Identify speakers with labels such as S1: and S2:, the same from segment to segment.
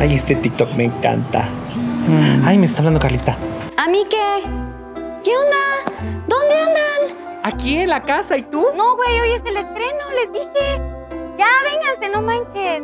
S1: Ay, este TikTok me encanta. Ay, me está hablando Carlita.
S2: ¿A mí qué? ¿Qué onda? ¿Dónde andan?
S3: Aquí en la casa, ¿y tú?
S2: No, güey, hoy es el estreno, les dije. Ya, vénganse, no manches.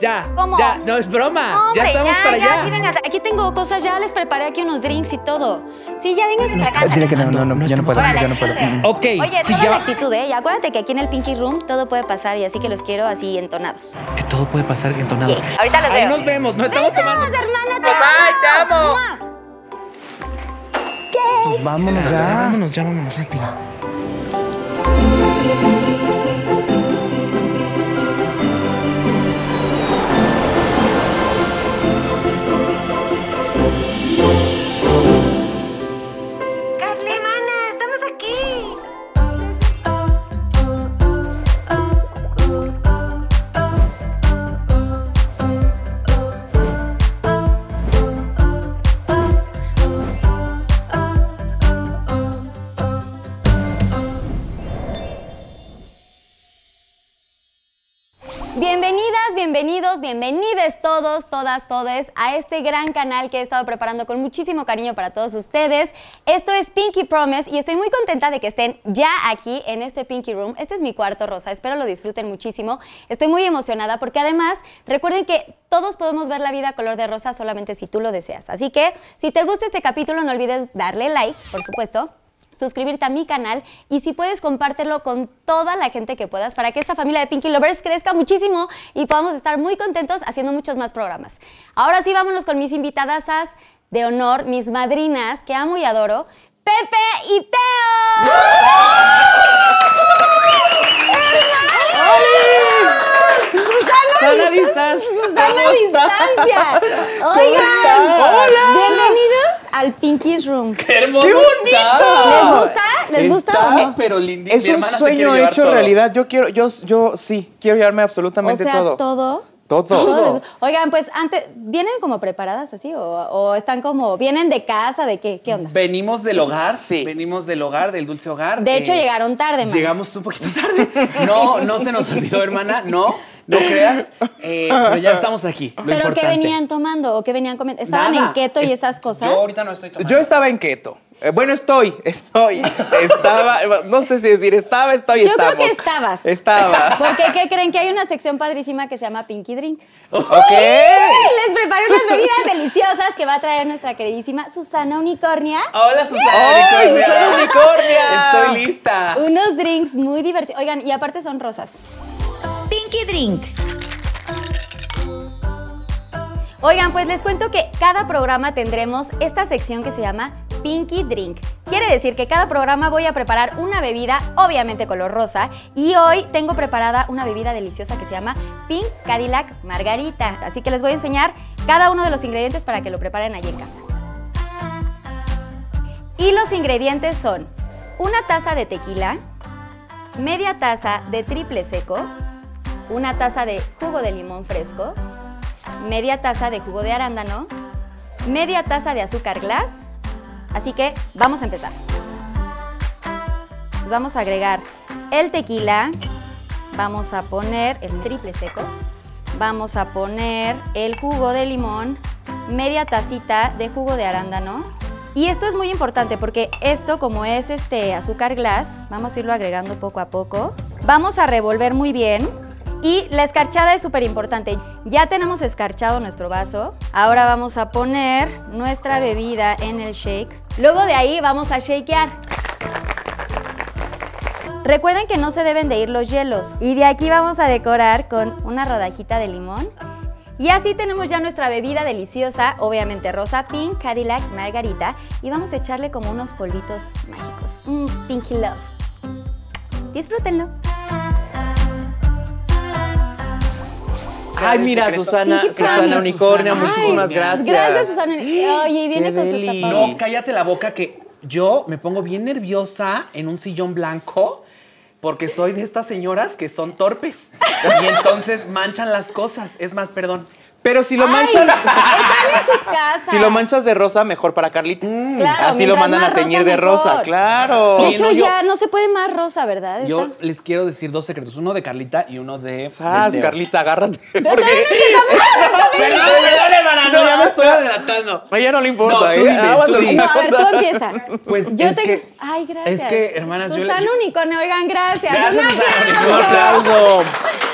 S3: Ya,
S2: ¿Cómo?
S3: ya, no es broma.
S2: Hombre,
S3: Ah, ya estamos para
S2: ya, sí,
S3: allá.
S2: vénganse. Aquí tengo cosas, ya les preparé aquí unos drinks y todo. Sí, ya vénganse para acá.
S4: Dile que no, no, no, yo no puedo,
S2: Órale,
S4: yo no puedo. Mm.
S2: súper.
S3: Ok,
S2: Oye,
S3: sí,
S2: toda la
S3: ya va.
S2: actitud, ¿eh? Y acuérdate que aquí en el Pinky Room todo puede pasar y así que los quiero así entonados.
S4: Que todo puede pasar entonado.
S2: Sí, ahorita los
S3: Ahí
S2: veo.
S3: nos vemos, nos estamos tomando.
S2: hermana, te
S3: Bye, te amo.
S2: ¡Mua!
S4: Pues vámonos
S1: Ya
S4: ya.
S1: vámonos, ya vámonos, rápido.
S5: Carlemana, estamos aquí.
S2: Bienvenidas, bienvenidos, bienvenides todos, todas, todes a este gran canal que he estado preparando con muchísimo cariño para todos ustedes. Esto es Pinky Promise y estoy muy contenta de que estén ya aquí en este Pinky Room. Este es mi cuarto rosa, espero lo disfruten muchísimo. Estoy muy emocionada porque además recuerden que todos podemos ver la vida color de rosa solamente si tú lo deseas. Así que si te gusta este capítulo no olvides darle like, por supuesto suscribirte a mi canal y si puedes compártelo con toda la gente que puedas para que esta familia de Pinky Lovers crezca muchísimo y podamos estar muy contentos haciendo muchos más programas. Ahora sí, vámonos con mis invitadasas de honor, mis madrinas que amo y adoro, Pepe y Teo.
S3: Sana distas.
S2: ¡Susana a distancia! Oigan,
S3: Hola.
S2: bienvenidos al Pinky Room.
S6: ¡Qué bonito!
S2: ¿Les gusta? ¿Les gusta o no?
S6: pero lindísimo.
S7: Es un sueño hecho realidad. Yo quiero, yo, yo sí, quiero llevarme
S2: O
S7: absolutamente
S2: sea,
S7: todo.
S2: todo.
S7: Todo.
S2: Todo. Oigan, pues antes, ¿vienen como preparadas así? ¿O, o están como, vienen de casa? ¿De qué? ¿Qué onda?
S6: Venimos del hogar,
S7: Sí.
S6: venimos del hogar, del dulce hogar. eh,
S2: De hecho, llegaron tarde, man.
S6: Llegamos un poquito tarde. No, no se nos olvidó, hermana. No, no creas. Eh, pero ya estamos aquí. Lo
S2: ¿Pero qué
S6: importante.
S2: venían tomando o qué venían comiendo? ¿Estaban
S6: Nada.
S2: en keto y
S6: Es-
S2: esas cosas?
S6: Yo ahorita no estoy tomando.
S7: Yo estaba en keto. Eh, bueno, estoy, estoy, estaba, no sé si decir estaba, estoy,
S2: Yo creo
S7: estamos.
S2: que estabas.
S7: Estaba.
S2: Porque, ¿qué creen? Que hay una sección padrísima que se llama Pinky Drink.
S7: ok.
S2: Y les preparé unas bebidas deliciosas que va a traer nuestra queridísima Susana Unicornia.
S6: Hola, Susana.
S7: ¡Ay,
S6: Unicornia.
S7: Susana Unicornia!
S6: Estoy lista.
S2: Unos drinks muy divertidos. Oigan, y aparte son rosas.
S5: Pinky Drink.
S2: Oigan, pues les cuento que cada programa tendremos esta sección que se llama Pinky Drink. Quiere decir que cada programa voy a preparar una bebida, obviamente color rosa, y hoy tengo preparada una bebida deliciosa que se llama Pink Cadillac Margarita. Así que les voy a enseñar cada uno de los ingredientes para que lo preparen allí en casa. Y los ingredientes son una taza de tequila, media taza de triple seco, una taza de jugo de limón fresco, media taza de jugo de arándano, media taza de azúcar glass. Así que vamos a empezar. Vamos a agregar el tequila, vamos a poner el triple seco, vamos a poner el jugo de limón, media tacita de jugo de arándano. Y esto es muy importante porque esto como es este azúcar glass, vamos a irlo agregando poco a poco. Vamos a revolver muy bien. Y la escarchada es súper importante. Ya tenemos escarchado nuestro vaso. Ahora vamos a poner nuestra bebida en el shake. Luego de ahí vamos a shakear. Recuerden que no se deben de ir los hielos. Y de aquí vamos a decorar con una rodajita de limón. Y así tenemos ya nuestra bebida deliciosa, obviamente rosa, Pink Cadillac Margarita. Y vamos a echarle como unos polvitos mágicos. Mm, pinky Love. Disfrútenlo.
S3: Ay, mira, Susana,
S2: Pinky
S3: Susana
S2: Promise.
S3: Unicornia,
S6: Ay,
S3: muchísimas gracias.
S2: Gracias, Susana. Oye, y viene
S7: Qué
S2: con su
S7: deli.
S6: No,
S2: tapabocas.
S6: cállate la boca que yo me pongo bien nerviosa en un sillón blanco porque soy de estas señoras que son torpes y entonces manchan las cosas. Es más, perdón.
S7: Pero si lo
S2: Ay,
S7: manchas.
S2: Están en su casa.
S7: Si lo manchas de rosa, mejor para Carlita.
S2: Claro,
S7: Así lo
S2: mientras
S7: mandan
S2: más
S7: a teñir
S2: rosa,
S7: de rosa,
S2: mejor.
S7: claro.
S2: De
S6: Oye,
S2: hecho,
S6: no, yo-
S2: ya no se puede más rosa, ¿verdad?
S6: Yo
S2: Está-
S6: les quiero decir dos secretos, uno de Carlita y uno de.
S7: Sas,
S6: de Teo.
S7: Carlita, agárrate. Porque
S2: todavía no empezamos.
S6: Perdón, perdón, hermana, no, ya me estoy adelantando.
S7: a ella no le importa.
S6: No, tú
S7: ¿eh?
S6: dime,
S7: Aguas
S6: tú
S7: lo que
S6: dime.
S2: No, a ver, tú
S7: importa.
S2: empieza.
S6: Pues
S2: yo
S6: es
S2: te.
S6: que-
S2: Ay, gracias. Pues
S6: es que, hermanas, yo le-
S2: Susana
S6: yo-
S2: Unicornio, oigan, gracias.
S6: Gracias,
S2: Un
S6: Susana
S2: aplauso.
S7: Un aplauso.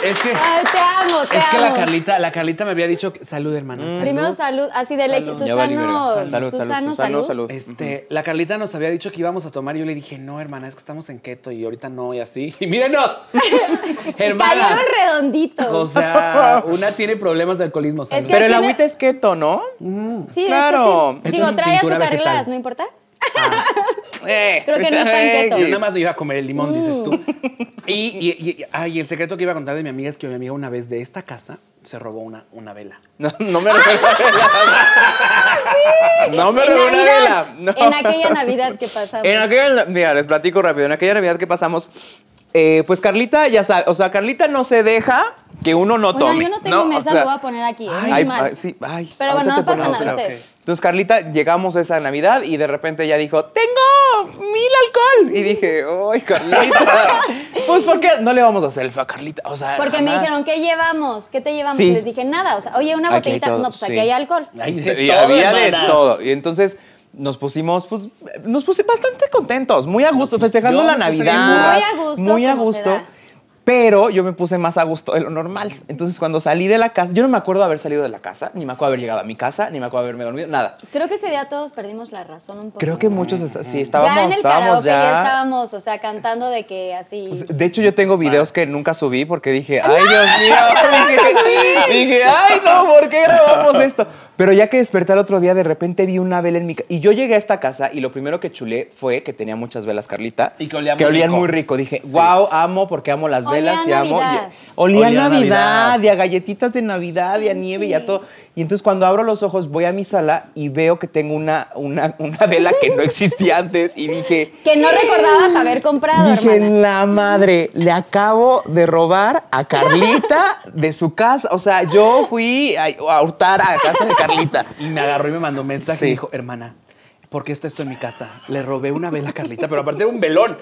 S6: Es que.
S2: Ay, te amo, te
S6: Es que la
S2: amo.
S6: Carlita, la Carlita me había dicho que, salud, hermana. salud.
S2: Primero salud, así de lejos.
S7: Ya va, libera.
S2: Susano, Susano,
S7: Salud, salud, salud,
S2: salud.
S7: salud.
S6: Este, la Carlita nos había dicho que íbamos a tomar y yo le dije, no, hermana, es que estamos en keto y ahorita no, y así. Y mírenos, hermanas.
S2: Cayeron redonditos.
S6: O sea, una tiene problemas de alcoholismo.
S2: que-
S6: salud.
S7: Pero el
S2: tiene-
S7: agüita es keto, ¿no?
S2: sí, de hecho,
S7: claro.
S2: sí.
S6: Esto
S2: Digo,
S6: es
S2: trae
S6: pintura
S2: azúcar
S6: vegetal.
S2: glass, ¿no importa?
S7: Eh.
S2: Creo que no está en keto.
S6: Yo nada más me iba a comer el limón, dices tú. Y, y- y- ay, el secreto que iba a contar de mi amiga es que mi amiga una vez de esta casa se robó una, una vela.
S7: No, no me refiero a vela. No me
S2: Ah, en,
S7: refiero a una
S2: Navidad,
S7: vela. No.
S2: en aquella Navidad que pasamos.
S7: En aquella, mira, les platico rápido. En aquella Navidad que pasamos, eh, pues Carlita, ya sabe, o sea, Carlita no se deja que uno no
S2: Bueno,
S7: tome.
S2: yo no tengo
S7: O
S2: mesa,
S7: sea,
S2: lo voy a poner aquí.
S7: ay,
S2: es muy mal.
S7: ay, sí, ay,
S2: Pero bueno, no
S7: ahorita
S2: pasa
S7: te ponemos
S2: nada.
S7: una-
S2: ustedes.
S7: Entonces, Carlita, llegamos a esa Navidad y de repente ella dijo, tengo mil alcohol. Y dije, ay, Carlita, pues ¿por qué no le vamos a hacer el feo a Carlita? O sea,
S2: Porque me
S7: jamás.
S2: dijeron, ¿qué llevamos? ¿Qué te llevamos?
S7: Sí.
S2: Y les dije, nada. O sea, oye, una
S7: Aquí hay
S2: botellita.
S7: todo,
S2: no, pues aquí
S7: sí.
S2: hay alcohol.
S6: Ay, de
S7: Y
S6: todo,
S7: había de
S6: hermanas.
S7: todo. Y entonces nos pusimos, pues, nos pusimos bastante contentos, muy a gusto, festejando
S6: yo
S7: la
S6: me puse
S7: Navidad.
S2: bien Muy a gusto,
S7: Muy a
S2: como se
S7: gusto.
S2: da.
S7: Pero yo me puse más a gusto de lo normal. Entonces, cuando salí de la casa, yo no me acuerdo haber salido de la casa, ni me acuerdo haber llegado a mi casa, ni me acuerdo haberme dormido, nada.
S2: Creo que ese día todos perdimos la razón un poco.
S7: Creo que muchos est- sí estábamos,
S2: Ya en el
S7: estábamos
S2: karaoke ya.
S7: ya-
S2: estábamos, o sea, cantando de que así.
S7: Pues, De hecho, yo tengo videos que nunca subí porque dije, ay, Dios mío, dije, dije, ay, no, ¿por qué grabamos esto? Pero ya que desperté al otro día, de repente vi una vela en mi casa. Y yo llegué a esta casa y lo primero que chulé fue que tenía muchas velas, Carlita.
S6: Y que olía muy rico.
S7: muy rico. Dije, wow, amo porque amo las
S2: Olía
S7: velas y
S2: a
S7: amo.
S2: Navidad.
S7: y- olía,
S6: Olía a
S7: a Navidad,
S6: Navidad.
S7: y a galletitas de Navidad, y a nieve y a todo. Y entonces cuando abro los ojos, voy a mi sala y veo que tengo una, una, una vela que no existía antes. Y dije,
S2: Que no recordabas haber comprado,
S7: Dije,
S2: hermana.
S7: la madre, le acabo de robar a Carlita de su casa. O sea, yo fui a, a hurtar a la casa de Carlita.
S6: Y me agarró y me mandó un mensaje
S7: Sí.
S6: y dijo, hermana, ¿por qué está esto en mi casa? Le robé una vela a Carlita, pero aparte era un velón.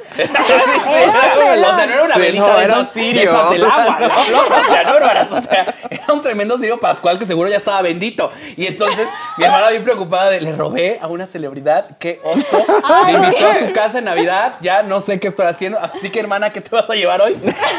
S6: O sea, no era una
S7: Sí,
S6: velita
S7: no,
S6: de
S7: era
S6: esas-
S7: un sirio.
S6: de esas del agua. ¿no? No, o sea, no, hermanas, o sea, era un tremendo sirio pascual que seguro ya estaba bendito. Y entonces mi hermana bien preocupada de, le robé a una celebridad, qué oso, me invitó a su casa en Navidad, ya no sé qué estoy haciendo, así que hermana, ¿qué te vas a llevar hoy?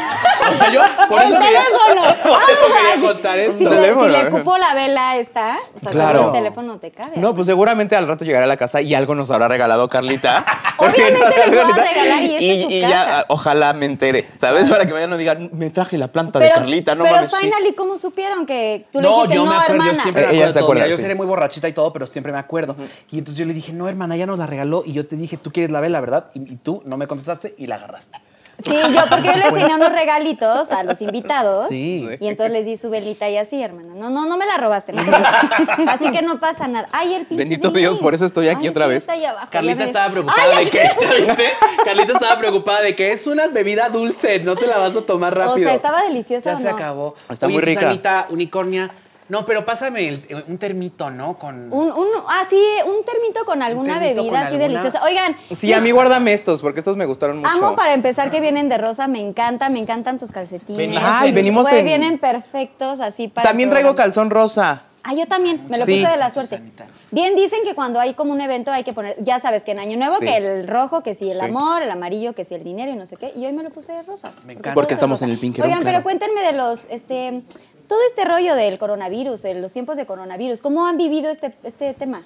S6: O sea, yo por
S2: ¡El
S6: eso quería-
S2: teléfono!
S6: por eso
S2: Ah,
S6: quería contar
S2: Si
S6: esto.
S2: le, si
S7: Teléfono.
S2: le cupo la vela esta, o sea,
S7: Claro.
S2: seguro el teléfono te cabe.
S7: No, pues seguramente al rato llegaré a la casa y algo nos habrá regalado Carlita.
S2: Obviamente les van
S7: Porque
S2: a
S7: Carlita.
S2: regalar y este es de su
S7: y
S2: casa.
S7: ya, ojalá me entere, ¿sabes? Para que mañana no digan, me traje la planta de Carlita, no
S2: pero
S7: mames. sí.
S2: finally, ¿cómo supieron que tú le dijiste
S6: yo
S2: no,
S6: me acuerdo,
S2: hermana?
S6: yo siempre me
S7: Eh,
S6: acuerdo.
S7: ella
S6: de
S7: se
S6: todo.
S7: acuerda,
S6: Mira, yo
S7: sí.
S6: seré muy borrachita y todo, pero siempre me acuerdo. Y entonces yo le dije, no, hermana, ya nos la regaló. Y yo te dije, tú quieres la vela, ¿verdad? Y, y tú no me contestaste y la agarraste.
S2: Sí, yo, porque yo les tenía unos regalitos a los invitados.
S6: Sí.
S2: Y entonces les di su velita y así, hermana. No, no, no me la robaste. no me la robaste. así que no pasa nada. Ay, el pinche
S7: Bendito
S2: Billy.
S7: Dios, por eso estoy aquí
S2: Ay,
S7: otra
S2: es que
S7: vez.
S2: está ahí abajo, ya
S6: Carlita
S2: ves.
S6: estaba preocupada
S2: Ay,
S6: de
S2: es
S6: que, ¿ya viste? Carlita estaba preocupada de que es una bebida dulce, no te la vas a tomar
S2: sea,
S6: rápido.
S2: estaba deliciosa,
S6: Ya
S2: ¿o
S6: se
S2: no?
S6: acabó.
S7: Está
S6: Oye,
S7: muy rica.
S6: Susanita, unicornia. No, pero pásame el- eh, un termito, ¿no? Con.
S2: Un, un, ah, sí, un termito con alguna
S6: termito
S2: bebida
S6: con
S2: así
S6: alguna-
S2: deliciosa. Oigan,
S7: Sí, a mí guárdame estos, porque estos me gustaron mucho.
S2: amo para empezar que vienen de rosa. Me encanta, me encantan tus calcetines.
S6: Venimos
S7: Ay, en- venimos
S2: Güey,
S7: en-
S2: Vienen perfectos así para. el
S7: También traigo
S2: programa.
S7: calzón rosa.
S2: Ah, yo también, me lo
S7: Sí.
S2: puse de la suerte.
S6: Sanita.
S2: Bien dicen que cuando hay como un evento hay que poner, ya sabes que en Año Nuevo
S7: Sí.
S2: que el rojo, que si el
S7: Sí.
S2: amor, el amarillo, que si el dinero y no sé qué, y hoy me lo puse de rosa.
S6: Me encanta.
S2: todo
S7: Porque
S2: es
S7: estamos
S2: rosa.
S7: en el Pinkerón,
S2: Oigan, pero
S7: claro.
S2: cuéntenme de los, este, todo este rollo del coronavirus, el- los tiempos de coronavirus, ¿cómo han vivido este, este tema?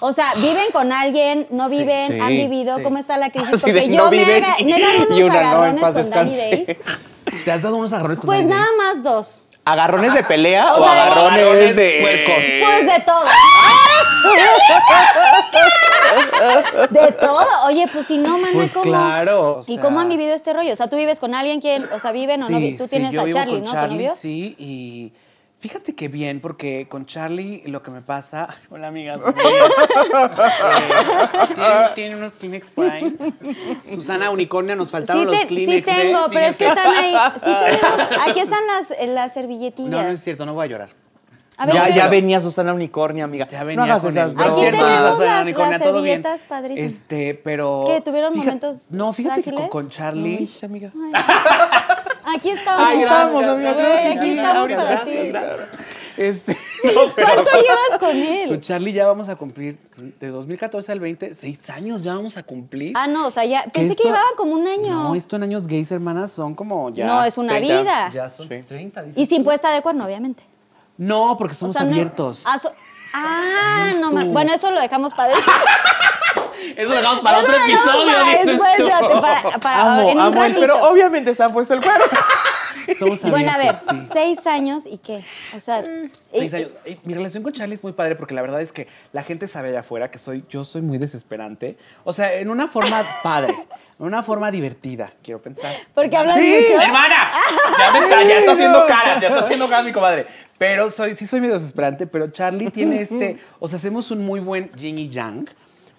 S2: O sea, ¿viven con alguien? ¿No viven?
S7: sí,
S2: ¿Han vivido?
S6: sí.
S2: ¿Cómo está la crisis?
S7: Así
S2: Porque
S7: de
S2: yo
S7: no
S2: me,
S7: viven
S2: haga-
S7: y-
S2: me he dado unos
S7: y una no, en
S2: agarrones
S7: paz
S2: con Dani
S7: descanse.
S2: Days.
S6: ¿Te has dado unos agarrones con
S2: Pues
S6: Dani
S2: nada
S6: Days?
S2: más dos.
S7: ¿Agarrones de pelea
S2: O
S7: o,
S2: sea,
S7: agarrones,
S6: agarrones
S7: de
S6: puercos.
S2: Pues de todo. De todo. Oye, pues si no, mana,
S6: Pues
S2: ¿cómo?
S6: claro, o
S2: ¿Y
S6: sea-
S2: cómo han vivido este rollo? O sea, ¿tú vives con alguien? ¿Quién? O sea, ¿viven o no? vi- Tú tienes
S6: yo
S2: a
S6: vivo
S2: Charlie,
S6: con
S2: ¿no? ¿Tu
S6: Charlie,
S2: novio?
S6: sí, y fíjate qué bien, porque con Charlie lo que me pasa. Hola, amigas. Tienen Eh, tiene unos Kleenex por ahí. Susana Unicornia, nos faltaron
S2: Sí, te-
S6: los
S2: sí
S6: Kleenex. ¿eh?
S2: tengo, pero es que
S6: Fíjate.
S2: están ahí. Sí tengo. Aquí están eh, las, las servilletillas.
S6: No, no es cierto, no voy a llorar.
S2: A ver,
S7: ya,
S2: pero-
S7: ya venía Susana Unicornia, amiga.
S6: Ya venía
S7: no hagas
S6: con
S7: esas
S2: Aquí
S6: el-
S7: bromas.
S6: Por cierto,
S2: tenemos
S6: Susana
S2: las-
S6: Unicornia,
S2: las
S6: todo bien.
S2: servilletas padrísimas.
S6: Este, pero.
S2: ¿Qué, tuvieron momentos
S6: No, fíjate que con,
S2: frágiles?
S6: con Charlie. amiga.
S2: Aquí estamos.
S6: Ay,
S7: Estábamos,
S6: gracias,
S7: amiga,
S6: güey,
S7: claro que
S2: aquí
S7: sí.
S2: estamos
S7: Ahorita,
S2: para
S7: gracias,
S2: ti.
S7: gracias. Este,
S2: ¿Cuánto llevas con
S6: Con
S2: él?
S6: Charlie ya vamos a cumplir de 2014 al 20, seis años ya vamos a cumplir.
S2: Ah, no, o sea, ya pensé
S6: esto-
S2: que llevaban como un año.
S6: No, esto en años gays, hermanas, son como ya.
S2: No, es una
S6: 30.
S2: vida.
S6: Ya son 30, dice.
S2: Y sin puesta de cuerno, obviamente.
S6: No, porque
S2: O
S6: somos
S2: sea, no-
S6: abiertos.
S2: Ah, so- ah, no ma- Bueno, eso lo dejamos para después.
S6: Eso lo dejamos para otro
S2: Eso lo dejamos
S6: episodio,
S2: para
S6: dices
S2: después,
S6: tú.
S2: fíjate, para- para- en
S7: amo,
S2: un
S7: amo, él,
S2: ratito.
S7: pero obviamente se ha puesto el cuero.
S6: Somos abiertos.
S2: Bueno, a ver,
S6: sí. Mm.
S2: seis años y qué. O sea, y-
S6: Seis años. Ey, eh, Mi relación con Charlie es muy padre porque la verdad es que la gente sabe allá afuera que soy, yo soy muy desesperante. O sea, en una forma padre, en una forma divertida, quiero pensar.
S2: porque hablas
S7: Sí.
S2: mucho.
S6: ¡Hermana! Ya, me está, ya está haciendo
S7: no.
S6: caras, ya está haciendo caras mi comadre. Pero soy, sí soy medio desesperante, pero Charlie tiene este. O sea, hacemos un muy buen yin y yang.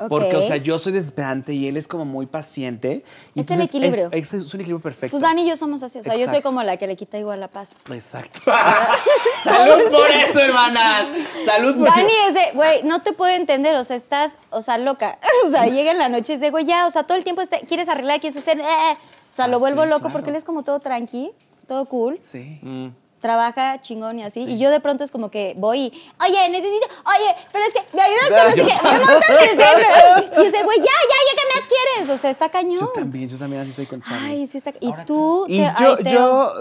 S6: Porque, o
S2: Ok.
S6: sea, yo soy desesperante y él es como muy paciente. Y
S2: Es el
S6: entonces
S2: equilibrio.
S6: Es, es un equilibrio perfecto.
S2: Pues Dani y yo somos así. O sea, yo soy
S6: Exacto.
S2: como la que le quita igual la paz.
S6: Exacto. Salud por eso, hermanas. Salud pues, por
S2: Dani
S6: eso.
S2: es de, güey, no te puedo entender, o sea, estás, o sea, loca. O sea, llega en la noche y es de, güey, ya, o sea, todo el tiempo está- quieres arreglar, quieres hacer, eh, eh. o sea, lo
S6: Ah,
S2: vuelvo
S6: sí,
S2: loco
S6: claro.
S2: porque él es como todo tranqui, todo cool,
S6: Sí.
S2: trabaja chingón y así, y yo de pronto es como que voy y, oye, necesito, oye, pero es que, ¿me ayudas con no sé qué? ¿Me montas en serio? Y es de, güey, ya, ya, ya, ¿qué más quieres? O sea, está cañón.
S6: Yo también, yo también así soy con Charlie.
S2: Ay, sí está, y tú, te-
S7: Y yo,
S2: ay, Teo.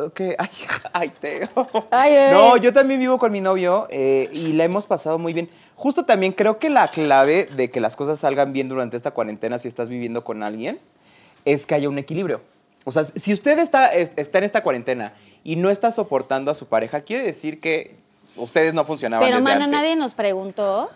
S7: yo, que, ay, ay, Teo.
S2: Ay, bebé.
S7: No, yo también vivo con mi novio eh, y la hemos pasado muy bien. Justo también creo que la clave de que las cosas salgan bien durante esta cuarentena, si estás viviendo con alguien, es que haya un equilibrio. O sea, si usted está, es- está en esta cuarentena y no está soportando a su pareja, quiere decir que ustedes no funcionaban
S2: Pero,
S7: desde
S2: mana,
S7: antes.
S2: nadie nos preguntó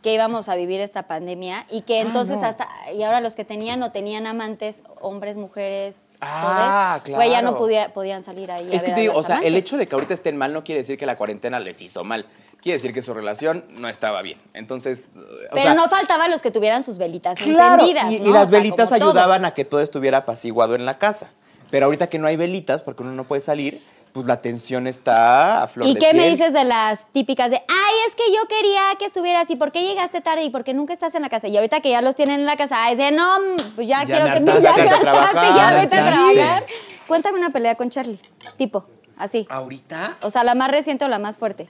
S2: que íbamos a vivir esta pandemia y que entonces hasta y ahora los que tenían o tenían amantes hombres mujeres
S7: Ah,
S2: todes, güey, ya no
S7: claro.
S2: podía- podían salir ahí a
S7: Es que
S2: ver
S7: te
S2: a
S7: digo,
S2: las
S7: o sea, el
S2: amantes.
S7: hecho de que ahorita estén mal no quiere decir que la cuarentena les hizo mal. Quiere decir que su relación no estaba bien. Entonces, eh, o
S2: pero
S7: sea,
S2: no faltaban los que tuvieran sus velitas
S7: claro,
S2: encendidas
S7: y, y
S2: ¿no?
S7: las
S2: O sea,
S7: velitas
S2: como todo.
S7: ayudaban a que todo estuviera apaciguado en la casa. Pero ahorita que no hay velitas, porque uno no puede salir, pues la tensión está a flor
S2: ¿Y
S7: de
S2: qué me
S7: piel.
S2: dices de las típicas de, ay, es que yo quería que estuvieras y por qué llegaste tarde y por qué nunca estás en la casa? Y ahorita que ya los tienen en la casa, ay, es de, no, mm, pues ya,
S6: Ya
S2: quiero
S6: me
S2: que te ya
S7: hartaste, vete a
S2: me hartaste,
S7: trabajar,
S2: ya vete a
S7: descansaste.
S2: trabajar. Cuéntame una pelea con Charlie, tipo, así.
S7: Ah.
S6: Ahorita.
S2: O sea, la más reciente o la más fuerte.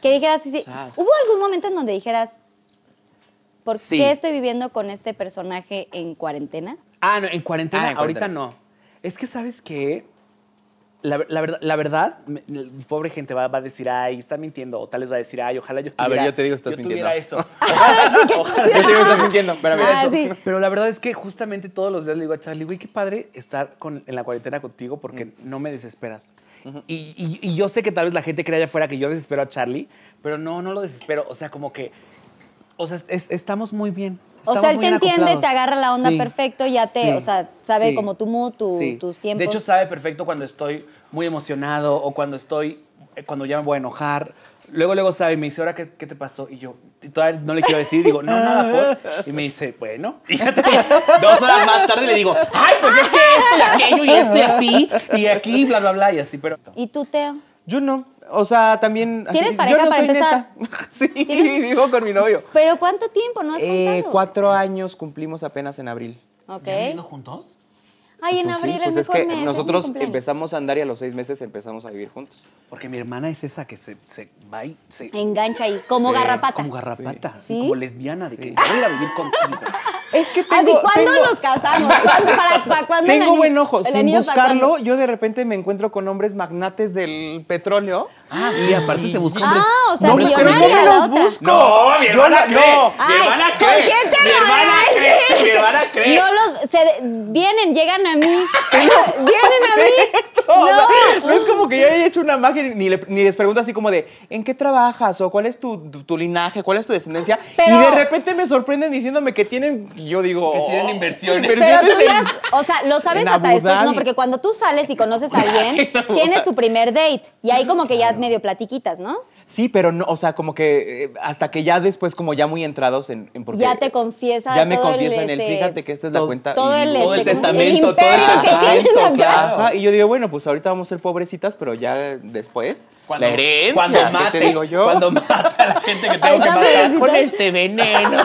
S2: Que dijeras, sí, sí.
S6: Sas.
S2: ¿hubo algún momento en donde dijeras, ¿por
S6: Sí.
S2: qué estoy viviendo con este personaje en cuarentena?
S6: Ah, no, en cuarentena,
S7: Ah, en
S6: ahorita
S7: cuarentena.
S6: no. Es que, ¿sabes qué? La, ver- la verdad, la verdad, me- me- pobre gente va, va a decir, ay, está mintiendo. O tal vez va a decir, ay, ojalá yo
S7: A
S6: tuviera
S7: ver, yo te digo, estás
S6: yo tuviera
S7: mintiendo.
S6: eso. Ojalá, ojalá.
S7: Yo te digo, estás mintiendo. espérame.
S2: Ah,
S7: Eso.
S2: sí.
S6: Pero la verdad es que justamente todos los días le digo a Charlie, güey, qué padre estar con- en la cuarentena contigo porque no me desesperas. y, y- y yo sé que tal vez la gente crea allá afuera que yo desespero a Charlie, pero no, no lo desespero. O sea, como que, o sea, es- es- estamos muy bien.
S2: o sea,
S6: estamos
S2: él
S6: muy
S2: te entiende,
S6: acoplados.
S2: te agarra la onda
S6: Sí,
S2: perfecto, ya te,
S6: sí,
S2: o sea, sabe
S6: sí,
S2: como tu mood, tu-
S6: sí.
S2: tus tiempos.
S6: De hecho, sabe perfecto cuando estoy muy emocionado o cuando estoy, eh, cuando ya me voy a enojar. Luego, luego sabe y me dice, ¿ahora qué, qué te pasó? Y yo y todavía no le quiero decir, digo, no, nada, por. Y me dice, bueno. Y ya te- dos horas más tarde le digo,
S7: "Ah,
S6: ay, pues es que esto y aquello y esto y así y aquí, bla, bla, bla, y así, pero.
S2: ¿Y tú, Teo?
S7: Yo no. O sea, también.
S2: ¿Tienes
S7: yo
S2: pareja
S7: no
S2: para
S7: soy
S2: empezar?
S7: neta. Sí,
S2: ¿Tienes?
S7: vivo con mi novio.
S2: ¿Pero cuánto tiempo? ¿No has
S7: Eh,
S2: contado?
S7: cuatro años cumplimos apenas en abril.
S2: Ok.
S6: juntos?
S2: Ay, en
S7: Pues sí,
S2: abril el
S7: pues es
S2: mejor
S7: que
S2: mes, mi
S7: nosotros
S2: cumpleaños.
S7: empezamos a andar y a los seis meses empezamos a vivir juntos.
S6: Porque mi hermana es esa que se, se va y se.
S2: Engancha ahí, como garrapata.
S6: Como garrapata,
S2: Sí.
S6: como lesbiana, de que voy a ir a vivir contigo.
S7: Es que
S2: Así,
S7: tengo-
S2: ¿cuándo
S7: tengo-
S2: nos casamos? ¿Cuándo- para, para cuándo el
S7: Tengo
S2: anillo?
S7: buen ojo.
S2: ¿El
S7: Sin
S2: anillo para cuándo?
S7: buscarlo, yo de repente me encuentro con hombres magnates del petróleo.
S6: Ah, sí, aparte se busca hombres.
S2: Ah, o sea,
S7: No, pues, pero
S2: millonaria
S7: yo me
S2: la
S7: los
S2: otra.
S7: busco.
S6: No, mi
S7: Yo
S6: hermana
S7: no-
S6: cree.
S7: no.
S6: Mi hermana
S2: Ay,
S6: cree.
S2: ¿con quién te
S6: Mi hermana
S2: rodeas?
S6: cree. Mi hermana cree.
S2: No los. Se, vienen, llegan a mí. vienen a mí.
S7: O sea,
S2: No.
S7: No. es como que yo haya hecho una magia ni, le- ni les pregunto así como de ¿en qué trabajas? o ¿cuál es tu, tu- tu linaje? ¿cuál es tu descendencia?
S2: Pero-
S7: y de repente me sorprenden diciéndome que tienen, y yo digo... "Oh,
S6: Que tienen inversiones.
S2: Pero tú
S7: en-
S2: ya, o sea, lo sabes
S7: en
S2: hasta
S7: Abu
S2: después, no,
S7: Dhabi.
S2: porque cuando tú sales y conoces a alguien, tienes tu primer date y ahí como que ya medio platiquitas, ¿no?
S7: Sí, pero no, o sea, como que eh, hasta que ya después, como ya muy entrados en, en porque-
S2: Ya te confiesa
S7: Ya me
S2: todo el,
S7: confiesan el,
S2: este,
S7: fíjate que esta es la
S6: todo-
S7: cuenta.
S2: todo
S7: y-
S2: el,
S6: todo el
S2: este, ¿cómo se dice?
S6: testamento, todo el
S2: imperio que tienen
S6: testamento,
S2: acá.
S6: claro.
S7: Ajá, y yo digo, bueno, pues ahorita vamos a ser pobrecitas, pero ya después.
S6: Cuando,
S7: la herencia.
S6: cuando
S7: ¿qué
S6: mate,
S7: te digo yo?
S6: Cuando mata a la gente que tengo que
S2: Ahorita
S6: matar.
S2: me-
S6: Con este veneno.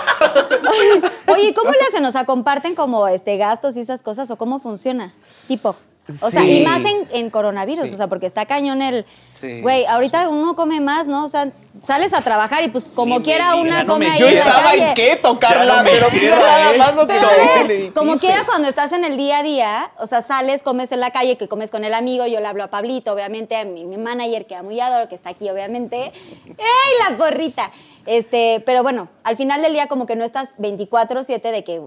S2: Oye, ¿cómo le hacen? O sea, ¿comparten como este gastos y esas cosas o cómo funciona? Tipo. O sea,
S7: Sí.
S2: y más en, en coronavirus,
S7: Sí.
S2: o sea, porque está cañón el...
S7: Sí.
S2: Güey, ahorita uno come más, ¿no? O sea, sales a trabajar y pues como quiera una
S6: no
S2: come
S6: me
S2: ahí
S7: Yo
S2: en la
S7: estaba
S2: calle.
S7: en keto, Carla,
S6: no me
S7: pero
S6: cierra
S7: nada más lo que
S2: Pero
S7: tú
S2: a
S7: le
S2: ver,
S7: hiciste.
S2: como quiera cuando estás en el día a día, o sea, sales, comes en la calle, que comes con el amigo, yo le hablo a Pablito, obviamente, a mi, mi manager que amo y adoro, que está aquí, obviamente. ¡Ey, la porrita! Este, pero bueno, al final del día como que no estás 24/7 de que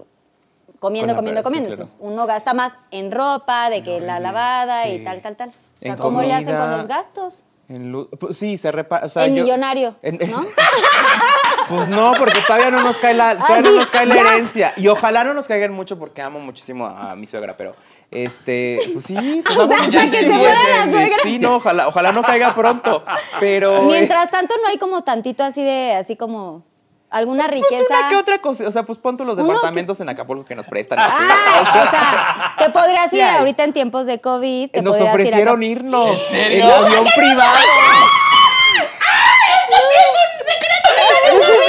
S2: comiendo,
S7: Con
S2: comiendo,
S7: la peda, sí,
S2: comiendo.
S7: claro.
S2: Entonces, uno gasta más en ropa, de que la lavada y
S7: sí.
S2: tal, tal, tal. O sea,
S7: En
S2: ¿cómo le hacen con
S7: comida.
S2: los gastos?
S7: En lu- pues sí, se repara. O sea,
S2: el
S7: yo-
S2: millonario,
S7: en-
S2: ¿no?
S7: Pues no, porque todavía no nos cae la, todavía no
S2: sí,
S7: nos cae la
S2: ya.
S7: herencia. Y ojalá no nos caigan mucho porque amo muchísimo a mi suegra, pero este, pues sí, pues
S2: O sea,
S7: amo
S2: hasta que se
S7: muchísimo.
S2: muera la suegra.
S7: Sí, no, ojalá, ojalá no caiga pronto. Pero eh,
S2: Mientras tanto, no hay como tantito así de, así como alguna
S7: pues
S2: riqueza.
S7: una que otra cosa, o sea, pues pon tú los
S2: Uno que-
S7: departamentos en Acapulco que nos prestan. así.
S2: Ah, o sea, te podrías ir
S7: Sí hay.
S2: ahorita en tiempos de COVID. Te
S7: nos
S2: podrías ir
S7: ofrecieron
S2: acá.
S7: irnos
S6: ¿En serio?
S7: en avión privado.
S2: Ah,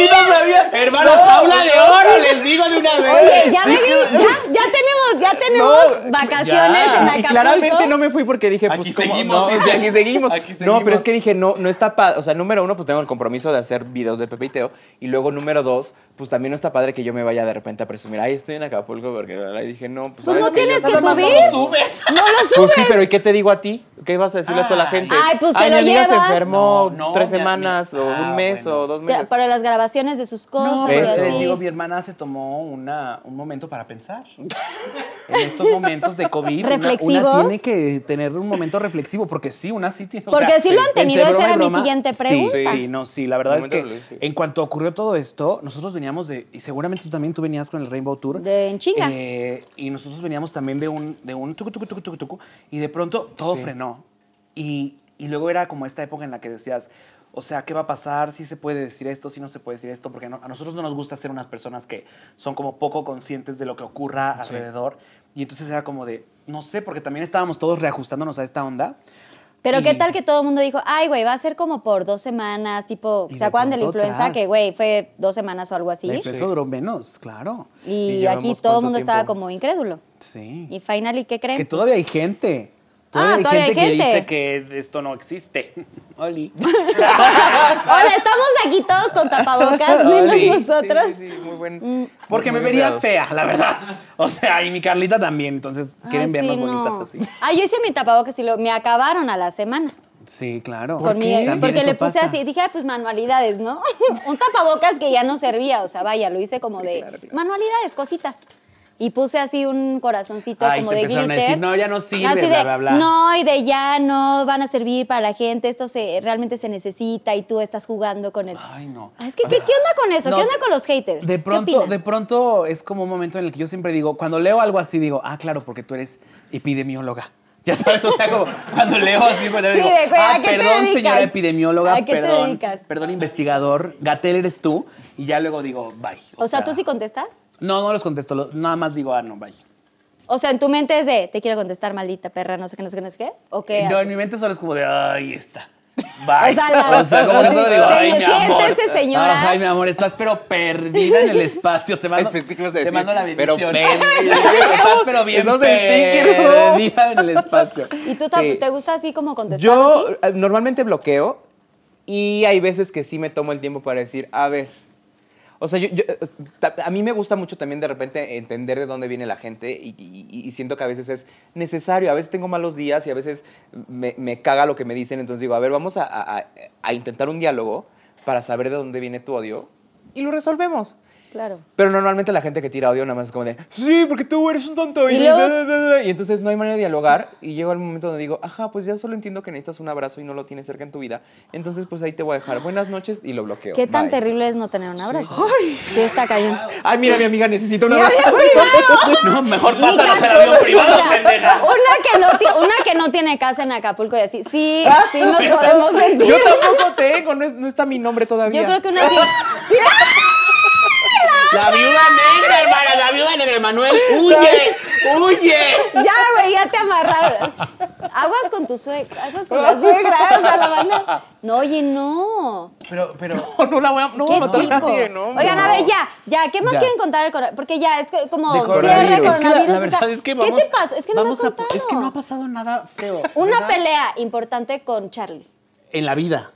S7: Sí, no sabía.
S6: Hermanos, jaula de oro, les digo de una vez.
S2: Oye, ya me vi, ya, ya tenemos, ya tenemos
S7: No,
S2: vacaciones
S6: ya.
S2: en
S7: Ah, Y
S2: Acapulco.
S7: claramente no me fui porque dije,
S6: Aquí
S7: pues ¿cómo?
S6: seguimos,
S7: no,
S6: dice.
S7: aquí seguimos.
S6: Aquí
S7: No, pero
S6: seguimos.
S7: es que dije, no, no está padre. O sea, número uno, pues tengo el compromiso de hacer videos de Pepe y Teo. Y luego, número dos, pues también no está padre que yo me vaya de repente a presumir, ay, estoy en Acapulco porque y dije, no,
S2: Pues
S7: pues. ¿sabes
S2: no
S7: qué?
S2: tienes
S7: Yo-
S2: que
S6: Nada más
S2: subir.
S6: No lo subes.
S2: No lo subes.
S7: Pues sí, pero ¿y qué te digo a ti? ¿Qué vas a decirle a toda la gente?
S2: Ay, pues te
S7: Ay,
S2: lo
S7: mi amiga
S2: llevas.
S7: se enfermó
S6: No, no,
S7: tres
S6: mi ami-
S7: semanas o
S6: Ah,
S7: un mes
S6: bueno.
S7: o dos
S2: Te-
S7: meses.
S2: para las grabaciones de sus cosas.
S6: No,
S2: y
S6: pero
S7: eso.
S6: les
S2: así.
S6: digo, mi hermana se tomó una, un momento para pensar. En estos momentos de COVID, una- una,
S2: ¿Reflexivos?
S6: tiene que tener un momento reflexivo, porque sí, una sí tiene. o
S2: Porque
S6: sea,
S2: sí lo han
S6: entre
S2: tenido, esa
S6: broma y
S2: era mi
S6: broma,
S2: siguiente
S6: sí,
S2: pregunta.
S6: Sí, no, sí, la verdad es
S7: Momento
S6: que
S7: reflexivo.
S6: en cuanto ocurrió todo esto, nosotros veníamos de, y seguramente tú también, tú venías con el Rainbow Tour.
S2: De en chinga.
S6: Eh, y nosotros veníamos también de un, de un tucu, tucu, tucu, tucu, tucu, y de pronto todo frenó. Y, y luego era como esta época en la que decías, o sea, ¿qué va a pasar? Si se puede decir esto, si no se puede decir esto, porque no- a nosotros no nos gusta ser unas personas que son como poco conscientes de lo que ocurra alrededor. Y entonces era como de, no sé, porque también estábamos todos reajustándonos a esta onda.
S2: Pero
S6: Y-
S2: qué tal que todo el mundo dijo, ay, güey, va a ser como por dos semanas, tipo,
S6: Y
S2: ¿se
S6: de
S2: acuerdan de la
S6: pronto,
S2: influenza?
S6: tras.
S2: Que, güey, fue dos semanas o algo así.
S6: La influenza duró menos, claro.
S7: Y
S2: Y, aquí
S7: llevamos
S2: todo el
S7: cuánto
S2: mundo estaba
S7: tiempo.
S2: como incrédulo.
S6: Sí.
S2: Y finally, ¿qué creen?
S6: Que todavía hay gente. Todavía
S2: Ah,
S6: hay
S2: todavía
S6: gente
S2: hay
S6: que dice
S2: gente.
S6: que esto no existe. Oli.
S2: Hola, estamos aquí todos con tapabocas, menos
S6: Oli.
S2: nosotros.
S7: Sí, sí, sí, muy buen.
S2: Mm.
S6: Porque me
S7: Muy
S6: vería
S7: cuidados.
S6: fea, la verdad. O sea, y mi Carlita también. Entonces, quieren
S2: Ay,
S6: vernos
S2: sí,
S6: bonitas
S2: no.
S6: así.
S2: Ah, yo hice mi tapabocas y lo, me acabaron a la semana.
S6: Sí, claro.
S2: Con mi-
S6: También
S2: porque
S6: eso
S2: le puse
S6: pasa.
S2: así, dije, "Ay, pues manualidades, ¿no? Un tapabocas que ya no servía, o sea, vaya, lo hice como de manualidades, cositas. Y puse así un corazoncito
S6: Ay,
S2: como
S6: te
S2: de
S6: empezaron a
S2: glitter.
S6: decir, "No, ya no sirve",
S2: Así de,
S6: bla, bla, bla.
S2: No, y de ya no van a servir para la gente, esto se, realmente se necesita y tú estás jugando con él.
S6: Ay, no.
S2: Es que, ¿qué, qué onda con eso?
S6: No,
S2: ¿Qué onda con los haters? ¿Qué
S6: De pronto,
S2: opinan?
S6: de pronto es como un momento en el que yo siempre digo, cuando leo algo así, digo, ah, claro, porque tú eres epidemióloga. Ya sabes, o sea, como cuando leo así, cuando
S2: Sí,
S6: digo,
S2: de, güey, ¿a
S6: ah,
S2: qué te
S6: perdón,
S2: dedicas?
S6: señora epidemióloga,
S2: ¿A qué te
S6: perdón,
S2: dedicas?
S6: perdón, investigador, Gatel eres tú, y ya luego digo, bye.
S2: O sea, ¿tú sí contestas?
S6: No, no los contesto, lo- nada más digo, ah, no, bye.
S2: O sea, en tu mente es de, te quiero contestar, maldita perra, no sé qué, no sé qué, no sé qué. ¿O qué?
S6: Eh, no,
S2: haces?
S6: en mi mente solo es como de, ay, está. Bye.
S2: O sea, la-
S6: O sea, como que solo digo,
S2: Sí,
S6: ay, mi amor.
S2: siéntese, señora.
S6: Ay, mi amor, estás pero perdida en el espacio. Te mando,
S7: Ay, pensé que ibas a
S6: te
S7: decir,
S6: mando la
S7: pero
S6: bendición.
S7: perdida.
S6: estás pero bien
S7: Estás en Pinky Room.
S6: perdida en el espacio.
S2: ¿Y tú ta-
S7: Sí.
S2: te gusta así como contestar?
S7: Yo
S2: así?
S7: eh, normalmente bloqueo y hay veces que sí me tomo el tiempo para decir, a ver. O sea, yo, yo, eh, ta- a mí me gusta mucho también de repente entender de dónde viene la gente y, y- y siento que a veces es necesario. A veces tengo malos días y a veces me, me caga lo que me dicen. Entonces digo, a ver, vamos a, a- a- a intentar un diálogo para saber de dónde viene tu odio y lo resolvemos.
S2: Claro.
S7: Pero normalmente la gente que tira odio nada más es como de, sí, porque tú eres un tonto. Y,
S2: Y luego-
S7: da, da, da, da". Y entonces no hay manera de dialogar. Y llega el momento donde digo, ajá, pues ya solo entiendo que necesitas un abrazo y no lo tienes cerca en tu vida. Entonces, pues ahí te voy a dejar. Buenas noches y lo bloqueo.
S2: ¿Qué tan
S7: Bye.
S2: terrible es no tener un abrazo? Sí, está cañón.
S7: Ay, mira, mi amiga necesita un
S2: Mi
S7: abrazo.
S2: avión privado.
S6: No, mejor
S2: Mi
S6: pásanos
S2: casa-
S6: el avión privado,
S2: Mira,
S6: pendeja.
S2: Una que no ti- una que que no tiene casa en Acapulco y así. Sí,
S6: Ah.
S2: sí nos podemos sentir.
S7: Yo tampoco tengo, no, es- no está mi nombre todavía.
S2: Yo creo que una sí. sí ah,
S6: La viuda negra, hermana, la viuda negra, Manuel. ¡Huye! ¡Huye!
S2: ya, güey, ya te amarraron. Aguas con tu suegra, aguas con la suegra, o sea, la banda. No, oye, no.
S4: Pero, pero.
S7: No, no la voy a, no voy
S2: ¿Qué
S7: a matar
S2: tipo?
S7: a nadie, ¿no?
S2: Oigan, a ver, ya, ya, ¿qué más
S6: Ya.
S2: quieren contar? del corona- Porque ya, es que como
S6: De
S2: cierre
S6: coronavirus.
S2: coronavirus.
S6: Es que la- la
S2: o sea,
S6: verdad es que
S2: ¿Qué
S6: vamos-
S2: te pasó? Es que no me has
S6: vamos a-
S2: contado.
S6: es que no ha pasado nada feo.
S2: Una
S6: ¿verdad?
S2: pelea importante con Charlie.
S6: En la vida.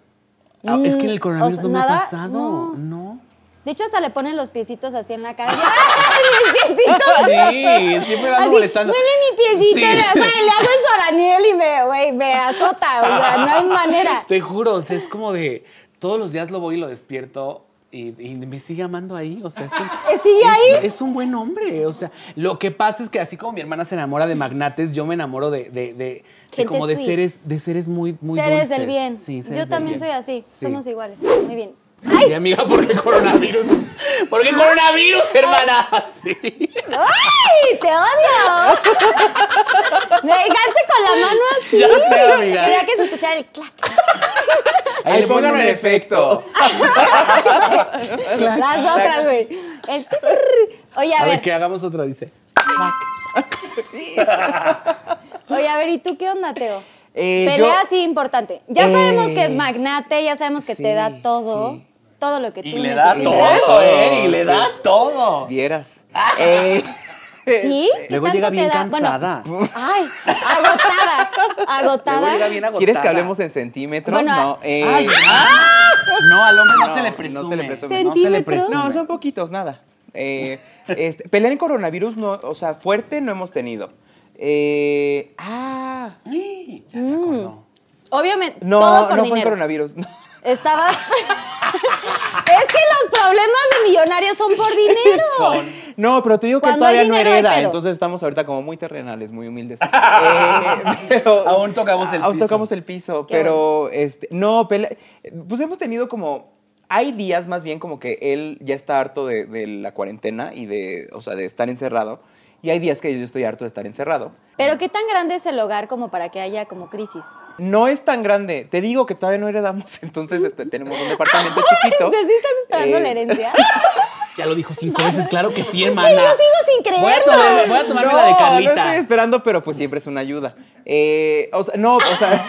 S6: Ah, es que en
S2: Mm,
S6: el coronavirus
S2: o sea,
S6: no me ha
S2: nada,
S6: pasado.
S2: no.
S6: no.
S2: De hecho, hasta le ponen los piecitos así en la cara. ¡Ay, mis piecitos!
S6: Sí, siempre lo ando
S2: Así,
S6: molestando.
S2: Huele mi piecito,
S6: Sí.
S2: le, güey, le hago eso a Daniel y me, güey, me azota. O sea, no hay manera.
S6: Te juro, o sea, es como de todos los días lo voy y lo despierto y, y me sigue amando ahí. O sea, es un,
S2: Eh, ¿sigue
S6: es-
S2: ahí?
S6: Es, un buen hombre. O sea, lo que pasa es que así como mi hermana se enamora de magnates, yo me enamoro de, de- de- de
S2: Gente
S6: como de
S2: sweet.
S6: seres, de seres muy, muy
S2: seres
S6: dulces.
S2: del bien.
S6: Sí, seres
S2: Yo
S6: del
S2: también
S6: bien.
S2: soy así.
S6: Sí.
S2: Somos iguales. Muy bien.
S6: Sí, amiga, ¿por qué coronavirus? ¿Por qué coronavirus, hermana? Sí.
S2: ¡Ay! ¡Te odio! Me dejaste con la mano así.
S6: Ya sé, amiga.
S2: Quería que se escuchara el clac.
S7: Ahí le pongan el efecto.
S2: Las otras, güey. El tirr. Oye, a
S6: A ver,
S2: ver.
S6: que hagamos otra, dice.
S2: Oye, a ver, ¿y tú qué onda, Teo?
S7: Eh,
S2: Pelea
S7: yo-
S2: así importante. Ya
S7: Eh,
S2: sabemos que es magnate, ya sabemos que
S6: sí,
S2: te da todo.
S6: sí.
S2: Todo lo que tú
S6: Y le da
S2: necesitas.
S6: todo, ¿eh? Y le da todo.
S7: Vieras. Eh,
S2: ¿Sí? ¿Qué
S6: Luego
S2: tanto
S6: llega
S2: te
S6: bien
S2: da? Bueno,
S6: cansada.
S2: ay, agotada. Agotada.
S6: Luego llega bien agotada.
S7: ¿Quieres que hablemos en centímetros?
S2: Bueno, ah,
S7: no.
S2: a-
S7: eh,
S6: Ay, No, al hombre no, se le presume.
S7: No se le presume.
S2: Sen-
S7: No,
S6: No se le
S2: ¿Centímetros?
S6: presume.
S7: No, son poquitos, nada. Eh, este, pelea en coronavirus, no, o sea, fuerte no hemos tenido. Eh, ah,
S6: Sí, Ya se acordó.
S2: Obviamente,
S7: no,
S2: todo por
S7: no fue en
S2: dinero.
S7: coronavirus. no.
S2: Estabas. es que los problemas de millonarios son por dinero.
S7: No, pero te digo que
S2: Cuando hay
S7: todavía no
S2: dinero, hay
S7: hereda,
S2: pedo.
S7: entonces estamos ahorita como muy terrenales, muy humildes. Eh, pero-
S6: Aún tocamos el
S7: Aún
S6: piso.
S7: tocamos el piso,
S2: Qué
S7: pero este, no, pelea- pues hemos tenido como hay días más bien como que él ya está harto de, de la cuarentena y de, o sea, de estar encerrado y hay días que yo estoy harto de estar encerrado.
S2: Pero qué tan grande es el hogar como para que haya como crisis.
S7: No es tan grande. Te digo que todavía no heredamos, entonces este, tenemos un departamento chiquito.
S2: ¿Sí estás esperando
S7: Eh,
S2: la herencia?
S6: Ya lo dijo cinco veces, claro que sí, hermana.
S2: yo sigo sin creerlo.
S6: Voy a tomarme, voy a tomarme la de
S7: No estoy
S6: Carlita.
S7: esperando, pero pues siempre es una ayuda. Eh, o sea, no, o sea.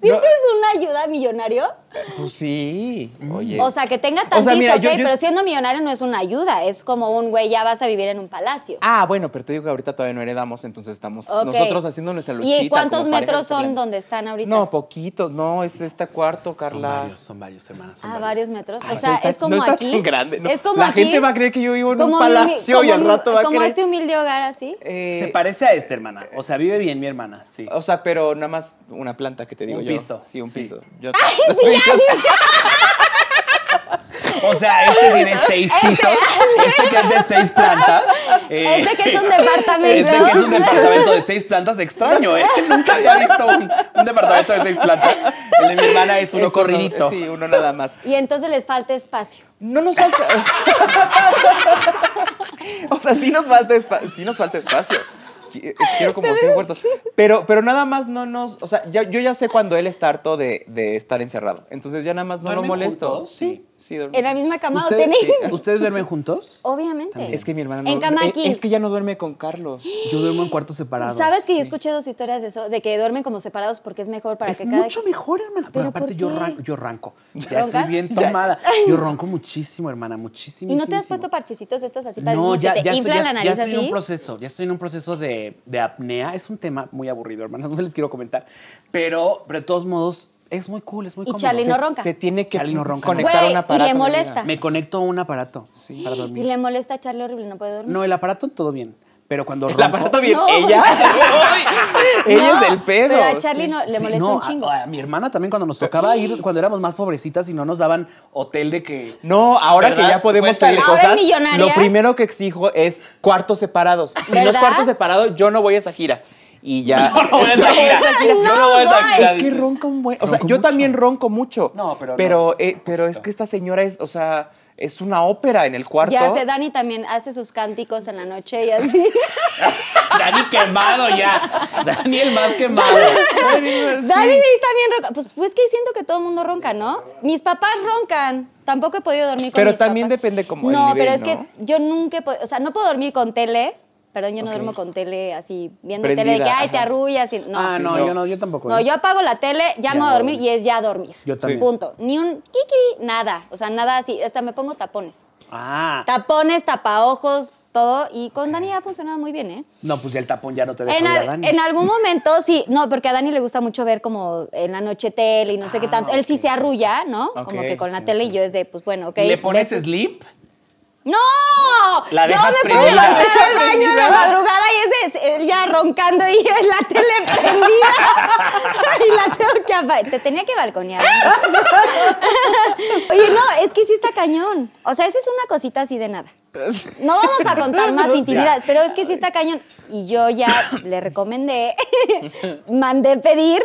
S2: ¿Siempre es una ayuda millonario?
S7: no, pues sí. Oye.
S2: O sea, que tenga
S7: O
S2: tantísimo,
S7: sea, mira, yo-
S2: ok,
S7: yo-
S2: pero siendo millonario no es una ayuda. Es como un güey, ya vas a vivir en un palacio.
S7: Ah, bueno, pero te digo que ahorita todavía no heredamos, entonces estamos
S2: Ok.
S7: Ah, nosotros haciendo nuestra
S2: ¿Y
S7: luchita.
S2: cuántos
S7: como pareja,
S2: metros son
S7: peleando.
S2: donde están ahorita?
S7: No, poquitos, no, es este cuarto,
S6: Son
S7: Carla.
S6: varios, son varios, hermanas. son
S2: Ah, varios metros. O
S7: Ay,
S2: sea,
S7: no está-
S2: es como
S7: no está
S2: aquí.
S7: tan grande, no.
S2: Es como
S7: La
S2: aquí.
S7: gente va a creer que yo vivo en un
S2: como mi-
S7: palacio y
S2: como
S7: al
S2: mi-
S7: rato va a
S2: Como
S7: creer-
S2: este humilde hogar así.
S7: Eh,
S6: Se parece a este, hermana. O sea, vive bien mi hermana, sí.
S7: O sea, pero nada más una planta que te digo
S6: Un
S7: yo.
S6: piso,
S7: Sí, un
S6: sí.
S7: piso. Yo-
S6: O sea, este tiene seis pisos. Este que es de seis plantas. eh,
S2: Este que es un departamento.
S6: Este que es un departamento de seis plantas extraño, ¿eh? Nunca había visto un, un departamento de seis plantas. El de mi hermana es uno
S7: Es
S6: corridito.
S7: Sí, uno nada más.
S2: Y entonces les falta espacio.
S7: No nos falta. o sea, sí nos falta, espa- sí nos falta espacio. Qui- eh, Quiero como ser muertos. Pero, pero nada más no nos. O sea, ya- yo ya sé cuando él está harto de, de estar encerrado. Entonces ya nada más no lo
S6: ¿Duermen
S7: molesto.
S6: juntos?
S7: Sí, sí, dormimos.
S2: ¿En la misma cama o
S7: ¿Ustedes
S2: tenis?
S7: sí?
S6: ¿Ustedes duermen juntos?
S2: Obviamente.
S7: Es que mi hermana no.
S2: En cama
S7: eh,
S2: aquí.
S7: Es que ya no duerme con Carlos.
S6: Yo duermo en cuartos separados.
S2: ¿Sabes que yo escuché dos historias de eso? De que duermen como separados porque es mejor para
S6: es
S2: que cada...
S6: mucho mejor, hermana. Pero
S2: ¿Pero
S6: aparte
S2: por
S6: yo,
S2: qué?
S6: ran- yo ranco. Ya
S2: ¿Roncas?
S6: estoy bien tomada. Yo ronco muchísimo, hermana, muchísimo.
S2: ¿Y no te has puesto parchecitos estos así para
S6: No, ya,
S2: que te
S6: ya, estoy,
S2: inflan
S6: ya-
S2: la
S6: ya
S2: nariz
S6: estoy en un
S2: así?
S6: proceso, ya estoy en un proceso de, de apnea. Es un tema muy aburrido, hermanas, no se les quiero comentar. Pero, pero de todos modos, es muy cool, es muy
S2: Y
S6: cómodo.
S2: Charlie
S6: Se-
S2: no ronca.
S7: Se tiene que
S6: Chale, no ronca, no.
S7: conectar
S2: Güey,
S7: un
S2: y
S7: aparato.
S2: le
S7: mi amiga.
S2: molesta.
S6: Me conecto a un aparato sí, para
S2: Y
S6: dormir.
S2: le molesta a Charlie horrible, no puede dormir.
S6: No, el aparato todo bien. Pero cuando
S7: El
S6: ronco.
S7: aparato bien.
S2: No.
S7: Ella. Ella
S2: No,
S7: es el pedo.
S2: Pero a Charlie no, le
S6: Sí,
S2: molesta
S6: no,
S2: un chingo.
S6: A, a mi hermana también cuando nos tocaba ir, cuando éramos más pobrecitas y no nos daban hotel de que.
S7: No, ahora
S6: ¿Verdad?
S7: que ya podemos
S6: Cuéntale.
S7: pedir
S2: Ahora
S7: cosas,
S2: millonarias.
S7: lo primero que exijo es cuartos separados. Si no es
S2: ¿Verdad?
S7: cuartos separados, yo no voy a esa gira. Y ya.
S6: Yo no voy a esa gira.
S2: No,
S6: Yo no voy a esa
S2: guys.
S6: gira,
S7: Es que
S6: dices.
S7: ronca un buen. O sea,
S6: Ronco
S7: yo
S6: mucho.
S7: también ronco mucho.
S6: No, pero no,
S7: Pero,
S6: un
S7: eh, pero es
S6: poquito.
S7: que esta señora es, o sea, es una ópera en el cuarto.
S2: Ya sé, Dani también hace sus cánticos en la noche y así.
S6: Dani quemado ya. Dani el más quemado.
S2: David está bien ronca. Pues, pues es que siento que todo el mundo ronca, ¿no? Mis papás roncan. Tampoco he podido dormir con
S7: Pero
S2: mis
S7: también
S2: papás.
S7: depende como el
S2: No,
S7: nivel,
S2: pero es
S7: ¿no?
S2: que yo nunca he podido. O sea, no puedo dormir con tele. Perdón, yo no duermo con tele así, viendo tele de que,
S7: Prendida,
S2: ay, te
S7: ajá.
S2: arrullas. y- No,
S6: Ah,
S2: sí,
S6: no, yo no, yo tampoco,
S2: No,
S6: ¿eh?
S2: yo apago la tele, ya, me voy a dormir y es ya dormir.
S6: Yo también.
S2: Punto. Ni un kikiri, nada. O sea, nada así. Hasta me pongo tapones.
S6: Ah.
S2: Tapones, tapaojos, todo. Y con Dani ha funcionado muy bien, ¿eh?
S6: No, pues ya el tapón ya no te deja
S2: En,
S6: ver
S2: al-
S6: a Dani.
S2: en algún momento sí, no, porque a Dani le gusta mucho ver como en la noche tele y no sé qué tanto. Él sí se arrulla, ¿no? Como
S6: Ah, Ok,
S2: que con la tele y yo es de, pues bueno, ok.
S6: ¿Le pones
S2: ves-
S6: sleep?
S2: ¡No!
S6: La
S2: yo
S6: dejas
S2: me puedo
S6: prendida.
S2: levantar al baño en la madrugada y es de- él ya roncando y es la tele prendida. y la tengo que apa- Te tenía que balconear. Oye, no, es que sí está cañón. O sea, esa es una cosita así de nada. No vamos a contar más intimidades, pero es que sí está cañón. Y yo ya le recomendé, mandé pedir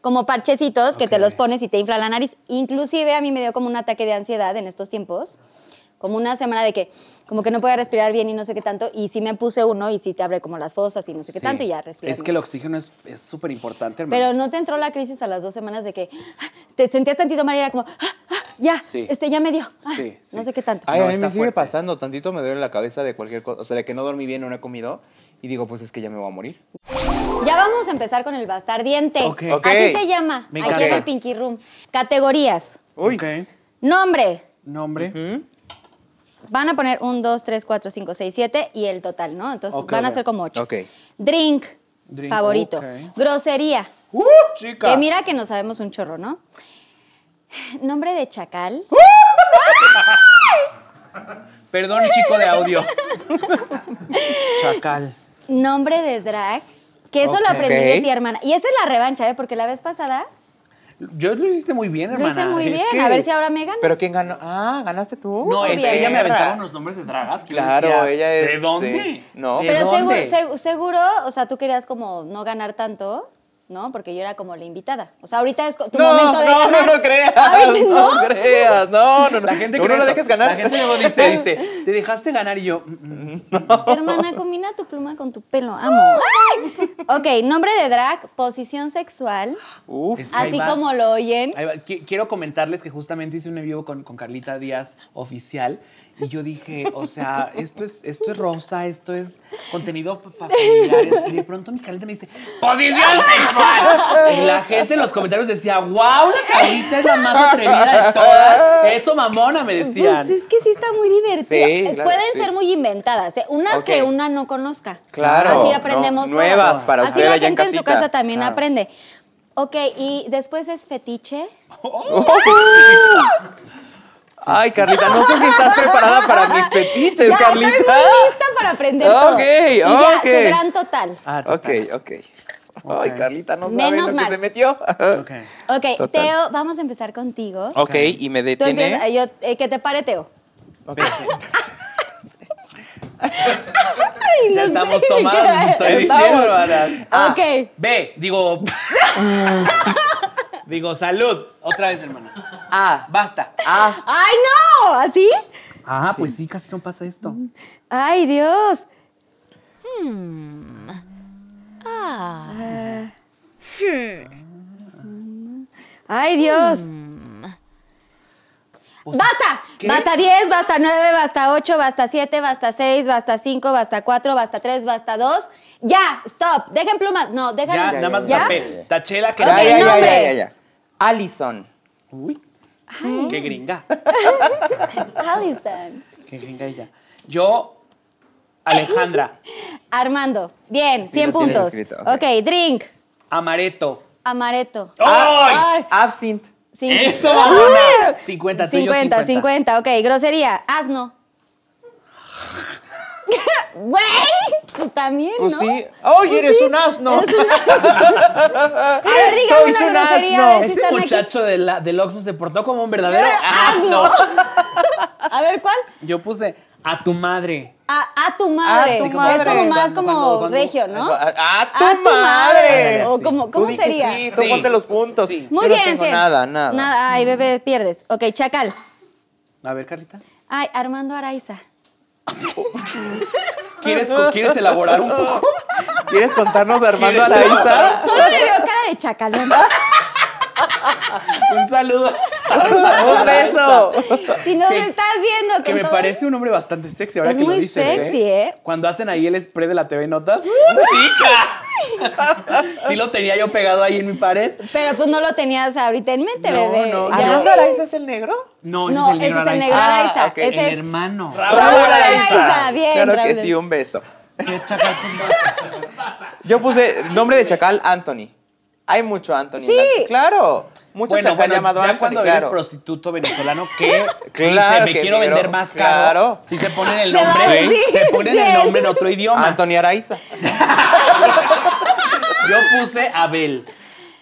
S2: como parchecitos que te los pones y te infla la nariz. Inclusive a mí me dio como un ataque de ansiedad en estos tiempos, como una semana de que como que no podía respirar bien y no sé qué tanto. Y sí me puse uno y sí te abre como las fosas y no sé qué
S6: Sí.
S2: tanto y ya respiras.
S6: Es que el
S2: mejor.
S6: oxígeno es es súper importante, hermano.
S2: Pero no te entró la crisis a las dos semanas de que ah, te sentías tantito mal y era como, ah, ah, ya,
S6: Sí.
S2: este ya me dio, ah,
S6: Sí, sí.
S2: no sé qué tanto.
S7: Ay,
S6: No,
S7: a mí
S6: está
S7: me sigue
S6: fuerte.
S7: pasando, tantito me duele la cabeza de cualquier cosa, o sea, de que no dormí bien, o no he comido, y digo, pues es que ya me voy a morir.
S2: Ya vamos a empezar con el bastardiente.
S6: Ok.
S7: Ok.
S2: Así se llama,
S6: Me
S2: aquí en
S6: encanta.
S2: el Pinky Room. Categorías.
S6: Uy.
S2: Nombre.
S6: Nombre.
S2: Van a poner 1, 2, 3, 4, 5, 6, 7 y el total, ¿no? Entonces
S6: Ok,
S2: van a
S6: ok.
S2: ser como 8.
S7: Ok.
S2: Drink,
S6: Drink,
S2: favorito.
S6: ok.
S2: Grosería.
S6: ¡Uh, chica!
S2: Que mira que nos sabemos un chorro, ¿no? Nombre de chacal.
S6: Perdón, chico de audio. Chacal.
S2: Nombre de drag. Que eso lo aprendí de ti, hermana. Y esa es la revancha, ¿eh? Porque la vez pasada
S6: Yo lo hiciste muy bien, hermana.
S2: lo hice muy
S6: Es
S2: bien.
S6: que-
S2: A ver si ahora me ganas.
S7: Pero ¿quién ganó? Ah, ganaste tú.
S6: No, es que ella me
S7: Perra.
S6: aventaba unos nombres de dragas. que yo
S7: Claro,
S6: decía,
S7: ella es-
S6: ¿De dónde?
S7: sí. No.
S6: ¿De
S2: eh, Pero seguro,
S6: dónde?
S2: seg- seguro, o sea, tú querías como no ganar tanto, ¿no? Porque yo era como la invitada. O sea, ahorita es co- tu
S7: No,
S2: momento de
S7: no,
S2: ganar.
S7: no, no creas.
S2: Ahorita no.
S7: no. creas. No, no, no.
S6: La gente
S7: no, no
S6: cree
S7: la
S6: eso.
S7: dejes ganar.
S6: La gente luego dice, dice, te dejaste ganar y yo. mm, mm.
S2: Hermana, combina tu pluma con tu pelo, amo. ok, nombre de drag, posición sexual,
S7: Uf.
S6: que ahí
S2: así
S6: va.
S2: como lo oyen.
S6: Ahí va. Qui- Quiero comentarles que justamente hice un en vivo con, con Carlita Díaz oficial y yo dije, o sea, esto es, esto es rosa, esto es contenido pa- para familiares. Y de pronto mi Carlita me dice, ¡posición sexual! Y la gente en los comentarios decía, ¡wow! La Carlita es la más atrevida de todas. Eso, mamona, me decían.
S2: Pues es que sí está muy divertido.
S7: Sí,
S2: Eh,
S7: claro,
S2: Pueden
S7: sí.
S2: ser muy inventadas, ¿eh? unas
S7: Ok.
S2: que una no conozca.
S7: Claro,
S2: Así aprendemos
S7: no, nuevas
S2: todas.
S7: para
S2: Así
S7: usted
S2: la
S7: allá en
S2: gente en, su
S7: casita.
S2: casa también
S7: Claro.
S2: aprende. Ok, y después es fetiche.
S7: Ay, Carlita, no sé si estás preparada para mis fetiches,
S2: ya,
S7: Carlita.
S2: Estoy muy lista para aprender todo.
S7: Ok,
S2: Y ya,
S7: ok.
S2: su gran total.
S6: Ah,
S7: Ok,
S6: total.
S7: ok. Ay, Carlita, no sabe
S2: Menos
S7: lo
S2: mal.
S7: que se metió.
S6: Ok.
S2: Ok,
S7: Total.
S2: Teo, vamos a empezar contigo.
S7: Ok, y me
S2: Tú empiezas- yo, eh, que te pare, Teo. Ay,
S6: Ya
S2: no
S6: estamos
S2: sé ni
S6: tomados,
S2: qué-
S6: les estoy diciendo, hermanas.
S2: Ok.
S7: Ah.
S6: Ve, digo. digo, salud. Otra vez, hermana.
S7: Ah,
S6: Basta.
S7: ah.
S2: ¡Ay, no! ¿Así?
S6: Ah, pues sí, casi no pasa esto.
S2: ¡Ay, Dios! Hmm. Ah. ¡Ay, Dios! Hmm. ¡Basta!
S6: ¿Qué?
S2: Basta 10, basta 9, basta 8, basta 7, basta 6, basta 5, basta 4, basta 3, basta 2. ¡Ya! ¡Stop! Dejen plumas. No, dejen.
S6: Ya, nada más
S2: ¿Ya?
S6: tapé. Tachela que
S2: Ok,
S7: Ya, ya, ya,
S2: nombre.
S7: ya, ya, ya. Allison.
S6: Uy. Qué gringa.
S2: Allison.
S6: Qué gringa ella. Yo, Alejandra,
S2: Armando. Bien, 100
S7: lo tienes
S2: puntos.
S7: escrito, ok.
S2: ok, drink.
S6: Amareto.
S2: Amareto.
S6: ¡Ay!
S7: Absinthe.
S2: Cin-
S6: ¡Eso, mamona!
S2: ¡Ah!
S6: 50, soy yo
S2: 50, 50, ok. Grosería, asno. Güey, pues también,
S7: Pues
S2: ¿no?
S7: sí. ¡Ay,
S2: Pues
S7: eres
S2: sí,
S7: un asno!
S2: eres un asno. A ver, dígame
S7: Sois
S2: una
S7: un
S2: grosería, a ver si
S6: Este
S2: están aquí.
S6: muchacho de la, del Oxxo se portó como un verdadero asno.
S2: A ver, ¿cuál?
S6: Yo puse a tu madre.
S2: A, a tu madre.
S7: Ah, tu
S2: Es
S7: madre.
S2: como más
S6: Cuando-
S2: como
S6: cuando- cuando-
S2: regio, ¿no?
S7: A, a Ah, tu
S2: A Ah, tu madre.
S7: madre.
S2: O como-
S7: Tú
S2: ¿cómo
S7: di que
S2: sería?
S7: Sí, tú
S6: Sí.
S7: ponte los puntos.
S6: Sí.
S2: Muy
S7: Yo no
S2: bien,
S7: tengo
S2: cien.
S7: nada, nada.
S2: Nada, ay, bebé, pierdes. Ok, chacal.
S6: A ver, Carlita.
S2: Ay, Armando Araiza.
S6: ¿Quieres, co- ¿Quieres elaborar un poco?
S7: ¿Quieres contarnos, Armando
S6: ¿Quieres
S7: Araiza?
S2: Solo le veo cara de chacalón.
S6: Un saludo.
S7: ¡Un beso!
S2: Si nos
S6: Que-
S2: estás viendo con
S6: Que me
S2: todo-
S6: parece un hombre bastante sexy ahora
S2: Es
S6: que
S2: muy
S6: lo dices.
S2: sexy, ¿eh?
S6: Cuando hacen ahí el spray de la TV Notas. ¡Chica! sí lo tenía yo pegado ahí en mi pared.
S2: Pero pues no lo tenías ahorita en mente,
S6: No,
S2: bebé.
S6: no,
S2: Ya.
S7: ¿Armando Araiza es el negro?
S6: No, ese
S2: No,
S6: es el negro
S2: ese es el
S6: Araiza.
S2: negro
S7: Ah,
S2: Araiza.
S7: ok.
S2: Ese
S6: El
S2: es.
S6: hermano.
S2: Bravo, Araiza. Bien,
S7: Claro
S2: Raúl.
S7: que sí, un beso. Yo puse nombre de chacal Anthony. Hay mucho Anthony. en
S2: Sí.
S7: la- Claro. Mucho
S6: Bueno,
S7: chacal
S6: bueno,
S7: llamado
S6: ya
S7: Anthony.
S6: cuando eres
S7: claro.
S6: prostituto venezolano, ¿qué?
S7: Claro
S6: Dice, me
S7: que
S6: quiero
S7: negro,
S6: vender más
S7: claro.
S6: caro. Si se ponen el
S2: Se va a
S6: nombre,
S2: decir,
S6: se ponen
S2: sí.
S6: el nombre en otro idioma.
S7: Anthony Araiza. Ah.
S6: Yo puse Abel.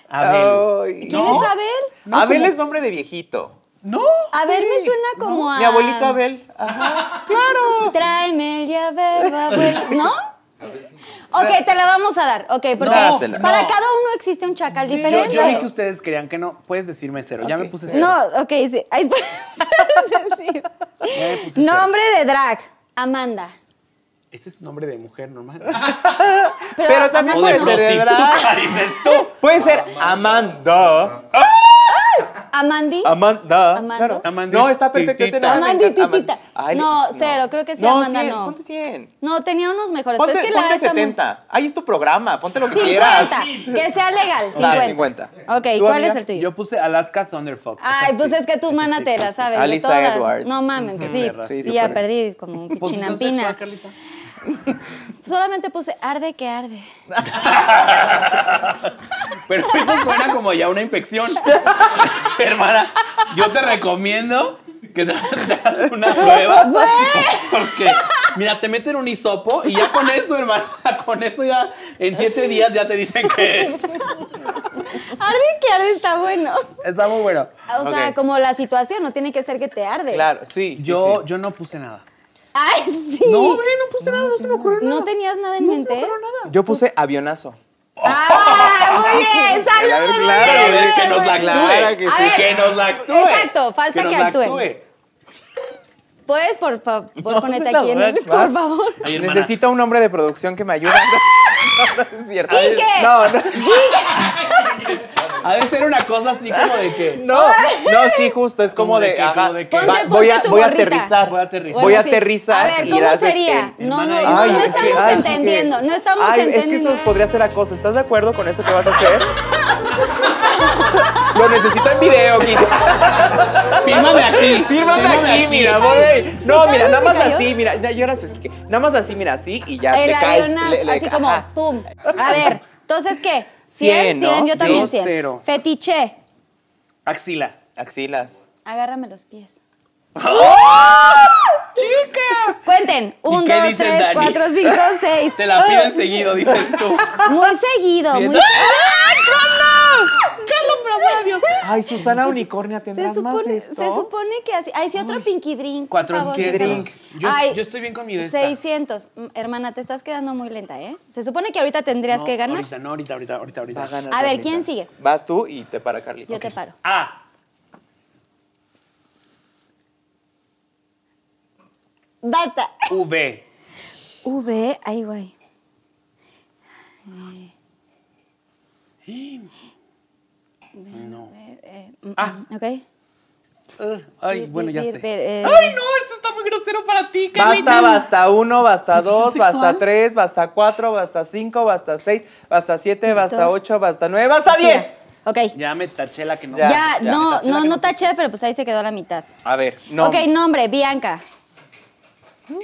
S6: Abel.
S7: Ay.
S2: ¿Quién
S6: ¿No?
S2: es Abel?
S7: Abel es nombre de viejito.
S6: No.
S2: Abel me suena como a.
S7: Mi abuelito Abel. Ajá. Claro.
S2: Tráeme el llave, abuelo. ¿No? Ok, te la vamos a dar. Ok, porque
S7: Dásela.
S2: para
S6: No.
S2: cada uno existe un chacal
S6: Yo,
S2: diferente.
S6: yo vi que ustedes creían que no. Puedes decir mesero. Ya me puse cero.
S2: No, ok, sí. Ay, pues, sí.
S6: Ya me puse cero.
S2: Nombre de drag. Amanda.
S6: Ese Este es nombre de mujer normal.
S2: Pero,
S7: Pero también
S2: Amanda,
S7: puede
S2: no.
S7: ser de drag.
S6: prostituta, dices tú.
S7: Puede ser Amanda.
S2: Amandi.
S7: Amanda.
S2: Amando.
S7: Claro.
S6: Amandi.
S7: No, está perfecto ese
S6: Titita.
S7: nombre. me
S2: Amandi,
S7: encanta.
S2: titita.
S7: Ay,
S2: No, cero, creo que sí, Amanda,
S7: cien,
S2: no.
S7: Ponte 100.
S2: No, tenía unos mejores.
S7: Ponte,
S2: pero es que la
S7: ponte
S2: está muy-
S7: 70. Ahí es tu programa. Ponte lo que
S2: 50.
S7: quieras.
S2: Que sea legal. 50.
S7: Dale, 50.
S2: Ok,
S7: ¿Tú,
S2: ¿cuál
S7: amiga?
S2: es el tuyo?
S6: Yo puse Alaska Thunderfuck.
S2: Ay,
S6: Esa
S2: pues
S6: sí.
S2: es que tú,
S6: Esa
S2: mana,
S6: sí.
S2: te la sabes. de
S7: Alisa
S2: todas.
S7: Edwards.
S2: No mames, pues sí,
S6: perra,
S2: sí,
S7: sí,
S2: ya
S7: súper.
S2: perdí como un
S6: Posición
S2: chinampina.
S6: sexual, Carlita.
S2: Solamente puse arde que arde.
S6: Pero eso suena como ya una infección. Hermana, yo te recomiendo que te hagas una prueba. Porque, mira, te meten un hisopo y ya con eso, hermana, con eso ya en siete días ya te dicen que es.
S2: Arde que arde está bueno.
S6: Está muy bueno.
S2: O sea,
S7: Ok.
S2: como la situación, no tiene que ser que te arde.
S7: Claro, sí. sí,
S6: Yo,
S7: sí.
S6: yo no puse nada.
S2: Ay, sí.
S6: No, hombre, no puse nada, no se me ocurrió nada.
S2: ¿No tenías nada en mente.
S7: Yo puse avionazo.
S2: Ah, muy bien. Salud.
S7: Claro,
S2: muy
S7: claro,
S2: bien,
S7: a ver,
S2: muy
S7: que
S2: bien,
S7: nos
S2: muy
S7: la
S2: bien.
S7: aclare, que
S2: A
S7: sí,
S2: ver,
S6: Que nos la actúe.
S2: Exacto, falta que,
S6: nos la
S2: actúen.
S6: actúe.
S2: Puedes por, fa- por
S7: No,
S2: ponerte
S7: se la
S2: aquí en
S7: voy a
S2: el,
S7: clavar.
S2: por favor.
S6: Ay, hermana.
S7: Necesito un hombre de producción que me ayude. no, no es cierto.
S2: Quique.
S7: No, no.
S6: Ha de ser una cosa así como de que.
S7: No, no, sí, justo. Es como
S6: ¿Cómo de
S7: de.
S6: qué?
S7: ajá,
S6: ¿Cómo de qué?
S7: va-
S2: Ponte-
S7: voy a,
S2: ponte tu
S7: voy a
S2: gorrita.
S7: aterrizar.
S6: Voy a aterrizar.
S7: Voy a
S2: Bueno, sí.
S7: aterrizar
S2: A ver,
S7: y
S2: ¿cómo
S7: irás,
S2: sería?
S7: este,
S2: No, no,
S6: Hermana,
S2: no,
S6: ay,
S2: no
S6: es que-
S2: estamos
S7: ay, Quique.
S2: entendiendo. No estamos
S7: Ay,
S2: entendiendo.
S7: Es que eso podría ser acoso. ¿Estás de acuerdo con esto que vas a hacer? Lo necesito en video, Quique.
S6: Fírmame aquí.
S7: Fírmame aquí, mira, voy. ahí. No,
S2: Sí,
S7: mira,
S2: claro,
S7: nada
S2: se
S7: más
S2: cayó.
S7: así, mira, ya lloras, es que- nada más así, mira, así y ya
S2: El
S7: te caes.
S2: avionazo,
S7: le- le-
S2: así como
S7: ajá.
S2: pum. A ver, entonces qué? 100,
S7: Cien,
S2: 100,
S7: ¿no?
S2: yo
S7: Cien.
S2: también
S6: Yo
S2: 100.
S6: cero.
S2: Fetiche,
S6: Axilas.
S7: Axilas.
S2: agárrame los pies. ¡Chica! Cuenten, 1,
S6: qué
S2: 2,
S6: dices,
S2: 3,
S6: Dani?
S2: 4, 5, 6.
S6: Te la piden seguido, dices tú.
S2: Muy seguido, muy ¡Ah! seguido. ¡Ay, Carla!
S7: Ay, Susana Unicornia tendrá
S2: Se
S7: más de
S2: supone,
S7: esto.
S2: se supone que así. Ay, sí, otro Pinky Drink. por favor,
S6: 400.
S2: Susana.
S6: Yo-
S2: Ay,
S6: yo estoy bien con mi de esta.
S2: 600. Mm, Hermana, te estás quedando muy lenta, ¿eh? Se supone que ahorita tendrías
S6: No,
S2: que ganar.
S6: Ahorita, no, ahorita, ahorita, ahorita,
S7: Va a
S6: ahorita.
S7: ganar
S2: A ver,
S7: Carlita.
S2: ¿quién sigue?
S7: Vas tú y te para Carlita.
S2: Yo
S7: Ok.
S2: te paro.
S6: Ah,
S2: Basta.
S6: V.
S2: V, ay, güey.
S6: No.
S2: Ah. Ok.
S7: Ah,
S6: Ugh, Ay, bueno, ya
S2: Ver,
S6: sé.
S2: ver, eh,
S6: Ay, no, esto está muy grosero para ti,
S7: Basta, basta uno, basta
S6: ¿Posición
S7: dos, basta
S6: sexual?
S7: tres, basta cuatro, basta cinco, basta seis, basta siete, basta
S2: Entonces-
S7: ocho, basta nueve, basta
S2: mira,
S7: diez.
S2: Ok. Ya,
S6: Ya me taché la que no.
S7: Ya, ya,
S2: no,
S6: taché la
S2: no,
S6: que
S2: no
S6: no puse.
S2: taché, pero pues ahí se quedó la mitad.
S7: A ver, Eh, no.
S2: Ok, nombre, Bianca. ¿Mm?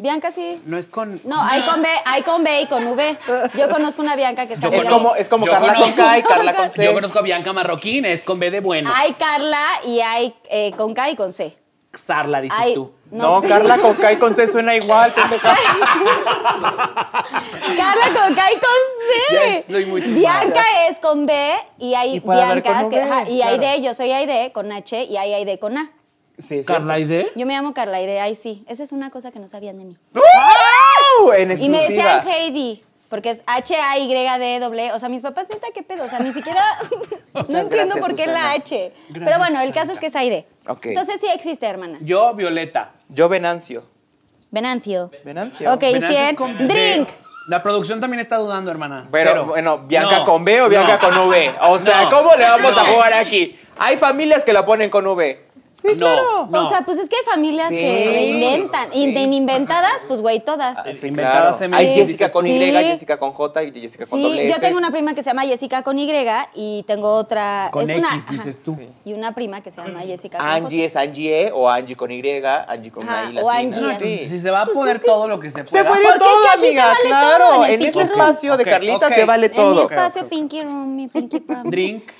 S2: Bianca sí.
S6: No es con.
S2: No, hay con B, hay con B y con V. Yo conozco una Bianca que está
S6: Yo
S2: muy
S7: Es
S6: conozco-
S7: como, es como
S6: Yo
S7: Carla con
S6: conozco-
S7: K y Carla con C.
S6: Yo conozco a Bianca Marroquín, es con B de bueno.
S2: Hay Carla y hay eh, con K y con C.
S6: Xarla, dices
S2: Hay,
S6: tú.
S7: No, Carla con K y con C suena igual. pendeja.
S2: Carla con K y con C.
S6: Ya estoy muy tumbada.
S2: Bianca es con B y hay
S7: Y puede haber
S2: Biancas
S7: con
S2: que.
S7: V,
S2: ajá, y
S7: claro.
S2: Aide, yo soy Aide con H y hay Aide con A.
S7: Sí, sí.
S6: ¿Carla y D?
S2: Yo me llamo Carla Aide, ay sí. Esa es una cosa que no sabían de mí.
S7: ¡Wow! En
S2: Y me decían
S7: exclusiva.
S2: Heidi. Porque es H-A-Y-D-W. O sea, mis papás, neta, qué pedo. O sea, ni siquiera. no entiendo
S7: gracias,
S2: por qué la
S7: Susana.
S2: H. Pero bueno, el caso es que es Aide.
S7: Ok.
S2: Entonces sí existe, hermana.
S6: Yo, Violeta.
S7: Yo Venancio.
S2: Venancio.
S7: Venancio.
S2: Ok, 100. Drink.
S6: La producción también está dudando, hermana.
S7: Pero
S6: Cero.
S7: bueno, Bianca
S6: No,
S7: con B o Bianca
S6: no.
S7: con V. O sea,
S6: No.
S7: ¿cómo le vamos a
S6: No.
S7: jugar aquí? Hay familias que la ponen con V. Sí,
S6: No.
S7: claro.
S6: No.
S2: O sea, pues es que hay familias
S7: Sí.
S2: que le inventan. Y
S7: Sí. Ah,
S2: de inventadas, pues güey, todas.
S6: Se
S7: Claro.
S6: inventaron
S7: Hay
S2: Sí.
S7: Jessica con Y,
S2: Sí.
S7: Jessica con J y Jessica con doble
S2: Sí, yo
S7: S.
S2: tengo una prima que se llama Jessica con Y y tengo otra.
S6: Con
S2: es
S6: X,
S2: una,
S6: dices tú.
S2: Sí. Y una prima que se llama Jessica con J.
S7: Angie es Angie E, o Angie con Y, Angie con
S2: Ajá,
S7: una I latina.
S2: o Angie E.
S7: No,
S2: es-
S7: sí.
S6: Si se va a poder todo lo que se
S7: Se
S6: pueda.
S7: puede
S2: Porque es
S7: todo,
S2: que aquí se
S7: amiga,
S2: vale
S7: claro.
S2: todo en el
S7: en este
S2: Pinky Room.
S7: espacio
S6: Ok,
S7: de Carlita
S6: ok.
S7: se vale
S6: En
S2: En mi
S7: todo.
S2: espacio, Pinky Room, mi Pinky Prom.
S6: Drink.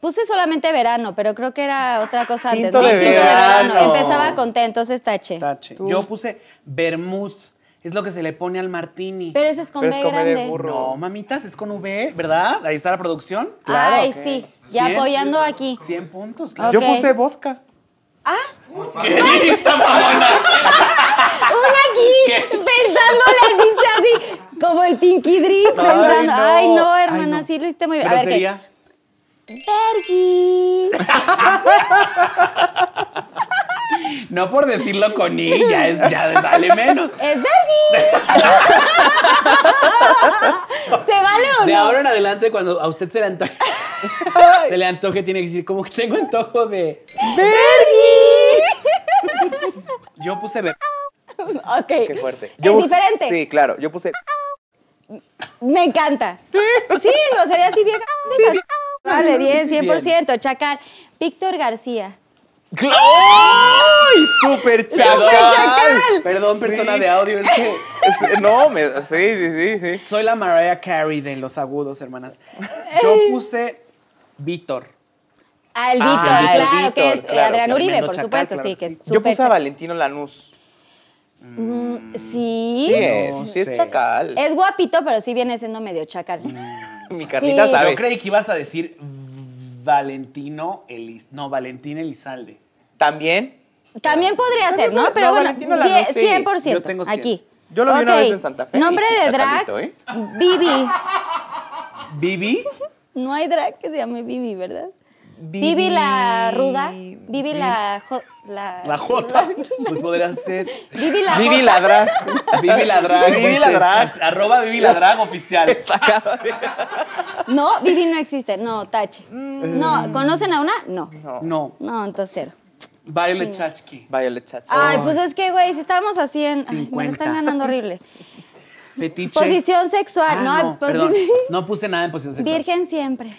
S2: Puse solamente verano, pero creo que era otra cosa antes.
S7: Tinto
S2: ¿no?
S7: de verano.
S2: Empezaba con T, entonces tache.
S6: Tache. Yo puse vermouth. Es lo que se le pone al martini.
S2: Pero ese es con
S7: Pero es
S2: B
S7: con B de
S2: grande.
S7: burro.
S6: No, mamitas, es con V, ¿verdad? Ahí está la producción.
S2: Ay, sí. Ya
S6: Cien.
S2: apoyando aquí.
S6: 100 puntos.
S2: Ok.
S6: claro.
S7: Yo puse vodka.
S2: Una aquí pensándola, pinche así, como el Pinky Drink, pensando.
S6: no.
S2: Ay, no,
S6: Ay,
S2: hermana,
S6: no.
S2: sí lo hiciste muy bien. A ver, ¿qué?
S6: Grosería.
S2: Vergui.
S6: No por decirlo con I, ya, es, ya vale menos.
S2: ¡Es Vergui! ¿Se vale o
S6: De
S2: no?
S6: ahora en adelante, cuando a usted se le antoje, se le antoje, tiene que decir, como que tengo antojo de. Yo puse ver.
S2: ok.
S7: Qué fuerte.
S2: es diferente.
S7: Sí, claro. Yo puse.
S2: Me encanta. Sí, en grosería sí vieja. Vale, 10, 100%. Chacal. Víctor García.
S7: ¡Cla- ¡Ay! ¡Súper chacal!
S2: chacal!
S6: Perdón, persona
S7: Sí.
S6: de audio, es que
S7: Es- No, me, sí, sí, sí, sí.
S6: soy la Mariah Carey de los agudos, hermanas. Yo puse Víctor.
S2: Al Víctor,
S7: Ah, el
S2: claro,
S7: Víctor,
S2: que es eh,
S7: claro,
S2: Adrián
S7: claro,
S2: Uribe,
S6: tremendo
S2: por
S6: chacal,
S2: supuesto,
S6: claro
S2: sí, que
S6: que
S2: es
S6: sí.
S7: Yo
S2: súper
S7: puse a Valentino Lanús.
S2: chacal. Sí.
S7: Sí, es, sí es
S6: sé.
S7: chacal. Mm,
S2: Es guapito, pero sí viene siendo medio chacal.
S7: Mi Carlita
S2: Sí.
S7: sabe.
S6: Yo creí que ibas a decir Valentino Elis. No, Valentín Elizalde.
S7: También.
S2: También podría ser, ¿no?
S7: no,
S2: Pero
S7: no,
S2: bueno,
S7: Valentino Lanús,
S2: 10,
S7: sí.
S2: 100%.
S6: Yo tengo cien.
S2: Aquí.
S7: Yo lo vi una
S2: Ok.
S7: vez en Santa Fe y
S2: Nombre
S7: sí,
S2: de drag,
S7: chacalito, ¿eh?
S2: Bibi.
S6: ¿Vivi?
S2: No hay drag que se llame Bibi, ¿verdad? Bibi la ruda, Bibi la... jo- la,
S6: La J. Pues podría ser.
S2: Bibi la
S7: Vivi
S2: jo-
S7: la drag.
S6: Vivi la drag.
S7: Vivi
S6: pues,
S7: la
S6: es-
S7: drag.
S6: es Arroba Vivi la drag oficial.
S2: No, Bibi no existe. No, tache. No, ¿conocen a una? No.
S6: No.
S2: No, entonces cero.
S6: Violet Chachki.
S7: Violet Chacho.
S6: Ah,
S2: Ay, pues es que, güey, si estábamos así en... Ay, me la
S6: 50.
S2: están ganando horrible.
S6: Fetiche.
S2: Posición sexual.
S6: Ah,
S2: no,
S6: no, perdón.
S2: posición...
S6: No puse nada en posición sexual.
S2: Virgen siempre.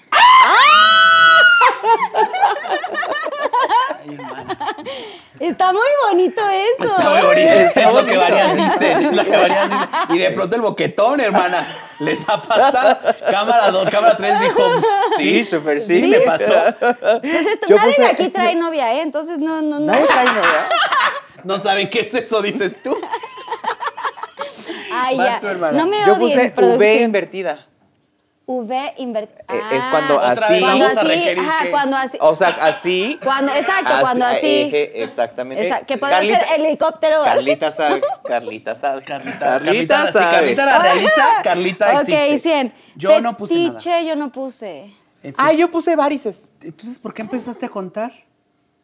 S2: Está muy bonito eso.
S6: Está muy bonito. Es lo que varias dicen. Es lo que varias dicen. Y de pronto el boquetón, hermana. Les ha pasado. Cámara 2, cámara 3 dijo. Sí,
S7: súper
S6: sí, me pasó.
S2: Pues esto-
S7: Yo
S2: nadie de
S7: puse-
S2: aquí trae novia, ¿eh? Entonces no, no, no.
S7: Nadie trae novia.
S6: No saben qué es eso, dices tú.
S2: Ay,
S6: Vas
S2: ya.
S6: tú, hermana.
S2: No me
S7: Yo
S2: odien,
S7: puse V
S2: producción.
S7: invertida.
S2: V invertido.
S7: Eh, es cuando
S6: otra
S7: así.
S6: vez
S2: Cuando
S6: vamos a
S2: así,
S6: requerir
S2: ajá,
S6: que-
S2: cuando así.
S7: O sea, así.
S2: Cuando- exacto, cuando así.
S7: eje, exactamente.
S2: Esa- que puede ser
S7: Eh, Carlita-
S2: helicóptero.
S7: Carlita sabe. Carlita sabe.
S6: Carlita,
S7: Carlita
S6: sí, Carlita
S7: sabe.
S6: la realiza, Carlita existe.
S2: Ok, 100.
S6: Yo no puse nada.
S2: Fetiche, yo no puse.
S6: En
S7: Ah,
S6: serio.
S7: yo puse varices.
S6: Entonces, ¿por qué empezaste a contar?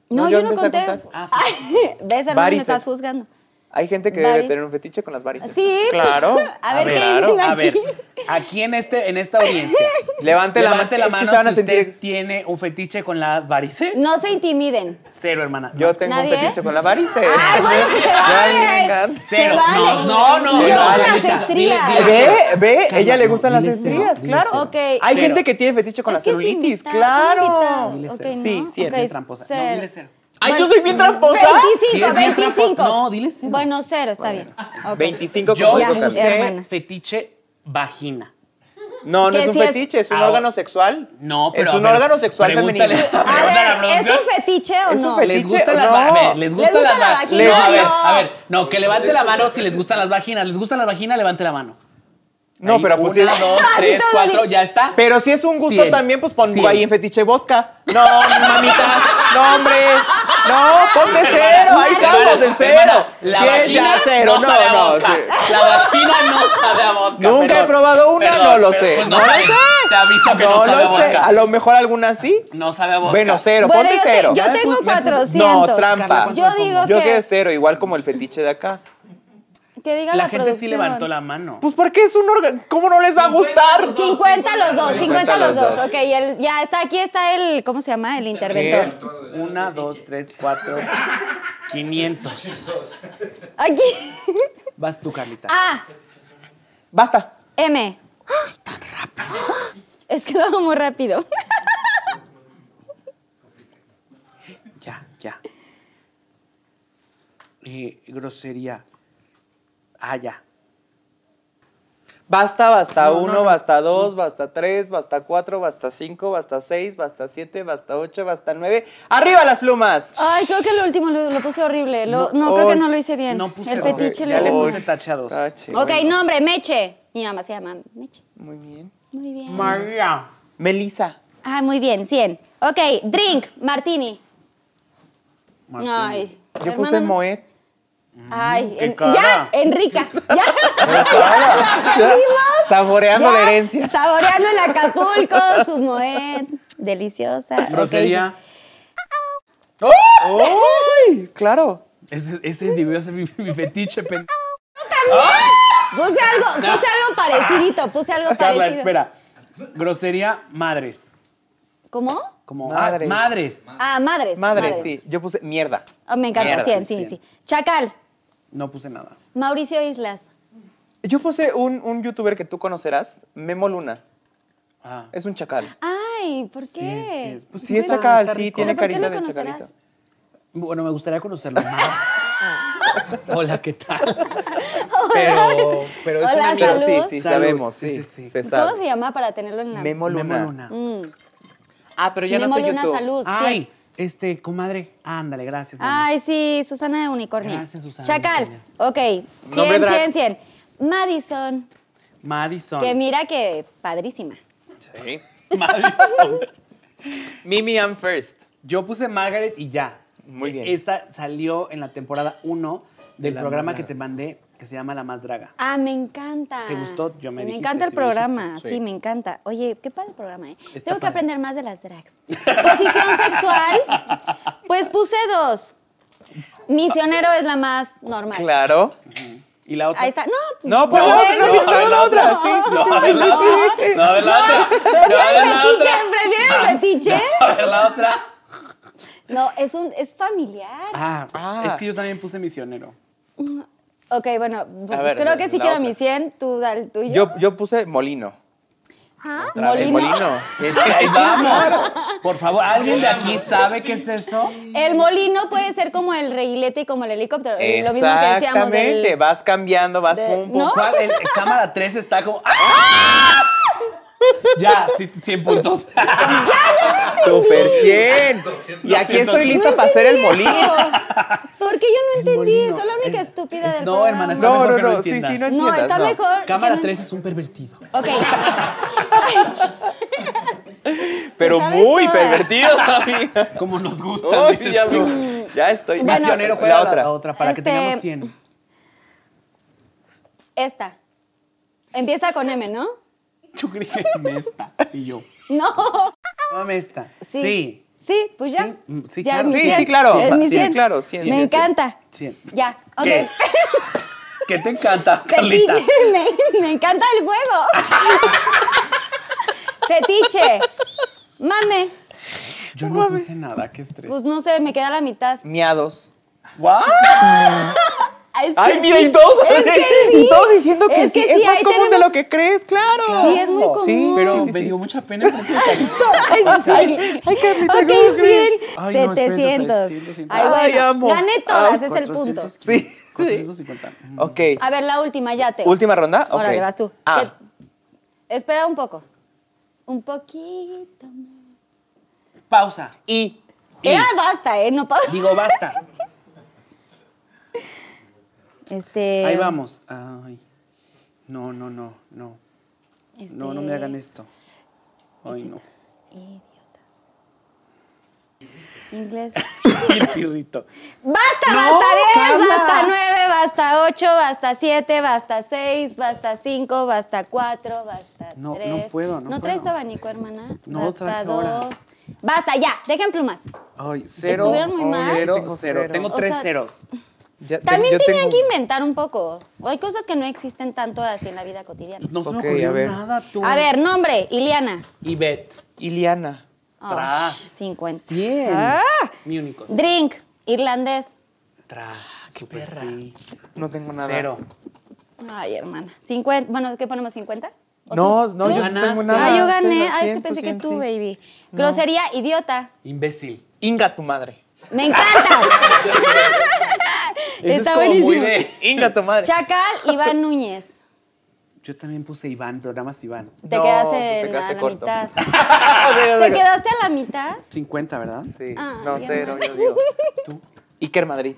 S2: No,
S7: No,
S2: yo,
S7: yo
S2: no
S7: empecé
S2: conté.
S7: a contar.
S6: Ah,
S2: Ay, ¿Ves, hermano? Me
S7: Varices.
S2: estás juzgando.
S7: Hay gente que
S2: Varices.
S7: debe tener un fetiche con las varices.
S2: Sí.
S7: Claro.
S2: A ver, ¿qué
S7: claro.
S2: dicen
S6: A
S2: aquí?
S6: ver, aquí en, este, en esta audiencia,
S7: Levante la
S6: levante
S7: mano.
S6: la
S7: Es que
S6: mano
S7: se van a
S6: si usted
S7: sentir-
S6: tiene un fetiche con la varice.
S2: No se intimiden.
S6: Cero, hermana.
S7: Yo tengo
S2: ¿Nadie?
S7: un fetiche con las varices.
S2: Ay, bueno, pues se
S7: Ya, me
S2: vale.
S7: encanta.
S2: Se
S6: Cero.
S2: vale.
S6: No, no, no,
S2: Yo
S7: se
S2: con
S7: vale.
S2: las
S6: Dile,
S2: estrías.
S6: dile, dile.
S7: Ve, ve,
S6: Calma,
S7: ella le
S6: no,
S7: gustan las
S6: dile cero,
S7: estrías,
S6: dile
S7: claro.
S6: cero.
S2: Ok.
S7: Hay
S6: Cero.
S7: gente que tiene fetiche con la
S2: Es que es
S7: celulitis,
S2: invitado,
S7: claro.
S2: son invitados.
S6: cero.
S2: Ok,
S7: Sí,
S2: ¿no?
S7: sí, es
S2: Ok,
S7: bien
S6: tramposa. No,
S2: cero.
S6: dile cero.
S7: Ay,
S2: Bueno,
S7: yo soy bien tramposa.
S2: 25,
S6: Sí, es bien
S2: 25.
S6: tramposa. No, dile cero.
S2: Bueno, cero, está bien. Ok.
S7: 25
S6: Yo
S7: con
S2: Ya,
S7: cinco, Carla.
S2: ya.
S6: puse
S2: hermana.
S6: fetiche vagina.
S7: No, no
S2: Que
S7: es un
S2: si es-
S7: fetiche, es un
S6: Ah,
S7: órgano sexual.
S6: No, pero
S7: Es
S6: a
S7: un
S6: ver,
S7: órgano sexual femenino.
S6: pregúntale-
S2: A
S6: pregúntale a la
S2: ver, ¿es
S6: producción.
S2: un fetiche o
S7: Es un
S2: no?
S7: fetiche.
S6: ¿Les gustan las
S7: No.
S6: va- a ver, ¿Les gusta,
S2: ¿Les gusta
S6: las
S2: la
S6: va-
S2: vagina?
S6: No, a ver,
S2: No.
S6: a ver, no, que levante la mano si les gustan las vaginas. ¿Les gustan las vaginas? Levante la mano.
S2: Ah,
S7: No,
S6: Ahí,
S7: pero pues sí
S6: Una,
S7: es-
S6: dos, tres,
S2: todo
S6: cuatro,
S2: bien.
S6: ya está.
S7: Pero si es un gusto
S6: Cien.
S7: también, pues pon tú
S6: Cien.
S7: ahí en fetiche vodka. No, mamita. No, hombre. No, pon de cero. Ahí estamos, en cero.
S6: Hermana, La
S7: Cien,
S6: vagina
S7: ya cero.
S6: no,
S7: No,
S6: sabe a
S7: no.
S6: vodka.
S7: sí.
S6: La vagina no sabe a vodka.
S7: Nunca
S6: perdón.
S7: he probado una,
S6: Perdón,
S7: no lo
S6: pero,
S7: sé.
S6: pues,
S7: No
S6: no sabe.
S7: sé.
S6: Te aviso que no,
S7: No
S6: sabe a
S7: lo sé.
S6: vodka.
S7: A lo mejor alguna sí.
S6: No sabe a vodka.
S7: Bueno, cero.
S2: Bueno,
S7: Ponte
S2: yo te-
S7: cero.
S2: yo
S7: Ya me
S2: tengo
S7: pu- me pu-
S2: 400.
S7: No, trampa.
S2: Yo digo
S7: Yo
S2: que
S7: quedé cero, igual como el fetiche de acá.
S2: que diga la,
S6: La gente sí
S2: producción.
S6: levantó la mano.
S7: Pues porque es un órgano. ¿Cómo no les va a gustar?
S2: 50 los dos, 50 los
S7: los
S2: dos.
S7: dos.
S2: Ok, y el- ya está, aquí está el, ¿cómo se llama? El interventor.
S6: ¿Qué? Una, dos, tres, cuatro, 500.
S2: Aquí.
S6: Vas tú, Carlita.
S2: A,
S7: Basta.
S2: M. Tan rápido. Es que lo hago muy rápido.
S6: Ya, ya. Eh, grosería. Ah, ya.
S7: Basta, basta uno, basta dos, basta tres, basta cuatro, basta cinco, basta seis, basta siete, basta ocho, basta nueve. ¡Arriba las plumas!
S2: Ay, creo que lo último lo, lo puse horrible. Lo- no, creo que no lo hice bien.
S6: No puse
S2: el
S6: nombre.
S2: fetiche lo
S6: Ya
S2: hice
S6: le
S2: mal.
S6: puse tachados.
S7: Tache,
S2: Ok,
S7: bueno.
S2: nombre, Meche. Mi mamá se llama Meche.
S7: Muy bien.
S2: Muy bien.
S6: María.
S7: Melissa.
S2: Ah, muy bien, 100. Ok, drink, martini. Ay.
S7: Yo
S2: hermano,
S7: puse
S2: no-
S7: Moet.
S2: Ay,
S6: qué
S2: en- ya,
S6: cara.
S2: Enrica. Ya. La perdimos.
S7: Saboreando
S2: Ya,
S7: la herencia.
S2: Saboreando el Acapulco, su moed. Deliciosa. Ok,
S6: Grosería.
S7: ¡Uy! Claro.
S6: Ese, ese debió ser mi, mi fetiche, pen-
S2: Puse algo, puse algo parecidito, puse algo
S6: Carla,
S2: parecido.
S6: espera. Grosería, madres.
S2: ¿Cómo?
S6: Como
S7: Madres.
S6: madres. madres.
S2: Ah, madres.
S7: Madre, sí. Yo puse mierda.
S2: Ah, me encanta,
S7: Mierda,
S2: 100, sí, sí. Chacal,
S6: No puse nada.
S2: Mauricio Islas.
S7: Yo puse un, un youtuber que tú conocerás, Memo Luna.
S6: Ah.
S7: Es un chacal.
S2: Ay, ¿por qué?
S6: es- pues
S7: Sí, es
S6: bueno,
S7: chacal,
S6: está
S7: sí,
S6: rico.
S7: tiene
S2: ¿Pero por qué lo
S7: carita de
S2: conocerás?
S7: chacalito.
S6: Bueno, me gustaría conocerlo más. Hola, ¿qué tal? Pero, pero es
S2: Hola,
S6: un amigo.
S7: Claro,
S2: salud.
S7: sí, sí,
S6: Salud.
S7: sabemos,
S6: Sí,
S7: sí,
S6: sí, sí.
S7: se
S2: ¿Cómo
S7: sabe.
S2: se llama para tenerlo en la
S7: Memo Luna.
S6: Memo Luna.
S7: Ah, pero ya
S2: Memo
S7: no soy
S2: Luna
S7: YouTube.
S2: Salud.
S6: Ay,
S2: Mm, sí. Ah,
S6: este, comadre. Ándale, gracias. mamá.
S2: Ay, sí, Susana de Unicornio.
S6: Gracias, Susana de
S2: Chacal,
S6: Unicornio.
S2: ok. 100,
S7: Nombre drag.
S2: 100, 100. Madison,
S6: Madison.
S2: que mira que padrísima.
S7: Sí.
S6: Madison.
S7: Mimi, I'm first.
S6: Yo puse Margaret y ya.
S7: Muy bien.
S6: Esta salió en la temporada 1 del programa que te mandé, que se llama La Más Draga.
S2: Ah, me encanta.
S6: ¿Te gustó? Yo me
S2: Sí, Me
S6: dijiste,
S2: encanta el
S6: sí me dijiste,
S2: programa, sí.
S7: sí.
S2: me encanta. Oye, qué padre programa, ¿eh?
S6: Está
S2: Tengo que
S6: padre.
S2: aprender más de las drags. Posición sexual, pues puse dos. Misionero es la más normal.
S7: Claro.
S6: Y la otra.
S2: Ahí está. No,
S7: No,
S2: pues,
S7: pero
S2: a
S7: la
S2: ver,
S7: otra, no, no, la otra. Sí, sí,
S6: No, a ver la otra. No, a ver la otra. No, a ver
S2: ¿Prefieren
S6: la
S2: el
S6: otra. Ah,
S2: fetiche? ¿Prefieren el fetiche?
S6: No, a ver la otra.
S2: No, es un es familiar.
S6: Ah,
S7: Ah.
S6: es que yo también puse misionero.
S2: Ok, bueno, bu-
S7: A ver,
S2: creo que
S7: la
S2: sí quiero
S7: otra.
S2: mi 100, tú da el tuyo.
S7: Yo, yo puse Molino.
S2: ¿Ah?
S7: El Molino.
S6: Es que ahí vamos. Por favor, ¿alguien de aquí sabe qué es eso?
S2: El molino puede ser como el reilete y como el helicóptero. eh, Lo mismo que decíamos del-
S7: Exactamente. Vas cambiando, vas
S2: de-
S7: pum, pum.
S2: ¿No?
S6: ¿Cuál? El- el cámara 3 está como. ¡Ah! Ya, sí, 100 puntos.
S7: Super 100. Y aquí estoy lista para hacer el
S2: entendí
S7: molino.
S2: eso. Porque yo no entendí eso, la única
S6: Es-
S2: estúpida
S6: es-
S2: del
S6: no,
S2: programa.
S6: hermana, está
S7: No,
S6: mejor
S7: no,
S6: que no
S7: no. Sí,
S6: entiendas.
S7: sí, no
S2: No,
S7: entiendas.
S2: está mejor.
S6: Cámara
S2: que no-
S6: 3 es un pervertido.
S2: Ok.
S7: Pero
S2: ¿Sabes
S7: muy
S2: todas?
S7: pervertido, amiga.
S6: Como nos gusta.
S7: Uy, ya, ya estoy.
S2: Bueno,
S6: Misionero,
S7: La
S6: juega la otra.
S7: otra.
S6: La otra para
S2: Este-
S6: que tengamos 100.
S2: Esta. Empieza con M, ¿no?
S6: Yo creí que en esta. Y yo.
S2: No.
S6: Dame esta.
S2: Sí.
S6: Sí.
S2: Sí, pues ya.
S6: Sí, mm, sí,
S2: Ya
S6: claro.
S2: es mi
S7: Sí,
S2: 100.
S7: sí, claro.
S2: Es mi
S7: Sí,
S2: 100.
S7: claro, 100,
S2: Me
S7: 100.
S2: encanta.
S6: 100.
S2: Ya, ok.
S6: ¿Qué? ¿Qué te encanta, Carlita?
S2: Fetiche, me, me encanta el juego. Fetiche. Mame.
S6: Yo no puse nada, qué estrés.
S2: Pues no sé, me queda la mitad.
S7: Miados.
S6: ¡Guau!
S2: Ay, es que
S7: Ay, mira,
S2: sí.
S7: y todos,
S2: Es que sí.
S7: y todos diciendo que
S2: Es
S7: sí.
S2: que
S7: Es
S2: sí,
S7: más
S2: ahí
S7: común de
S2: tenemos-
S7: lo que crees, claro.
S2: Sí, es muy común.
S7: Sí,
S6: Pero
S7: sí, sí,
S6: me
S7: sí.
S6: dio mucha pena porque
S2: Ay, sí. Ay, Carlita,
S7: ¿cómo crees?
S6: Ay, no, espérate,
S2: 700.
S6: 300.
S2: Ay,
S7: Ay,
S2: bueno,
S7: amo. Ah,
S2: Gané todas,
S7: Amo.
S2: es el punto.
S6: 400.
S7: Sí. sí.
S6: 450. Mm.
S7: Ok.
S2: A ver, la última, ya te.
S7: Última ronda. Ok.
S2: Ahora vas tú.
S7: Ah,
S2: Que- Espera un poco. Un poquito más.
S6: Pausa.
S7: y.
S2: Era basta, ¿eh? No pausa.
S6: Digo, basta.
S2: Este.
S7: Em,
S6: Ahí vamos. Ay. No, no, no, no. No,
S7: este,
S6: no me hagan esto. Ay, no.
S2: Inglés.
S6: Y el cirrito.
S2: Basta,
S6: No,
S2: basta 10,
S6: Carla.
S2: basta 9, basta 8, basta 7, basta 6, basta 5, basta 4, basta 3.
S6: No, no puedo, no
S2: traes tu
S6: puedo.
S2: abanico, hermana?
S6: No,
S2: basta
S6: traje ahora.
S2: dos. Basta, ya, dejen plumas.
S6: Ay, cero.
S2: Estuvieron muy mal.
S6: Cero,
S7: Tengo
S6: cero.
S7: cero.
S6: Tengo
S2: O
S6: tres
S2: sea-
S6: ceros.
S7: Ya-
S2: También
S7: yo
S2: tenían
S7: tengo-
S2: que inventar un poco. O Hay cosas que no existen tanto así en la vida cotidiana.
S6: No se
S7: Ok,
S6: me ocurrió
S7: a ver. Ah.
S6: nada tú.
S2: A ver, nombre, Iliana.
S6: Ivette.
S7: Iliana.
S2: Oh,
S6: Tras.
S2: 50.
S6: Bien.
S2: Ah.
S6: Mi único.
S2: Drink, irlandés.
S6: Tras. Super sí.
S7: No tengo nada.
S6: Cero.
S2: Ay, hermana. 50, bueno, ¿qué ponemos? ¿50? ¿O
S7: No,
S2: tú?
S7: no,
S2: ¿Tú?
S7: yo no
S6: Ganaste.
S7: tengo nada.
S2: Ah, yo gané.
S7: Cero,
S2: Ah, es que
S7: cien,
S2: pensé que
S7: cien,
S2: tú,
S7: cien.
S2: baby. Grosería, idiota.
S6: Imbécil.
S7: Inga tu madre.
S2: Me encanta.
S6: Ese
S2: Está
S6: es como
S2: buenísimo.
S6: muy de.
S7: Inga tu madre.
S2: Chacal, Iván Núñez.
S6: Yo también puse Iván, programas Iván.
S2: Te
S7: No,
S2: quedaste,
S7: pues te
S2: en-
S7: quedaste
S2: a la
S7: corto.
S2: mitad.
S7: ¿Te
S2: ¿Te quedaste a la mitad?
S6: 50, ¿verdad?
S7: Sí.
S2: Ah,
S7: no,
S2: ya
S7: cero,
S2: no.
S7: yo digo.
S6: Tú.
S7: Iker Madrid.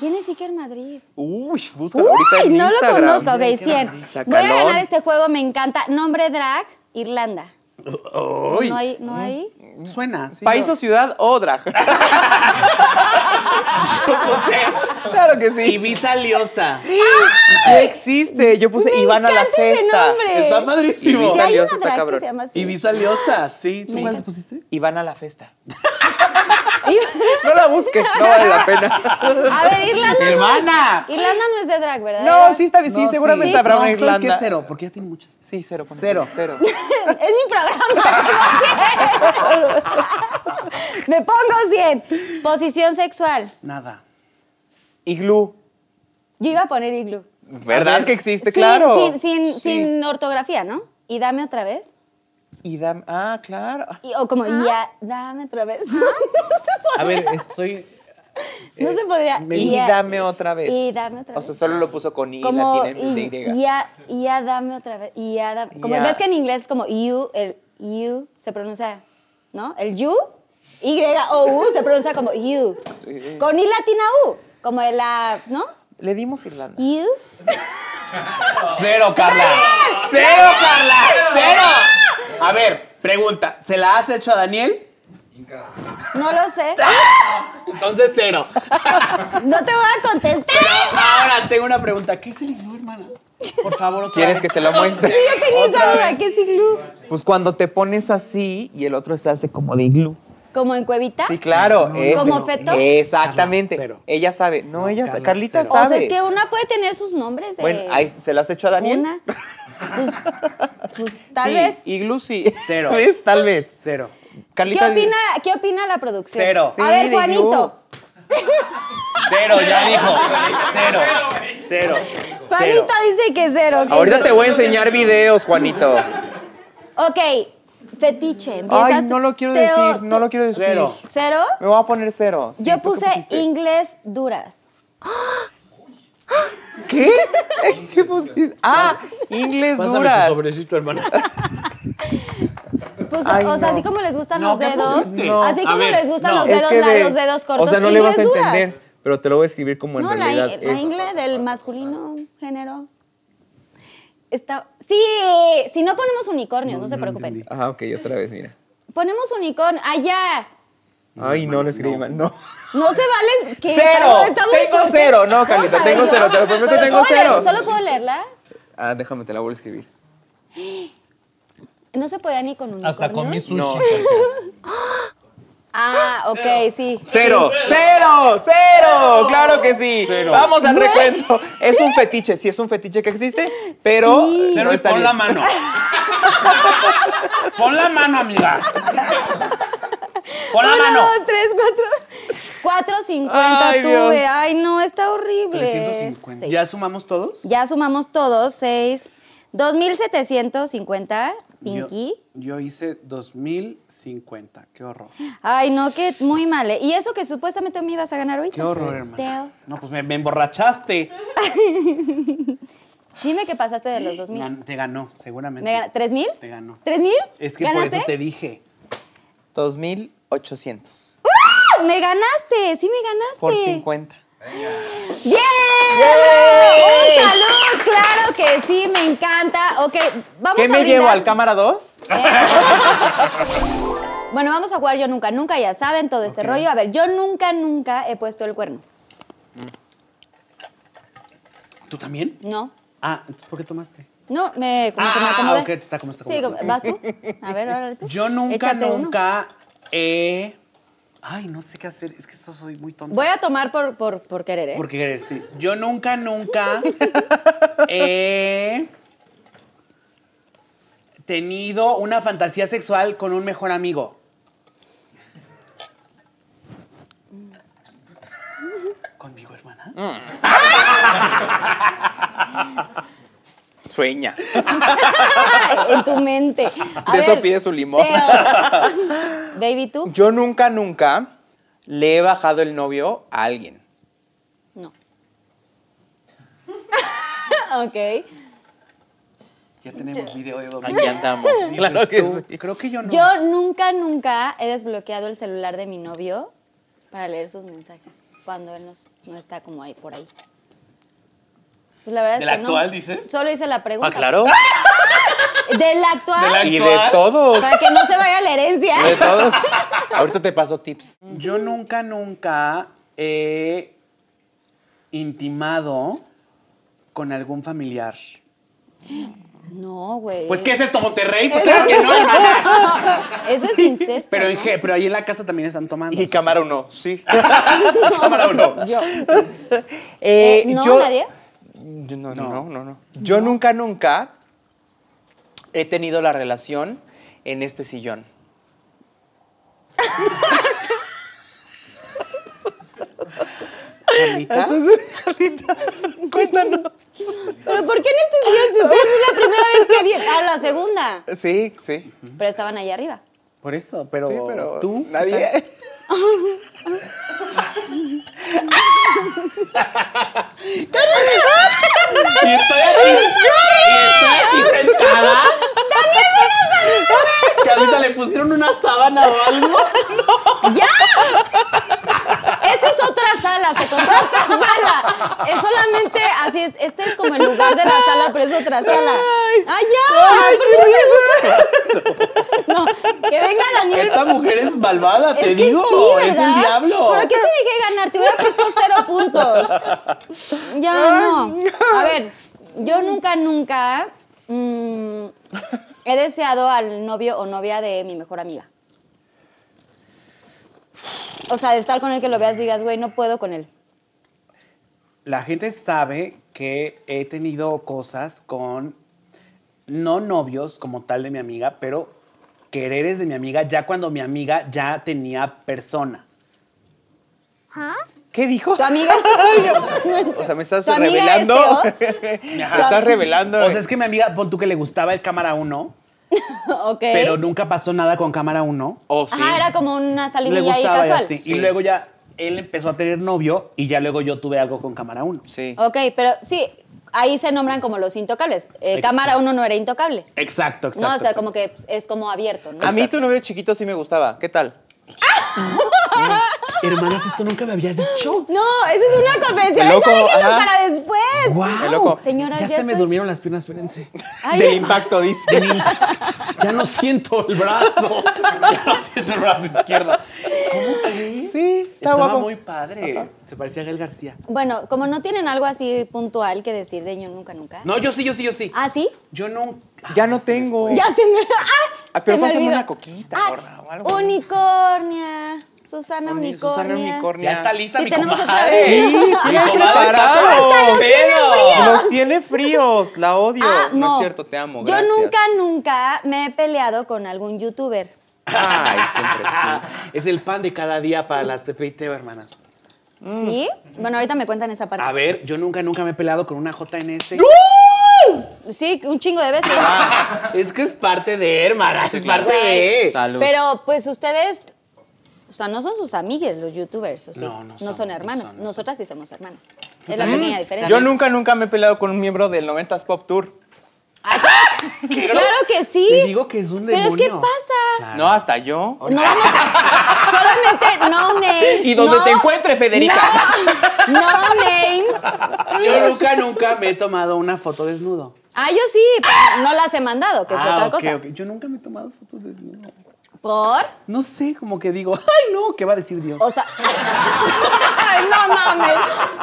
S2: ¿Quién es Iker Madrid?
S7: Uy, busca ahorita
S2: Uy,
S7: en
S2: no lo
S7: Instagram.
S2: conozco. Ok, 100. Voy a
S7: Chacalón.
S2: ganar este juego, me encanta. Nombre drag, Irlanda.
S6: Uy.
S2: No hay, no hay.
S6: Suena, sí.
S7: País o ciudad o drag. claro que
S6: Y
S7: sí.
S6: Ibiza Liosa.
S7: Sí existe. Yo puse
S2: Me
S7: Ivana la
S2: encanta ese
S7: Cesta.
S2: nombre.
S6: Está padrísimo.
S2: Si hay
S7: Dios,
S2: una
S7: está
S2: drag que
S7: cabrón.
S2: se llama así.
S6: Ibiza Liosa, sí. ¿Tú
S2: Me
S6: cuál
S2: encanta.
S6: pusiste?
S7: Ivana la Festa.
S2: Iba-
S7: No la busques, no vale la pena.
S2: A ver, Irlanda
S6: ¡Hermana!
S2: no es, Irlanda no es de drag, ¿verdad?
S7: No, sí está bien. Sí,
S6: No,
S7: seguramente
S6: sí.
S7: habrá una
S6: No, ¿sabes qué?
S7: Irlanda.
S6: cero, porque ya tiene muchas.
S7: Sí, cero. pon
S6: Cero.
S7: Cero.
S2: Es mi programa. tengo 100. Me pongo 100. Posición sexual.
S6: Nada.
S7: Iglú.
S2: Yo iba a poner iglú.
S6: A
S7: ¿Verdad
S6: ver.
S7: que existe?
S2: Sin-
S7: claro.
S2: Sin, sin,
S7: Sí.
S2: sin ortografía, ¿no? Y dame otra vez.
S7: Y dam- ah, claro.
S2: Y- o como, ya, dame otra vez. no se
S4: A ver,
S2: podría.
S4: estoy.
S2: no se podría.
S7: Y
S2: ya-
S7: dame otra vez.
S2: Y dame otra
S7: O sea,
S2: vez.
S7: solo lo puso con I
S2: como,
S7: latina en vez pues, de
S2: y-
S7: Y.
S2: ya, ya dame otra vez. y Ya dame. Como
S7: Ya.
S2: ves que en inglés es como you, el you se pronuncia, ¿no? El you, Y o U se pronuncia como you. Con I latina U, como el la, ¿no?
S7: Le dimos Irlanda.
S2: You.
S6: Cero, Carla. Cero, Carla. Cero. A ver, pregunta. ¿Se la has hecho a Daniel?
S2: No lo sé.
S6: Entonces cero.
S2: No te voy a contestar.
S6: Ahora tengo una pregunta. ¿Qué es el iglú, hermana? Por favor, otra
S7: ¿Quieres que
S6: vez.
S7: te lo muestre?
S2: Sí, yo tenía esa duda. ¿Qué es iglú?
S7: Pues cuando te pones así y el otro se hace como de iglú.
S2: ¿Como en cuevitas?
S7: Sí, claro. ese.
S2: ¿Como feto?
S7: Exactamente.
S6: Carla, cero.
S7: Ella sabe. No, ella
S6: Carla,
S7: sabe. Carlita
S6: cero.
S2: O sea,
S7: sabe.
S2: es que una puede tener sus nombres de
S7: Bueno, ahí, ¿se lo has hecho a Daniel?
S2: una. Pues, pues, tal
S7: sí,
S2: vez.
S7: Iglú sí.
S6: Cero.
S7: ¿Ves? Tal vez.
S6: Cero.
S7: Carlita
S2: ¿Qué
S7: di-
S2: opina, ¿Qué opina la producción?
S6: Cero.
S2: A
S7: Sí,
S2: ver,
S7: de
S2: Juanito.
S6: Cero, ya dijo. Cero. Cero.
S2: Juanito dice que cero. que
S7: Ahorita
S2: cero.
S7: te voy a enseñar videos, Juanito.
S2: Ok, fetiche. empiezas
S7: Ah. Ay,
S2: tú.
S7: no lo quiero
S2: Teo,
S7: decir,
S2: tú-
S7: no lo quiero decir.
S6: Cero.
S2: ¿Cero?
S7: Me voy a poner cero. Sí,
S2: Yo
S7: ¿tú qué
S2: puse
S7: pusiste?
S2: inglés duras.
S7: ¿Qué? ¿Qué pusiste? Ah, inglés
S6: Pásame
S7: duras.
S6: tu sobrecito, hermana.
S2: Puse,
S7: Ay,
S2: o sea,
S7: no.
S2: así como les gustan
S6: No,
S2: los
S6: ¿qué
S2: dedos.
S6: pusiste? No,
S2: Así
S6: a
S2: como
S6: ver,
S2: les gustan
S6: no.
S2: los
S6: Es
S2: dedos
S7: que de-
S2: largos, dedos cortos.
S7: O sea, no le vas a
S2: inglés duras.
S7: entender, pero te lo voy a escribir como en
S2: No, la,
S7: realidad
S2: la
S7: es.
S2: inglés del masculino género. Está, sí, si no ponemos unicornios, no, se preocupen.
S7: Ajá, ok, otra vez, mira.
S2: Ponemos unicornio. ¡Allá!
S7: Ay, no lo escribí mal, no.
S2: No se vale que
S7: Cero, tengo
S2: fuerte.
S7: cero, no, Carlita,
S2: Vamos a
S7: tengo
S2: ver,
S7: cero,
S2: ¿no?
S7: te lo prometo,
S2: Pero
S7: tengo
S2: ¿puedo leer-
S7: cero.
S2: Solo puedo leerla.
S7: Ah, déjame, te la vuelvo a escribir.
S2: No se podía ni con unicornio.
S4: Hasta comí sushi.
S7: No.
S2: Ah, ok, sí.
S7: ¡Cero! ¡Cero! ¡Cero! ¡Claro que sí! Vamos al recuento. Es un fetiche, sí es un fetiche que existe, pero
S2: Sí.
S7: eh, no
S6: Cero y
S7: está
S6: pon
S7: bien.
S6: la mano. Pon la mano, amiga. Pon la
S2: Uno,
S6: mano.
S2: dos, tres, cuatro. Cuatro cincuenta
S7: Ay,
S2: tuve.
S7: Dios.
S2: Ay, no, está horrible.
S6: 350.
S2: Seis.
S6: ¿Ya sumamos todos?
S2: Ya sumamos todos, seis. 2.750,
S6: Yo,
S2: Pinky.
S6: yo hice 2050. Qué horror.
S2: Ay, no, que muy mal. ¿eh? Y eso que supuestamente me ibas a ganar hoy.
S6: Qué horror, hermana.
S2: Teo,
S6: No, pues me, me emborrachaste.
S2: dime que pasaste de los 2.000.
S6: Gan- Te ganó, seguramente.
S2: Me gana- ¿Tres mil?
S6: Te ganó.
S2: ¿Tres mil?
S6: Es que
S2: ¿Ganaste?
S6: por eso te dije.
S7: 2800
S2: ¡Ah! ¡Me ganaste! ¡Sí me ganaste!
S7: por 50.
S2: ¡Bien! ¡Un salud! ¡Claro que sí! ¡Me encanta! Ok, vamos
S7: ¿Qué
S2: a
S7: me llevo
S2: brindar.
S7: al cámara 2?
S2: Eh. Bueno, vamos a jugar Yo Nunca Nunca, ya saben todo este rollo. A ver, yo nunca, nunca he puesto el cuerno.
S6: ¿Tú también?
S2: No.
S6: Ah, entonces ¿por qué tomaste?
S2: No, me, como que me
S6: Ah,
S2: acomodé.
S6: ok, te está como- está
S2: Sí,
S6: como-
S2: ¿vas tú? A ver, ahora tú.
S6: Yo nunca,
S2: Échate uno.
S6: nunca he Ay, no sé qué hacer. Es que esto soy muy tonto.
S8: Voy a tomar por, por, por querer, ¿eh?
S6: Porque querer, sí. Yo nunca, nunca he tenido una fantasía sexual con un mejor amigo. ¿Conmigo, hermana?
S3: Sueña.
S2: en tu mente. A
S3: De eso
S2: ver,
S3: pide su limón.
S2: Teo. Baby, ¿tú?
S7: Yo nunca, nunca le he bajado el novio a alguien.
S2: No. ok.
S6: Ya tenemos video de domingo.
S3: Aquí andamos.
S7: Claro que sí.
S6: Creo que yo no.
S2: Yo nunca, nunca he desbloqueado el celular de mi novio para leer sus mensajes cuando él nos- no está como ahí, por ahí. Pues la verdad
S6: ¿Del
S2: es que no.
S6: actual, dices?
S2: Solo hice la pregunta.
S3: Ah, claro.
S2: Del actual.
S6: Del
S7: Y de
S6: ¿Actual? Pues,
S7: todos.
S2: Para que no se vaya la herencia.
S7: De todos. Ahorita te paso tips.
S6: Yo nunca, nunca he intimado con algún familiar.
S2: No, güey.
S6: Pues, ¿qué es esto, Monterrey? Pues claro que no, hermana.
S2: Eso es incesto. Eh,
S6: Pero, en,
S2: ¿no?
S6: ge- pero ahí en la casa también están tomando.
S3: Y cámara uno, sí.
S6: cámara uno.
S2: Yo. Eh,
S7: Eh,
S2: no,
S7: yo-
S2: nadie.
S7: Yo- No, no, no, no, no. Yo nunca, nunca he tenido la relación en este sillón.
S6: ¿Carlita?
S7: Cuéntanos.
S2: ¿Pero por qué en este sillón si ustedes es la primera vez que vi? Ah, la segunda.
S7: Sí, sí.
S2: Pero estaban ahí arriba.
S6: Por eso, pero,
S7: Sí, pero
S6: tú.
S7: Nadie.
S6: Y estoy aquí. y estoy aquí sentada. Carlita, le pusieron una sábana o algo.
S2: ¡Ya! Esta es otra sala, se compró otra sala. Es solamente así, es, este es como el lugar de la sala, pero es otra sala. ¡Ay, ya! ¿Por qué no, que venga Daniel.
S6: Esta mujer es malvada,
S2: Es
S6: te
S2: que
S6: digo.
S2: sí,
S6: es
S2: ¿verdad?
S6: el diablo.
S2: ¿Pero qué te dejé ganar? Te hubiera puesto cero puntos. Ya, no. A ver, yo nunca, nunca mm, he deseado al novio o novia de mi mejor amiga. O sea, de estar con él que lo veas y digas, güey, no puedo con él.
S6: La gente sabe que he tenido cosas con no novios como tal de mi amiga, pero quereres de mi amiga ya cuando mi amiga ya tenía persona.
S7: ¿Qué dijo?
S2: Tu amiga.
S7: O sea, me estás
S2: ¿Tu amiga es
S7: revelando.
S2: Teo?
S7: me estás revelando.
S6: O sea, es que mi amiga, pon tú que le gustaba el cámara 1,
S2: ok.
S6: pero nunca pasó nada con cámara 1.
S7: Oh, sí.
S2: Ajá, era como una
S6: Le
S2: salidilla ahí
S6: gustaba y
S2: casual.
S6: así. Y luego ya él empezó a tener novio y ya luego yo tuve algo con cámara 1.
S7: Sí.
S2: Ok, pero sí, ahí se nombran como los intocables. Eh,
S6: Exacto.
S2: cámara uno no era intocable.
S6: Exacto, exacto.
S2: no, o sea,
S6: exacto.
S2: como que pues, es como abierto, ¿no?
S7: A mí tu novio chiquito sí me gustaba. ¿Qué tal?
S6: Hermanas, esto nunca me había dicho.
S2: No, esa es una confesión.
S7: El loco,
S2: esa déjenlo
S7: ajá.
S2: para después.
S6: ¡Guau!
S7: Qué loco.
S2: Señora,
S6: ya,
S2: ya
S6: se me
S2: estoy-
S6: durmieron las piernas, espérense.
S2: Ay,
S7: Del impacto, dice.
S6: Ya no siento el brazo. Ya no siento el brazo izquierdo.
S7: Sí, está
S6: Estaba
S7: guapo.
S6: muy padre. Se parecía a Gael García.
S2: Bueno, como no tienen algo así puntual que decir de yo nunca, nunca.
S6: No, yo sí, yo sí, yo sí.
S2: ¿Ah, sí?
S6: Yo no.
S7: Ya no tengo.
S2: Ya se me. ¡Ah!
S7: Ah, pero
S2: se me
S7: pásame
S2: olvidó. Ah,
S7: una coquita, gorda, o algo.
S2: Unicornia. Susana
S7: Uni-
S2: Unicornia.
S7: Susana Unicornia.
S6: Ya está lista
S2: Sí,
S6: mi
S2: tenemos otra
S6: comadre.
S2: vez.
S7: Sí, tiene
S6: Mi comadre
S7: preparado.
S2: Hasta los tiene fríos.
S7: Los tiene fríos, la odio.
S2: Ah,
S7: no.
S2: no.
S7: es cierto, te amo.
S2: Yo
S7: gracias.
S2: nunca, nunca me he peleado con algún youtuber.
S7: Ay, siempre sí.
S6: Ah, es el pan de cada día para las Pepe y Teo, hermanas.
S7: Mm.
S2: ¿Sí? Bueno, ahorita me cuentan esa parte.
S6: A ver, yo nunca, nunca me he peleado con una JNS.
S2: Sí, un chingo de veces.
S7: Ah.
S6: Es que es parte de, hermana. Es parte
S2: Güey.
S6: de.
S7: Salud.
S2: Pero pues ustedes, o sea, no son sus amigues los youtubers, ¿o sí?
S6: No, no
S2: son,
S6: son, no
S2: hermanos.
S6: son, no
S2: Nosotras sí somos hermanas. Es la pequeña diferencia.
S7: Yo nunca, nunca me he peleado con un miembro del 90s Pop Tour.
S2: Claro que sí.
S6: Te digo que es un
S2: Pero es que
S6: demonio.
S2: pasa.
S6: Claro.
S7: Ah, No, hasta yo.
S2: No vamos a- Solamente no names.
S7: Y donde
S2: no-
S7: te encuentre, Federica.
S2: No, no names.
S6: Yo nunca, nunca me he tomado una foto desnudo.
S2: Ah, yo sí, pero no las he mandado, que es
S6: Ah,
S2: otra
S6: ok,
S2: cosa.
S6: ok. Yo nunca me he tomado fotos desnudo.
S2: ¿Por?
S6: No sé, como que digo, ay, no, ¿qué va a decir Dios?
S2: O sea. Ay, no mames.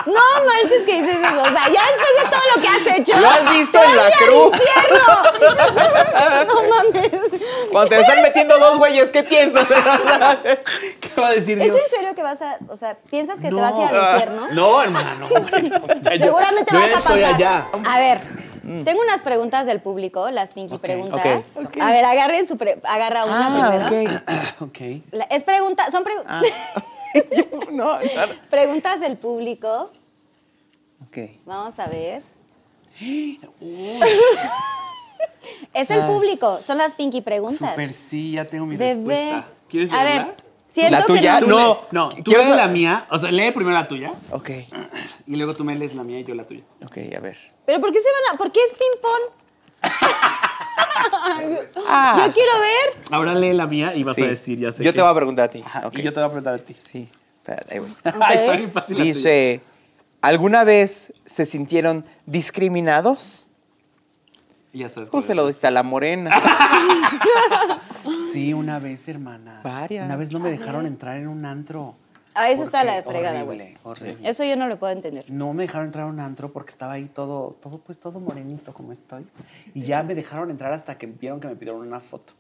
S2: No manches que dices eso. O sea, ya después de todo lo que has hecho.
S7: Lo has visto
S2: te
S7: en
S2: vas
S7: la
S2: a ir al
S7: cruz.
S2: infierno. No mames.
S7: Cuando te están metiendo dos güeyes, ¿qué piensas?
S6: ¿Qué va a decir
S2: ¿Es
S6: Dios?
S2: en serio que vas a. O sea, ¿piensas que te vas a ir
S7: Ah,
S2: al infierno?
S6: No, hermana, no. hombre, no. Ya, yo-
S2: Seguramente
S6: yo
S2: vas
S6: ya
S2: a
S6: estoy
S2: pasar.
S6: allá.
S2: A ver,
S7: Mm.
S2: tengo unas preguntas del público, las Pinky preguntas. A ver, agarren su pre- agarra una
S7: Ah,
S2: primero.
S6: Ok.
S2: La- es pregunta, son pregu- preguntas del público.
S6: Ok.
S2: Vamos a ver. es el público, son las Pinky preguntas.
S6: Super sí, ya tengo mi
S2: Bebé.
S6: respuesta. ¿Quieres
S2: a
S6: leerla?
S2: ver, siento
S7: ¿La tuya?
S2: que
S6: Tú
S2: no.
S7: No.
S6: lee- no, tú
S7: Quiero
S6: lees
S7: sa-
S6: la mía, o sea, lee primero la tuya
S7: Ok,
S6: y luego tú me lees la mía y yo la tuya.
S7: ok, a ver.
S2: Pero ¿por qué se van a por qué es ping pong?
S7: Ah.
S2: Yo quiero ver.
S6: Ahora lee la mía y vas
S7: Sí.
S6: a decir, ya sé.
S7: Yo
S6: qué.
S7: te voy a preguntar a ti.
S6: Ajá,
S7: Ok.
S6: Y yo te voy a preguntar a ti.
S7: Sí, espérate, ahí voy.
S6: Ay, está bien fácil. la tuya.
S7: Dice, ¿alguna vez se sintieron discriminados?
S6: Y Ya estás.
S7: ¿Cómo se lo dice a la morena?
S2: Ah,
S6: Sí, una vez, hermana.
S7: Varias.
S6: Una vez no me dejaron entrar en un antro.
S2: Ah, eso está
S6: Porque-
S2: la de fregada, güey.
S6: Horrible, horrible.
S2: Eso yo no lo puedo entender.
S6: No me dejaron entrar a un antro porque estaba ahí todo, todo, pues todo morenito como estoy. Y ya me dejaron entrar hasta que vieron que me pidieron una foto.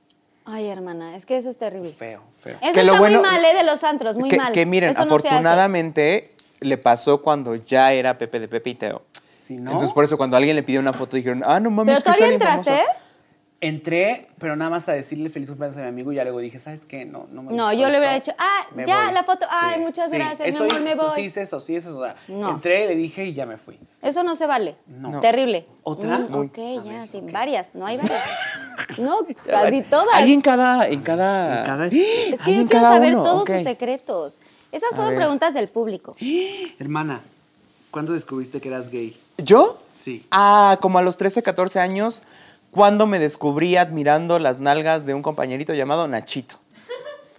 S2: Ay, hermana, es que eso es terrible.
S6: Feo, feo.
S2: Eso
S7: Que lo
S2: está
S7: bueno-
S2: muy mal, ¿eh? De los antros, muy
S7: que,
S2: mal.
S7: que miren,
S2: Eso no se hace.
S7: afortunadamente le pasó cuando ya era Pepe de Pepe y Teo.
S6: Si no-
S7: Entonces por eso cuando alguien le pidió una foto dijeron, ah, no mames,
S2: Pero
S7: es que es
S2: todavía
S7: alguien
S2: entraste,
S7: famoso".
S2: ¿eh?
S6: Entré, pero nada más a decirle feliz cumpleaños a mi amigo y ya luego dije, ¿sabes qué? No, no me
S2: No,
S6: gustó
S2: yo le hubiera
S6: esto,
S2: dicho, ah,
S6: me
S2: ya, la foto, ay, muchas gracias, mi
S6: Eso
S2: amor, me voy.
S6: Sí, es eso, sí, es eso. o sea,
S2: No.
S6: Entré, le dije y ya me fui.
S2: Eso no se vale.
S6: No.
S2: Terrible.
S6: ¿Otra?
S2: Mm,
S6: Uy.
S2: ok, ya, sin varias. No hay varias. no, casi todas.
S7: Ahí en cada, en cada.
S6: En cada-
S7: ¡Ah!
S2: Es que
S7: Ahí
S2: yo
S7: en
S2: quiero
S7: cada
S2: saber
S7: uno,
S2: todos
S7: ok.
S2: sus secretos. Esas
S7: A
S2: fueron
S7: ver.
S2: preguntas del público.
S6: Hermana, ¿cuándo descubriste que eras gay?
S7: ¿Yo?
S6: Sí.
S7: Ah, como a los 13, 14 años, cuando me descubrí admirando las nalgas de un compañerito llamado Nachito.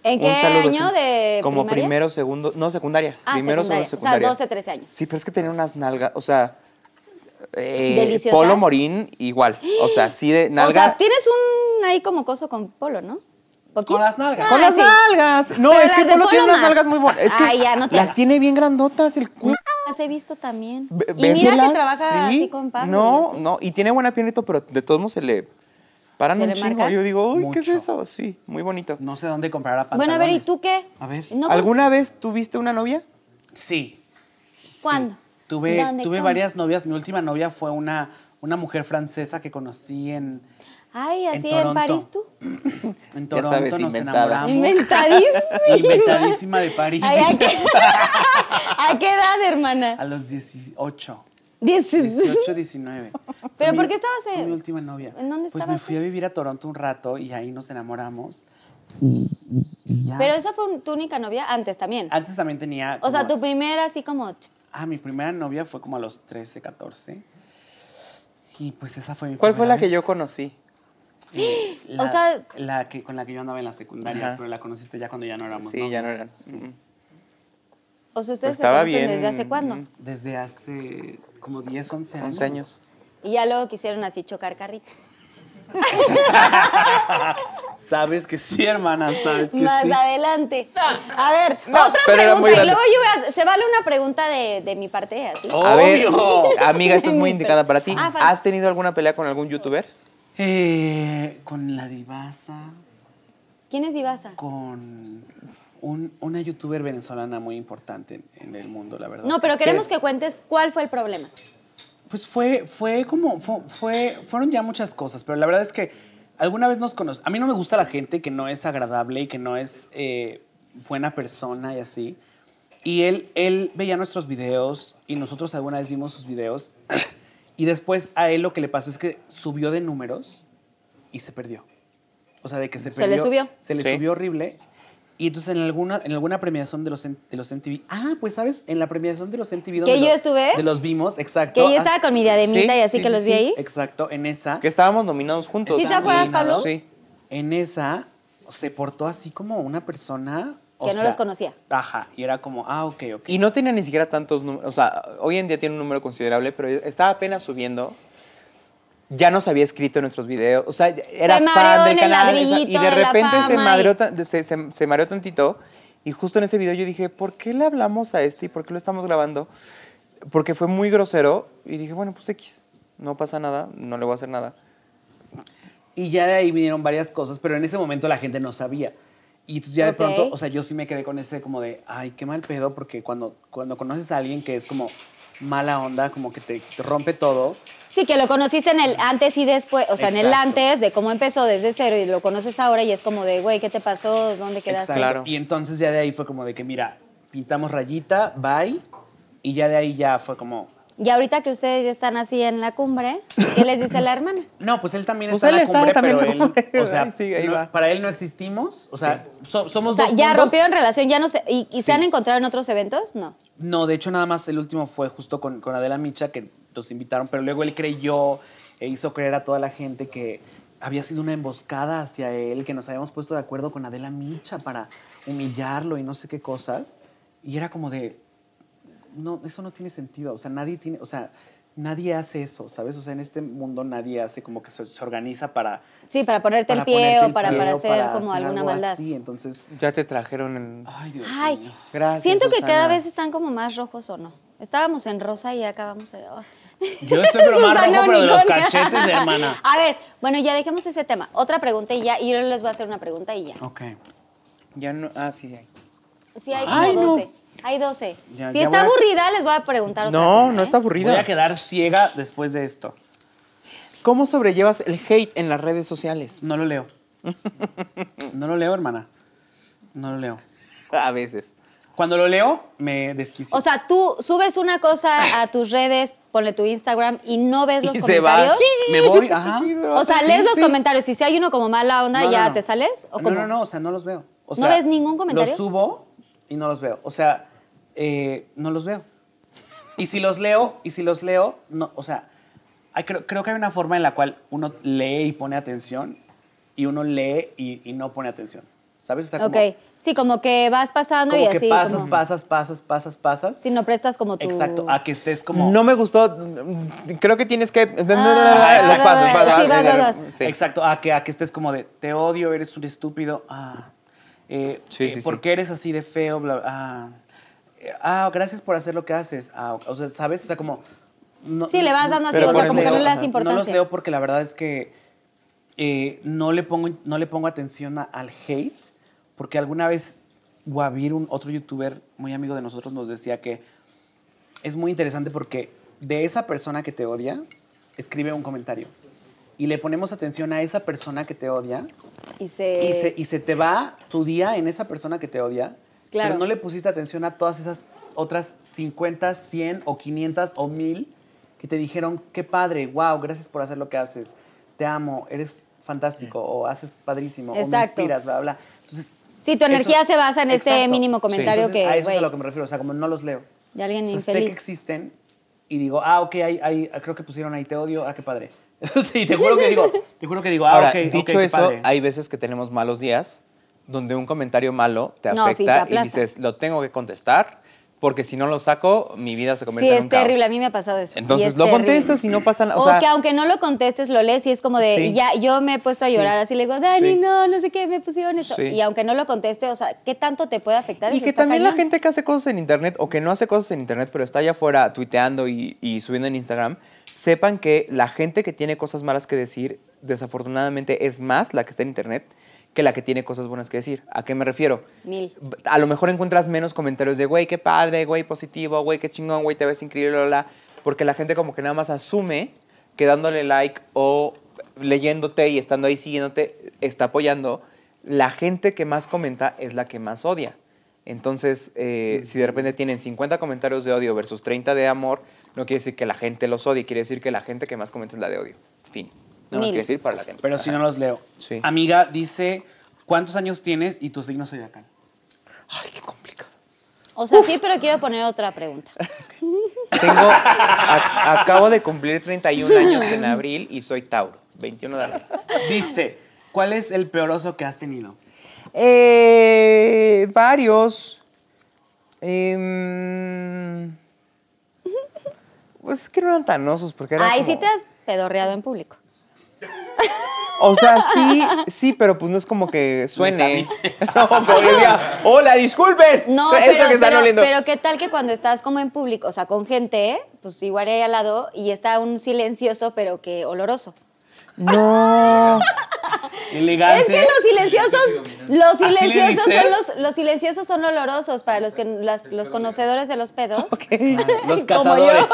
S2: ¿En qué
S7: Un saludo,
S2: año
S7: sí.
S2: de
S7: Como
S2: primaria?
S7: primero, segundo, no, secundaria.
S2: Ah,
S7: primero,
S2: secundaria. O sea,
S7: segundo, secundaria.
S2: 12, 13 años.
S7: Sí, pero es que tenía unas nalgas, o sea... eh,
S2: ¿Deliciosas?
S7: Polo Morín, igual. O sea, así de nalga.
S2: O sea, tienes un ahí como coso con polo, ¿no? ¿Poquis?
S6: Con las nalgas.
S7: Con
S2: Ah,
S7: las
S2: sí.
S7: nalgas. No,
S2: Pero
S7: es que
S2: las de
S7: Polo tiene
S2: Polo
S7: unas
S2: más.
S7: nalgas muy buenas. Es que
S2: Ay, ya, no te
S7: las
S2: hagas.
S7: tiene bien grandotas el culo.
S2: Las he visto también.
S7: Ve-
S2: y mira
S7: véselas,
S2: que trabaja así con Pablo.
S7: No,
S2: y así.
S7: no, y tiene buena piernito, pero de todos modos se le paran
S2: ¿Se
S7: un
S2: le
S7: chingo.
S2: marca?
S7: Yo digo, uy, ¿qué es
S6: Mucho.
S7: eso? Sí, muy bonito.
S6: No sé dónde comprará
S2: Bueno,
S6: pantalones.
S2: a ver, ¿y tú qué?
S6: A ver.
S2: ¿No pues con-
S7: ¿Alguna vez tuviste una novia?
S6: Sí.
S2: ¿Cuándo?
S6: Tuve,
S2: ¿Dónde?
S6: tuve
S2: ¿Cómo?
S6: varias novias. Mi última novia fue una, una mujer francesa que conocí en,
S2: Ay, así en,
S6: en Toronto.
S2: París tú.
S6: en Toronto.
S7: sabes,
S6: nos
S7: inventada.
S6: enamoramos.
S2: Inventadísima.
S6: Inventadísima de París.
S2: Ay, ¿a, qué, ¿A qué edad, hermana?
S6: A los 18.
S2: Dieciséis.
S6: 18, 19.
S2: ¿Pero
S6: Fue
S2: por
S6: mi-
S2: qué estabas
S6: fue
S2: en-
S6: Mi última novia.
S2: en dónde
S6: Pues me
S2: estabas
S6: fui
S2: tú?
S6: a vivir a Toronto un rato y ahí nos enamoramos.
S2: Pero esa fue un- tu única novia antes también.
S6: Antes también tenía.
S2: O sea,
S6: Ah, como-
S2: tu primera así como...
S6: Ah, mi primera novia fue como a los 13, 14. Y pues esa fue mi
S7: ¿Cuál fue
S6: primera
S7: la que
S6: vez.
S7: yo conocí?
S6: Eh, la,
S2: O sea-
S6: la que, con la que yo andaba en la secundaria,
S7: Ajá.
S6: pero la conociste ya cuando ya no éramos.
S7: Sí, ya no
S6: novios.
S7: era.
S6: Sí.
S2: O sea, ustedes se
S7: estaba
S2: conocen
S7: bien.
S2: desde hace cuándo.
S6: Desde hace como 10, 11 años.
S7: 11 años.
S2: Y ya luego quisieron así chocar carritos.
S6: Sabes que sí, hermana, sabes que
S2: Más
S6: sí.
S2: adelante. A ver,
S7: No,
S2: otra
S7: pero era
S2: pregunta.
S7: muy
S2: Y
S7: grande.
S2: luego yo voy a- se vale una pregunta de, de mi parte así.
S6: Oh.
S7: A ver,
S6: Obvio.
S7: amiga, esta es muy indicada para ti.
S2: Ah, vale.
S7: ¿Has tenido alguna pelea con algún youtuber?
S6: Eh, con la divasa,
S2: ¿Quién es Ibasa?
S6: con un- una youtuber venezolana muy importante en el mundo, la verdad.
S2: No, pero queremos
S6: Sí.
S2: que cuentes cuál fue el problema.
S6: Pues fue, fue como, fue, fue- fueron ya muchas cosas, pero la verdad es que alguna vez nos conocimos. A mí no me gusta la gente que no es agradable y que no es eh, buena persona y así. Y él, él veía nuestros videos y nosotros alguna vez vimos sus videos. y después a él lo que le pasó es que subió de números y se perdió. O sea, de que se
S2: Se le
S6: perdió.
S2: subió.
S6: Se le
S7: Sí.
S6: subió horrible. Y entonces en alguna, en alguna premiación de los, M- de los MTV. Ah, pues sabes, en la premiación de los MTV. donde
S2: yo
S6: lo-
S2: estuve.
S6: De los vimos, exacto.
S2: Que yo
S6: Ah,
S2: estaba con mi diademita
S7: Sí,
S2: y así
S6: sí,
S2: que
S6: sí,
S2: los vi
S6: sí,
S2: ahí.
S6: Exacto, en esa.
S7: Que estábamos nominados juntos.
S2: ¿Sí te acuerdas, Pablo?
S7: Sí.
S6: En esa se portó así como una persona. o
S2: Que no
S6: sea,
S2: los conocía.
S6: Ajá, y era como, ah, ok, ok.
S7: Y no tenía ni siquiera tantos números. O sea, hoy en día tiene un número considerable, pero estaba apenas subiendo. ya nos había escrito en nuestros videos. O sea, era
S9: mareó
S7: fan
S9: en
S7: del
S9: el
S7: canal. esa- Y
S9: ladrillito
S7: de
S9: de la
S7: repente se,
S9: fama y-
S7: madreó tan- se, se- se mareó tantito. Y justo en ese video yo dije, ¿por qué le hablamos a este y por qué lo estamos grabando? Porque fue muy grosero. Y dije, bueno, pues X, no pasa nada, no le voy a hacer nada.
S6: Y ya de ahí vinieron varias cosas, pero en ese momento la gente no sabía. Y entonces ya
S9: Ok.
S6: de pronto, o sea, yo sí me quedé con ese como de, ay, qué mal pedo, porque cuando, cuando conoces a alguien que es como mala onda, como que te, te rompe todo,
S2: Sí, que lo conociste en el antes y después, o sea, en el
S6: Exacto.
S2: antes de cómo empezó desde cero y lo conoces ahora y es como de, güey, ¿qué te pasó? ¿Dónde quedaste?
S6: Exacto.
S7: Claro.
S6: Y entonces ya de ahí fue como de que, mira, pintamos rayita, bye. Y ya de ahí ya fue como,
S2: Y ahorita que ustedes ya están así en la cumbre, ¿qué les dice la hermana?
S6: no, pues él también
S7: Pues
S6: está en
S7: él
S6: la
S7: está
S6: cumbre,
S7: también
S6: pero
S7: en la
S6: él,
S7: cumbre,
S6: o sea,
S7: ahí sigue, ahí
S6: no-
S7: va.
S6: para él no existimos, o sea, so-
S2: O
S6: somos
S2: sea,
S6: dos
S2: ya
S6: mundos.
S2: rompieron relación, ya no sé. ¿Y, y
S6: Sí.
S2: se han encontrado en otros eventos? No.
S6: No, de hecho nada más el último fue justo con, con Adela Micha que los invitaron, pero luego él creyó e hizo creer a toda la gente que había sido una emboscada hacia él, que nos habíamos puesto de acuerdo con Adela Micha para humillarlo y no sé qué cosas. Y era como de, no, eso no tiene sentido, o sea, nadie tiene, o sea, nadie hace eso, ¿sabes? O sea, en este mundo nadie hace como que se, se organiza para...
S2: Sí, para ponerte el pie
S6: ponerte
S2: o
S6: el
S2: para-
S6: pie
S2: para
S6: o
S2: hacer como alguna
S6: algo
S2: maldad.
S6: así, entonces...
S7: Ya te trajeron en...
S6: Ay, Dios mío.
S2: Ay,
S7: Gracias,
S2: siento que cada
S7: Susana.
S2: vez están como más rojos o no. Estábamos en rosa y ya acabamos en... oh.
S6: Yo estoy pero más
S2: Susana
S6: rojo, pero de los
S2: Unicornia.
S6: cachetes, hermana.
S2: A ver, bueno, ya dejemos ese tema. Otra pregunta y ya, y yo les voy a hacer una pregunta y ya.
S6: Ok.
S7: Ya no... Ah, sí, ahí.
S9: Sí, hay
S6: Ay,
S9: como
S6: no.
S9: 12. Hay 12.
S6: Ya,
S2: si
S6: ya
S2: está
S6: voy a-
S2: aburrida, les voy a preguntar otra
S7: No,
S2: cosa,
S7: no
S2: ¿eh?
S7: está
S6: Voy a
S7: aburrida.
S6: quedar ciega después de esto.
S7: ¿Cómo sobrellevas el hate en las redes sociales?
S6: No lo leo. No lo leo, hermana. No lo leo.
S7: A veces.
S6: Cuando lo leo, me desquicio.
S2: O sea, tú subes una cosa a tus redes, ponle tu Instagram y no ves los
S7: Y se va.
S2: comentarios.
S6: me voy, ajá.
S2: O sea, lees los comentarios y si hay uno como mala onda,
S6: No, no,
S2: ya
S6: no.
S2: te sales. ¿o
S6: no,
S2: cómo?
S6: no, no, o sea, no los veo. O
S2: ¿No
S6: sea,
S2: ves ningún comentario?
S6: Los subo y no los veo. O sea, eh, no los veo. Y si los leo, y si los leo, no, o sea, hay- creo, creo que hay una forma en la cual uno lee y pone atención y uno lee y, y no pone atención. ¿Sabes? O sea, como,
S2: Ok, sí, como que vas pasando
S6: como
S2: y
S6: que
S2: así.
S6: pasas,
S2: como-
S6: pasas, pasas, pasas, pasas.
S2: Si no prestas como tu...
S6: Exacto, Ah, a que estés como...
S7: No me gustó. mm, Creo que tienes que. los
S2: ah,
S7: pasos,
S2: ah,
S7: pasos,
S2: sí, vas,
S7: ah,
S2: vas, vas.
S7: sí.
S6: Exacto, a que, a que estés como de, te odio, eres un estúpido, ah, eh,
S7: Sí, sí,
S6: eh,
S7: sí.
S6: ¿por qué eres así de feo? Bla, bla, ah, eh, ah, gracias por hacer lo que haces. Ah, o sea, ¿sabes? O sea, como... no-
S2: Sí, le vas dando así,
S7: Pero
S2: o sea,
S7: pones
S2: como que
S7: leo,
S2: no le das
S6: ajá.
S2: importancia.
S6: No los leo porque la verdad es que eh, no, le pongo, no le pongo atención a- al hate, porque alguna vez Guavir, un otro youtuber muy amigo de nosotros, nos decía que es muy interesante porque de esa persona que te odia, escribe un comentario. Y le ponemos atención a esa persona que te odia
S2: Y se...
S6: y, se, y se te va tu día en esa persona que te odia.
S2: Claro.
S6: Pero no le pusiste atención a todas esas otras 50, 100 o 500 o 1000 que te dijeron, qué padre, wow, gracias por hacer lo que haces, te amo, eres fantástico o haces padrísimo o me
S2: Exacto.
S6: inspiras, bla, bla. Entonces,
S2: Sí, tu energía se basa en este mínimo comentario
S6: Entonces,
S2: que,
S6: A eso es
S2: güey.
S6: a lo que me refiero, o sea, como no los leo.
S2: De alguien
S6: O sea, sé
S2: infeliz.
S6: que existen y digo, ah, ok, ahí, ahí, creo que pusieron ahí te odio, ah, qué padre. y te juro que digo, te juro que digo, ah,
S7: Ahora,
S6: ok, ok,
S7: dicho
S6: qué
S7: eso,
S6: padre.
S7: hay veces que tenemos malos días donde un comentario malo te
S2: No,
S7: afecta
S2: sí, te
S7: y
S2: aplasta.
S7: dices, lo tengo que contestar, porque si no lo saco, mi vida se
S2: Sí,
S7: convierte en
S2: es
S7: un caos.
S2: terrible, a mí me ha pasado eso.
S7: Entonces,
S2: Y es
S7: lo
S2: terrible.
S7: contestas y no pasa nada, o
S2: O,
S7: sea-
S2: que aunque no lo contestes, lo lees y es como de,
S7: Sí.
S2: y ya, yo me he puesto
S7: Sí.
S2: a llorar así, le digo, Dani,
S7: Sí.
S2: no, no sé qué, me pusieron eso.
S7: Sí.
S2: Y aunque no lo conteste, o sea, ¿qué tanto te puede afectar?
S7: Y
S2: Eso
S7: que
S2: está
S7: también la
S2: cañón.
S7: gente que hace cosas en internet o que no hace cosas en internet, pero está allá afuera tuiteando y, y subiendo en Instagram, sepan que la gente que tiene cosas malas que decir, desafortunadamente es más la que está en internet que la que tiene cosas buenas que decir. ¿A qué me refiero?
S2: Mil.
S7: A lo mejor encuentras menos comentarios de, güey, qué padre, güey, positivo, güey, qué chingón, güey, te ves increíble, bla, bla, porque la gente como que nada más asume que dándole like o leyéndote y estando ahí siguiéndote, está apoyando. La gente que más comenta es la que más odia. Entonces, eh, si de repente tienen 50 comentarios de odio versus 30 de amor, no quiere decir que la gente los odie, quiere decir que la gente que más comenta es la de odio. Fin. No más
S2: Mil.
S7: quiere decir para la gente.
S6: Pero si no los leo.
S7: Sí.
S6: Amiga, dice, ¿cuántos años tienes y tu signo zodiacal?
S7: Ay, qué complicado.
S2: O sea, sí, pero quiero poner otra pregunta.
S7: Tengo, a- acabo de cumplir 31 años en abril y soy Tauro, 21 de abril.
S6: Dice, ¿cuál es el peor oso que has tenido?
S7: Eh, varios. Em, pues es que no eran tan osos porque era
S2: Ay,
S7: como-
S2: sí te has pedorreado en público.
S7: O sea, sí, sí, pero pues no es como que suene.
S6: Les
S7: No, como que diga, hola, disculpen.
S2: No,
S7: eso
S2: pero,
S7: que están
S2: pero-
S7: oliendo.
S2: pero qué tal que cuando estás como en público, o sea, con gente, pues igual ahí al lado y está un silencioso, pero que oloroso.
S7: No.
S6: Elegante.
S7: Ah,
S2: Es que los silenciosos, los
S6: ¿Así le
S2: silenciosos son
S6: dices?
S2: los, los silenciosos son olorosos para los que las- los conocedores de los pedos,
S6: Ah, Los
S2: como
S6: catadores.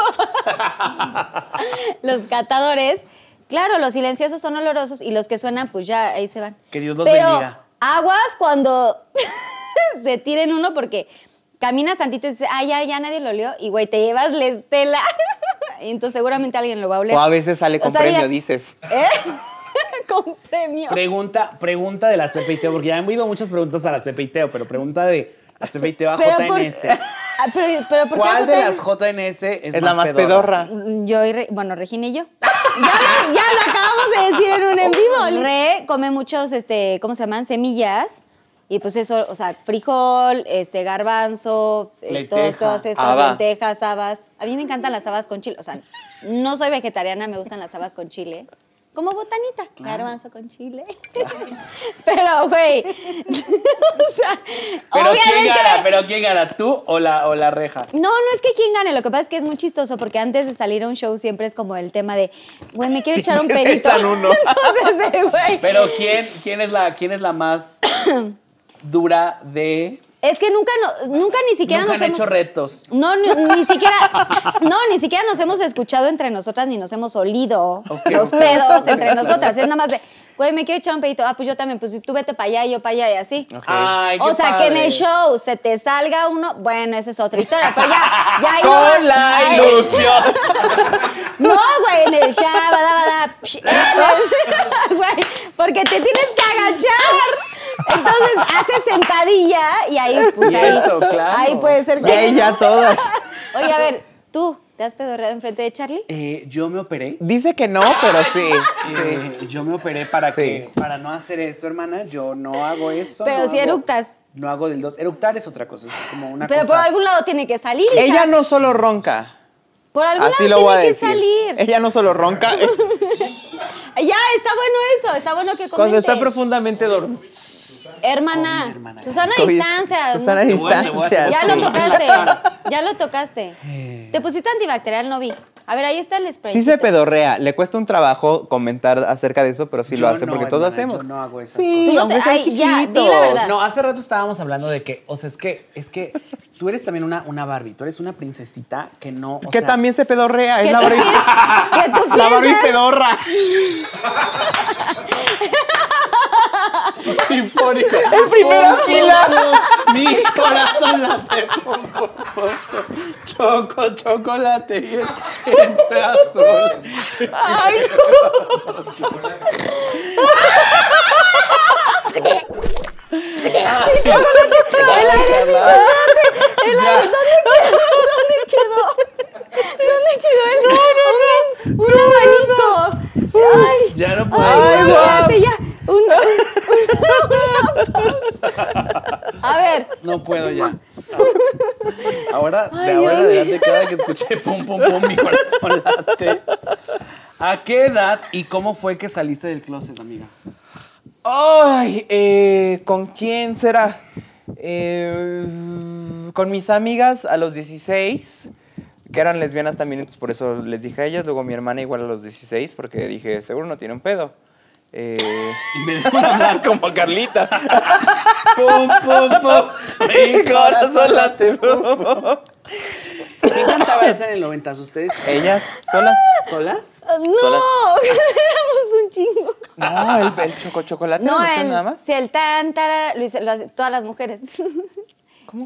S2: los catadores. Claro, los silenciosos son olorosos y los que suenan, pues ya ahí se van.
S6: Que Dios los
S2: Pero
S6: bendiga.
S2: Aguas cuando se tiren uno porque caminas tantito y dices, ay, ya, ya nadie lo olió y güey te llevas la estela. Y Entonces seguramente alguien lo va a oler.
S7: O a veces sale
S2: O
S7: con
S2: sea,
S7: premio,
S2: digas,
S7: dices.
S2: ¿Eh? Con premio.
S6: Pregunta, pregunta de las Pepe y Teo, porque ya han habido muchas preguntas a las Pepe y Teo, pero pregunta de las Pepe y Teo a
S2: por-
S6: JNS.
S2: Ah, pero, pero ¿por qué
S6: ¿Cuál de
S2: JNS?
S6: las JNS es,
S7: Es la más pedorra.
S2: Yo y Re- bueno, Regina y yo. ya, lo- ya lo acabamos de decir en un en vivo. Re come muchos, este, ¿cómo se llaman? Semillas. Y pues eso, o sea, frijol, este, garbanzo, eh, todos-
S6: Lenteja,
S2: todas estas
S7: haba.
S2: lentejas, habas. A mí me encantan las habas con chile. O sea, no soy vegetariana, me gustan las habas con chile. Como botanita, garbanzo con chile. Pero, güey, o sea,
S6: Pero quién
S2: obviamente-
S6: gana, pero quién gana, tú o la, o la reja.
S2: no, no es que quién gane, lo que pasa es que es muy chistoso porque antes de salir a un show siempre es como el tema de, güey, me quiero echar un
S7: se
S2: pedito.
S7: echan uno.
S2: Entonces, eh, güey.
S6: Pero quién, quién es la, quién es la más dura de.
S2: Es que nunca, no- nunca ni siquiera
S6: Nunca
S2: nos
S6: han
S2: hemos...
S6: hecho retos.
S2: No, ni, ni siquiera, no, ni siquiera nos hemos escuchado entre nosotras ni nos hemos olido
S6: Ok.
S2: los pedos entre nosotras. Es nada más de, güey, me quiero echar un pedito. Ah, pues yo también, pues tú vete para allá y yo para allá y así.
S6: Ay, qué
S2: o sea, que en
S6: padre.
S2: el show se te salga uno, bueno, esa es otra historia, pero ya, ya ahí no va-
S7: Con la
S2: Ay.
S7: ilusión.
S2: No, güey, en el shabada, bada, psh, güey, porque te tienes que agachar. Entonces haces sentadilla y ahí, pues
S6: Y
S2: ahí,
S6: eso, claro.
S2: ahí puede ser
S7: Y ahí
S2: que.
S7: ya todas.
S2: Oye, a ver, tú, ¿te has pedorreado enfrente de Charlie?
S6: Eh, yo me operé.
S7: Dice que no, pero sí. sí.
S6: Eh, yo me operé para
S7: Sí.
S6: que para no hacer eso, hermana. Yo no hago eso.
S2: Pero
S6: no
S2: si
S6: hago-
S2: eructas.
S6: No hago del dos. Eructar es otra cosa. Es como una
S2: Pero
S6: cosa.
S2: por algún lado tiene que salir. hija.
S7: Ella no solo ronca.
S2: Por algún
S7: Así
S2: lado
S7: lo voy a
S2: tiene que
S7: decir.
S2: salir.
S7: Ella no solo ronca. eh,
S2: Ya, está bueno eso, está bueno que comentes.
S7: Cuando está profundamente dormida.
S2: Hermana,
S6: Con mi hermana.
S2: Susana a
S7: COVID.
S2: distancia. no
S7: Susana a
S2: sé.
S7: distancia.
S2: Ya lo
S7: sí. Eh.
S2: tocaste, ya lo tocaste. Te pusiste antibacterial, no vi. A ver, ahí está el spray.
S7: Sí se pedorrea, le cuesta un trabajo comentar acerca de eso, pero sí lo
S6: Yo
S7: hace
S6: no,
S7: porque todos
S6: hermana,
S7: hacemos.
S6: yo no hago esas
S7: sí,
S2: Tú no
S7: aunque
S2: te-
S7: sean
S2: ay, ya, di la
S7: chiquitos.
S2: verdad.
S6: Pues, No, hace rato estábamos hablando de que, o sea, es que, es que tú eres también una, una Barbie, tú eres una princesita que no. o
S7: Que
S6: sea,
S7: también se pedorrea, es
S2: ¿Qué
S7: la
S2: tú
S7: Barbie.
S2: piensas? ¿Qué tú
S7: La Barbie
S2: piensas?
S7: pedorra.
S6: Sinfónico.
S7: En primera fila.
S6: Mi corazón late. Pum, pum, pum. Choco, chocolate. Y el- el brazo.
S2: El aire sin chocolate. El aire, ¿dónde quedó? ¿Dónde quedó? ¿Dónde quedó el aire? Un, un abanico. Ay,
S6: Ya no puedo.
S2: ay,
S6: ya.
S2: espérate, ya. Un, un- un- A ver,
S6: No puedo ya. Ahora, de ahora en adelante, cada que escuché pum, pum, pum, mi corazón late. ¿A qué edad y cómo fue que saliste del closet, amiga?
S7: Ay, eh, ¿con quién será? Eh, con mis amigas a los 16, que eran lesbianas también, entonces por eso les dije a ellas, luego mi hermana igual a los 16, porque dije, seguro no tiene un pedo. Eh,
S6: Y me dejó hablar como a Carlita. pum, pum, pum. Mi corazón late. ¿Qué cantabas en el 90? ¿Ustedes
S7: ellas solas.
S6: solas?
S2: no, éramos un chingo.
S7: No, el, el choco chocolate no,
S2: No,
S7: fue
S2: el,
S7: nada más.
S2: si el tan, tarara, lo hice- lo hace- todas las mujeres.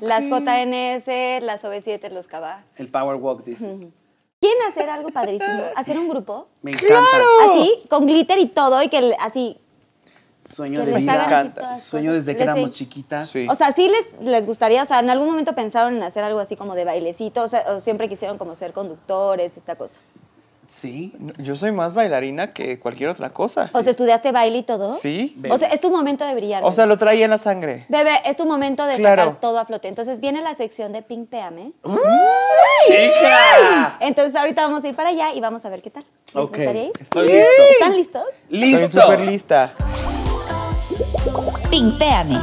S2: Las JNS, las OV7, los Cabá.
S6: El Power Walk, dices.
S2: ¿Quieren hacer algo padrísimo? ¿Hacer un grupo?
S6: Me encanta.
S2: Así, con glitter y todo, y que le- así.
S6: Sueño
S2: Que
S6: de
S2: les hagan
S7: así
S6: vida.
S2: todas
S6: Sueño
S2: cosas.
S6: desde que
S2: Les
S6: éramos
S2: en-
S6: chiquitas.
S7: Sí.
S2: O sea, sí les, les gustaría, o sea, en algún momento pensaron en hacer algo así como de bailecito, o, sea, o siempre quisieron como ser conductores, esta cosa.
S6: Sí.
S7: Yo soy más bailarina que cualquier otra cosa.
S2: O sea, estudiaste baile y todo.
S7: Sí.
S2: O sea, es tu momento de brillar.
S7: O sea, lo traía en la sangre.
S2: Bebé, es tu momento de
S7: Claro.
S2: sacar todo a flote. Entonces viene la sección de Pink Peame.
S6: ¡Chica!
S2: Entonces ahorita vamos a ir para allá y vamos a ver qué tal. ¿Les
S6: Ok.
S2: gustaría ir?
S6: Estoy listo.
S2: ¿Están listos?
S7: Estoy
S6: Listo.
S7: súper lista.
S5: Pimpéame.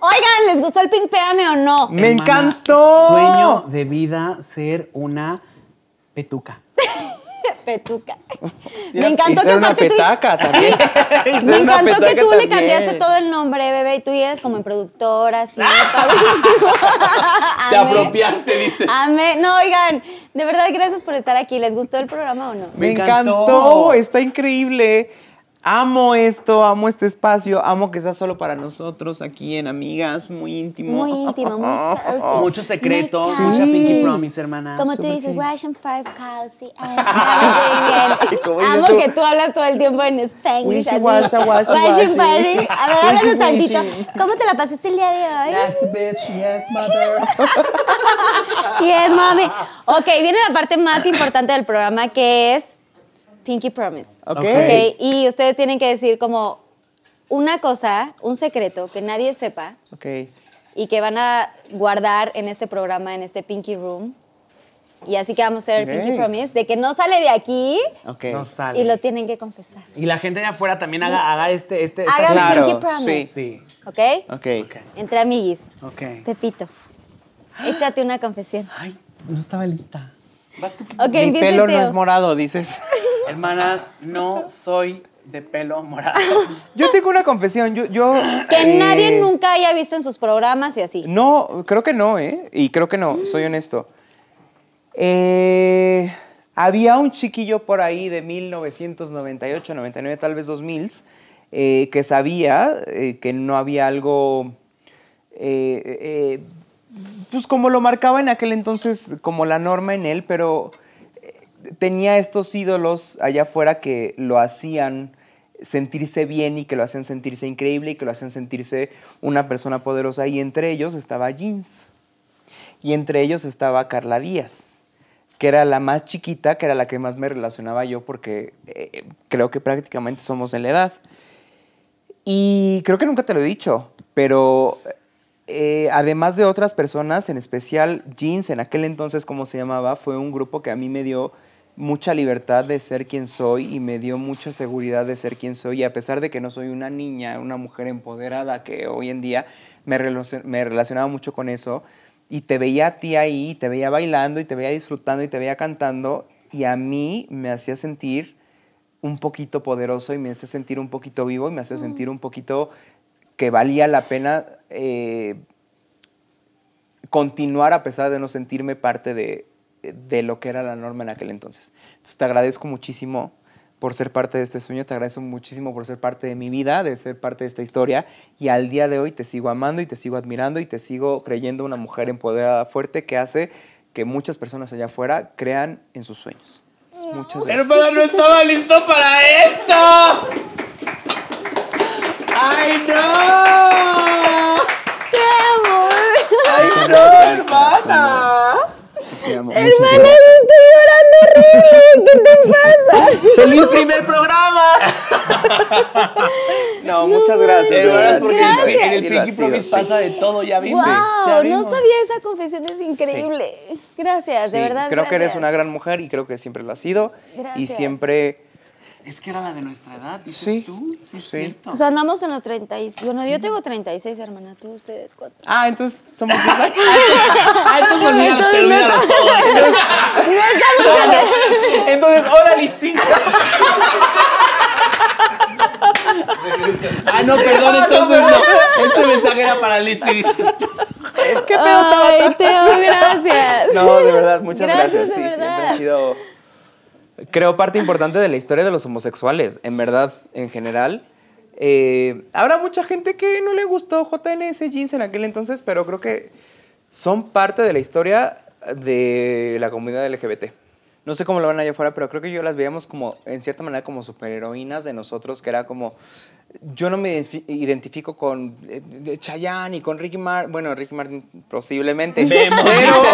S2: Oigan, ¿les gustó el Pink Péame o no?
S6: Hermana,
S7: ¡Me encantó!
S6: Sueño de vida ser una petuca.
S2: Petuca. Me encantó
S7: y
S2: que
S7: ser una
S2: aparte tú-
S7: petaca también. Y ser
S2: Me
S7: una
S2: encantó que
S7: petaca
S2: tú le
S7: también.
S2: cambiaste todo el nombre, bebé, y tú eres como en productora, así. padrísimo.
S6: Te
S2: Amé.
S6: apropiaste, dices.
S7: Ah,
S2: Amé. No, oigan, de verdad, gracias por estar aquí. ¿Les gustó el programa o no?
S7: Me
S6: Me
S7: encantó.
S6: encantó.
S7: está increíble. Amo esto, amo este espacio, amo que sea solo para nosotros aquí en Amigas, muy íntimo.
S2: Muy íntimo, muy cozy.
S6: Muchos secretos,
S2: Sí.
S6: mucha pinky promise, hermana.
S2: Como tú
S7: súper
S2: dices,
S7: sí.
S2: Russian Five Cozy. Amo
S7: Como dices
S2: Amo
S7: tú.
S2: que tú hablas todo el tiempo en Spanish.
S7: Wishy,
S2: así.
S7: washa, washa,
S2: Russian
S7: washy.
S2: Five. A ver, háblanos
S7: Wishy,
S2: tantito.
S7: wishy.
S2: ¿Cómo te la pasaste el día de hoy?
S6: That's the bitch, yes, mother.
S2: Yes, mami. Ok, viene la parte más importante del programa que es Pinky Promise.
S7: Ok.
S2: Ok, y ustedes tienen que decir como una cosa, un secreto que nadie sepa
S7: Ok.
S2: y que van a guardar en este programa, en este Pinky Room. Y así que vamos a hacer el Pinky
S7: Ok.
S2: Promise de que no sale de aquí
S7: Ok.
S6: No sale.
S2: y
S6: Y,
S2: lo tienen que confesar.
S6: la gente de afuera también haga, haga este, este. esta-
S2: Hagan
S7: claro,
S2: Pinky Promise.
S6: Sí.
S2: ¿Ok?
S7: Ok.
S2: Entre amiguis.
S6: Ok.
S2: Pepito, échate una confesión.
S6: Ay, no estaba lista. Vas tú.
S2: Ok,
S7: Mi
S2: empieza
S7: pelo no
S2: Teo.
S7: es morado, dices.
S6: Hermanas, no soy de pelo morado.
S7: Yo tengo una confesión, yo... yo
S2: Que
S7: eh,
S2: nadie nunca haya visto en sus programas y así.
S7: No, creo que no, ¿eh? Y creo que no, soy honesto. Eh, había un chiquillo por ahí de 1998, 99, tal vez 2000, eh, que sabía eh, que no había algo... eh, eh, pues como lo marcaba en aquel entonces, como la norma en él, pero tenía estos ídolos allá afuera que lo hacían sentirse bien y que lo hacían sentirse increíble y que lo hacían sentirse una persona poderosa. Y entre ellos estaba Jeans. Y entre ellos estaba Carla Díaz, que era la más chiquita, que era la que más me relacionaba yo porque eh, creo que prácticamente somos de la edad. Y creo que nunca te lo he dicho, pero eh, además de otras personas, en especial Jeans, en aquel entonces, como se llamaba, fue un grupo que a mí me dio mucha libertad de ser quien soy y me dio mucha seguridad de ser quien soy. Y a pesar de que no soy una niña, una mujer empoderada, que hoy en día me, relacion- me relacionaba mucho con eso, y te veía a ti ahí, y te veía bailando, y te veía disfrutando, y te veía cantando, y a mí me hacía sentir un poquito poderoso y me hace sentir un poquito vivo y me hace sentir un poquito que valía la pena eh, continuar a pesar de no sentirme parte de, de lo que era la norma en aquel entonces. Entonces te agradezco muchísimo por ser parte de este sueño, te agradezco muchísimo por ser parte de mi vida, de ser parte de esta historia y al día de hoy te sigo amando y te sigo admirando y te sigo creyendo una mujer empoderada, fuerte, que hace que muchas personas allá afuera crean en sus sueños. Entonces, Muchas gracias.
S6: Hermana, no estaba listo para este esto. ¡Ay, no! ¡Ay, no, hermana!
S7: Hermana,
S2: estoy llorando horrible. ¿Qué te pasa?
S7: ¡Feliz primer programa! no, muchas gracias.
S6: De
S7: de
S6: verdad,
S7: verdad,
S6: porque
S7: sí,
S6: en- en
S7: sí
S6: el
S7: lo ha
S6: Pinky
S7: sido,
S6: Promise
S7: sí.
S6: pasa de todo, ya viste.
S2: ¡Wow! No sabía esa confesión, es increíble. Gracias, de
S7: Sí,
S2: verdad.
S7: creo que eres
S2: gracias.
S7: una gran mujer y creo que siempre lo has sido. Y
S2: Gracias.
S7: siempre.
S6: Es que era la de nuestra edad, dices
S7: Sí,
S6: tú. Sí, es
S7: sí.
S6: cierto.
S8: Pues andamos en los 30. y- Bueno, yo tengo 36, hermana. Tú, ustedes, ¿cuántos?
S7: Ah, entonces somos diez años.
S6: Ah, entonces olvídalo, te olvídalo todo.
S7: Entonces, hola, Litzinka.
S6: Ah, no, perdón, entonces
S2: Ah,
S6: no. Este mensaje era para Litsi, dices tú.
S7: ¿Qué pedo
S2: Ah.
S7: estaba tan-
S8: Teo, gracias.
S7: No, de verdad, muchas
S8: Gracias,
S7: gracias.
S8: de
S7: Sí, siempre
S8: verdad.
S7: ha sido, creo, parte importante de la historia de los homosexuales, en verdad, en general. Eh, habrá mucha gente que no le gustó JNS Jeans en aquel entonces, pero creo que son parte de la historia de la comunidad LGBT. No sé cómo lo van allá afuera, pero creo que yo las veíamos como, en cierta manera, como superheroínas de nosotros, que era como, yo no me identifi- identifico con eh, de Chayanne y con Ricky Martin, bueno, Ricky Martin posiblemente, pero,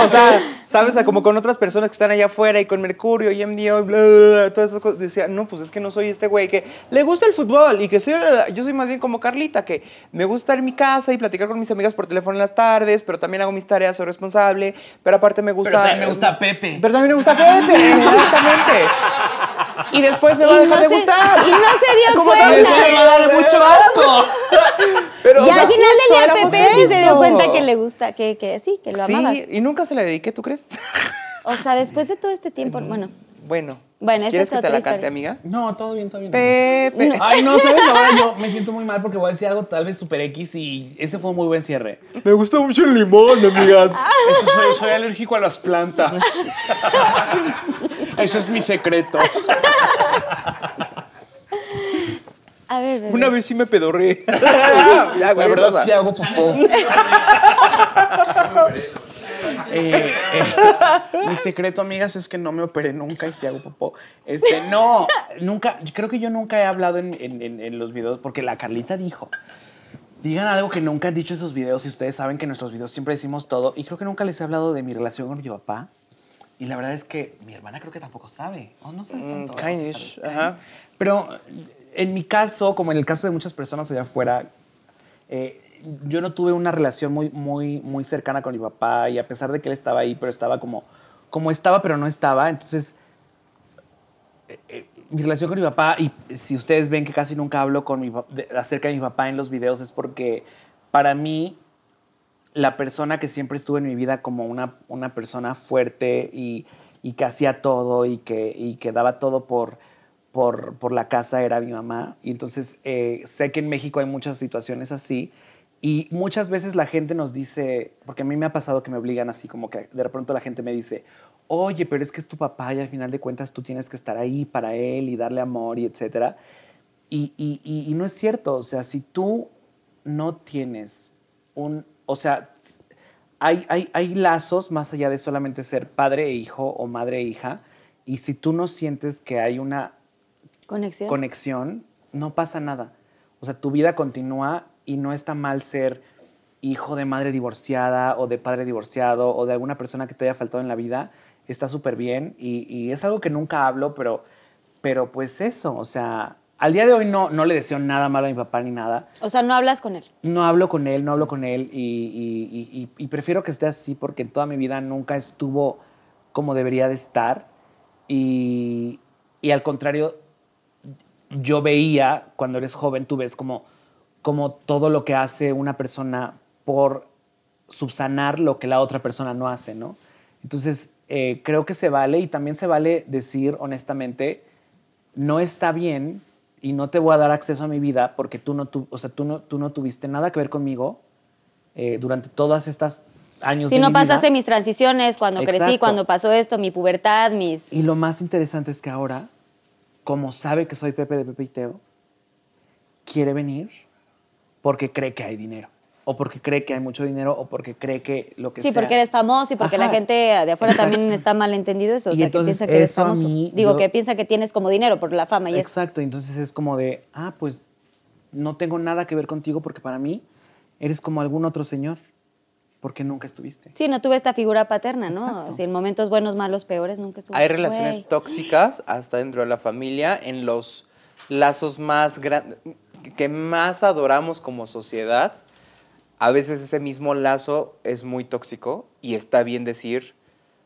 S7: o sea, sabes, o sea, como con otras personas que están allá afuera y con Mercurio y MDO y bla, bla, bla, todas esas cosas, decía, no, pues es que no soy este güey que le gusta el fútbol y que soy, yo soy más bien como Carlita, que me gusta estar en mi casa y platicar con mis amigas por teléfono en las tardes, pero también hago mis tareas, soy responsable, pero aparte me gusta...
S6: Pero también me gusta Pepe.
S7: Pero también me gusta Pepe, exactamente. Y después me va a
S8: Y
S7: dejar
S8: no
S7: de
S8: se-
S7: gustar.
S8: y no se dio
S7: ¿Cómo
S8: cuenta.
S7: tal? Eso me va a dar mucho asco. Pero,
S8: Y
S7: o sea,
S8: al final
S7: justo
S8: del día
S7: éramos
S8: Pepe sí se dio
S7: eso.
S8: cuenta que le gusta, que, que sí, que lo amabas.
S7: Sí, y nunca se la dediqué, ¿tú crees?
S8: O sea, después de todo este tiempo, bueno,
S7: Bueno.
S8: Bueno, esa
S7: ¿Quieres
S8: es
S7: que te
S8: otra
S7: la
S8: historia.
S7: cante, amiga?
S6: No, todo bien, todo bien.
S7: Pepe.
S6: Ay, no, ¿sabes? Ahora yo me siento muy mal porque voy a decir algo tal vez super X y ese fue un muy buen cierre.
S7: Me gusta mucho el limón, amigas.
S6: Eso soy, soy alérgico a las plantas. Ese es mi secreto.
S8: a ver, bebé.
S7: Una vez sí me pedorré. La Mm,
S6: hago popó. Eh, eh, mi secreto, amigas, es que no me operé nunca y si hago popó. Este, no, nunca, creo que yo nunca he hablado en, en- en- en los videos porque la Carlita dijo. Digan algo que nunca han dicho en sus videos y ustedes saben que en nuestros videos siempre decimos todo y creo que nunca les he hablado de mi relación con mi papá. Y la verdad es que mi hermana creo que tampoco sabe. O no sabes tanto. o sí
S7: Mm, kindish,
S6: sabes,
S7: ajá.
S6: Pero en mi caso, como en el caso de muchas personas allá afuera, eh, yo no tuve una relación muy, muy, muy cercana con mi papá y a pesar de que él estaba ahí, pero estaba como, como estaba, pero no estaba. Entonces, eh, eh, mi relación con mi papá, y si ustedes ven que casi nunca hablo con mi, pa- de- acerca de mi papá en los videos, es porque para mí la persona que siempre estuvo en mi vida como una, una persona fuerte y, y que hacía todo y que, y que daba todo por, por, por la casa era mi mamá. Y entonces eh, sé que en México hay muchas situaciones así. Y muchas veces la gente nos dice, porque a mí me ha pasado que me obligan así, como que de pronto la gente me dice, oye, pero es que es tu papá y al final de cuentas tú tienes que estar ahí para él y darle amor y etcétera. Y, y- y- y no es cierto, o sea, si tú no tienes un, o sea, s- hay, hay, hay lazos más allá de solamente ser padre e hijo o madre e hija, y si tú no sientes que hay una
S8: conexión.
S6: conexión, no pasa nada. O sea, tu vida continúa y no está mal ser hijo de madre divorciada o de padre divorciado o de alguna persona que te haya faltado en la vida. Está súper bien y, y es algo que nunca hablo, pero, pero pues eso, o sea, al día de hoy no, no le deseo nada malo a mi papá ni nada.
S8: O sea, no hablas con él.
S6: No hablo con él, no hablo con él y, y- y- y- y prefiero que esté así porque en toda mi vida nunca estuvo como debería de estar y, y al contrario, yo veía, cuando eres joven, tú ves como, como todo lo que hace una persona por subsanar lo que la otra persona no hace, ¿no? Entonces, eh, creo que se vale y también se vale decir honestamente, no está bien y no te voy a dar acceso a mi vida porque tú no, tu- o sea, tú no, tú no tuviste nada que ver conmigo eh, durante todas estas años
S8: Si
S6: de
S8: no
S6: mi vida".
S8: pasaste mis transiciones, cuando crecí,
S6: Exacto.
S8: cuando pasó esto, mi pubertad, mis...
S6: Y lo más interesante es que ahora, como sabe que soy Pepe de Pepe y Teo, quiere venir porque cree que hay dinero. O porque cree que hay mucho dinero, o porque cree que lo que
S8: Sí,
S6: sea.
S8: porque eres famoso y porque
S6: Ajá.
S8: la gente de afuera
S6: Exacto.
S8: también está malentendido eso. O
S6: Y
S8: sea,
S6: entonces
S8: que piensa que eres
S6: eso a
S8: famoso.
S6: mí,
S8: Digo,
S6: yo-
S8: que piensa que tienes como dinero por la fama y eso.
S6: Exacto, entonces es como de, ah, pues no tengo nada que ver contigo porque para mí eres como algún otro señor. ¿por qué nunca estuviste?
S2: Sí, no tuve esta figura paterna, ¿no?
S6: Exacto.
S2: O sea, en momentos buenos, malos, peores, nunca estuve.
S7: Hay relaciones
S2: Güey.
S7: tóxicas hasta dentro de la familia en los lazos más grandes que más adoramos como sociedad. A veces ese mismo lazo es muy tóxico y está bien decir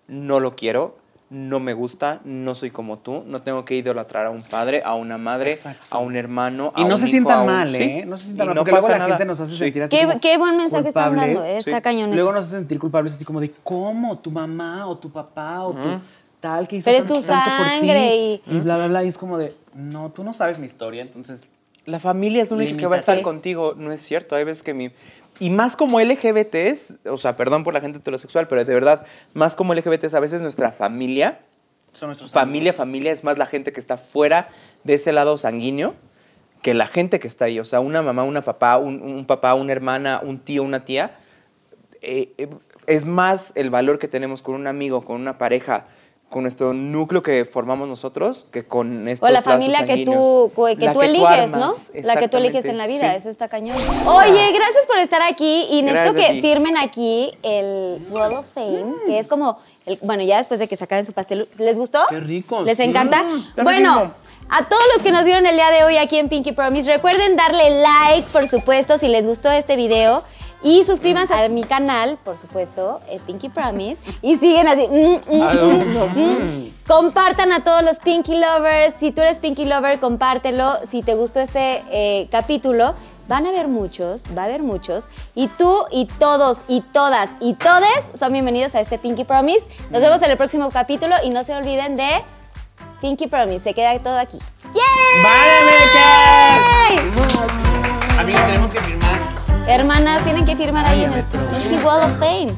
S7: no lo quiero, no me gusta, no soy como tú, no tengo que idolatrar a un padre, a una madre,
S6: Exacto.
S7: a un hermano, a
S6: Y no
S7: un
S6: se
S7: hijo,
S6: sientan
S7: a un-
S6: mal,
S7: Sí.
S6: ¿eh? No se sientan
S7: Y
S6: mal,
S7: no
S6: porque luego la
S7: pasa nada.
S6: gente nos hace
S7: Sí.
S6: sentir así
S2: Qué,
S6: como
S2: qué buen mensaje están dando,
S6: culpables.
S2: ¿eh? está
S7: sí.
S2: cañón eso.
S6: Luego nos hace sentir culpables así como de cómo tu mamá o tu papá o tu tal que hizo
S2: Pero es
S6: tan-
S2: tu
S6: tanto por ti",
S2: sangre y-
S6: bla bla bla y es como de no tú no sabes mi historia entonces
S7: La familia es la única que va a estar
S6: Limítate.
S7: contigo. No es cierto. Hay veces que mi. Y más como LGBTs, o sea, perdón por la gente heterosexual, pero de verdad, más como LGBTs, a veces nuestra familia,
S6: son nuestros
S7: familia, familia, es más la gente que está fuera de ese lado sanguíneo que la gente que está ahí. O sea, una mamá, una papá, un, un papá, una hermana, un tío, una tía. eh, eh, es más el valor que tenemos con un amigo, con una pareja, con nuestro núcleo que formamos nosotros, que con estos
S2: O la
S7: lazos
S2: familia que tú,
S7: sanguíneos.
S2: que
S7: La
S2: tú eliges, ¿no?
S7: armas,
S2: La que tú eliges en la
S7: exactamente,
S2: vida,
S7: sí.
S2: eso está cañón. Oye, gracias por estar aquí y necesito
S7: Gracias a
S2: que
S7: ti.
S2: firmen aquí el Wall of Fame, que es como, el- bueno, ya después de que se acaben su pastel, ¿les gustó?
S6: Qué rico,
S2: ¿Les
S6: sí.
S2: encanta?
S6: Mm, está
S2: bueno.
S6: rico.
S2: A todos los que nos vieron el día de hoy aquí en Pinky Promise, recuerden darle like, por supuesto, si les gustó este video. Y suscríbanse a mi canal, por supuesto, eh, Pinky Promise. Y siguen así. mm, mm, Compartan a todos los Pinky Lovers. Si tú eres Pinky Lover, compártelo. Si te gustó este eh, capítulo, van a haber muchos, va a haber muchos. Y tú y todos y todas y todes son bienvenidos a este Pinky Promise. Nos vemos en el próximo capítulo y no se olviden de Pinky Promise. Se queda todo aquí. ¡Yay!
S6: amigos tenemos que firmar
S2: Hermanas, tienen que firmar ahí en el Pinky Wall of Fame.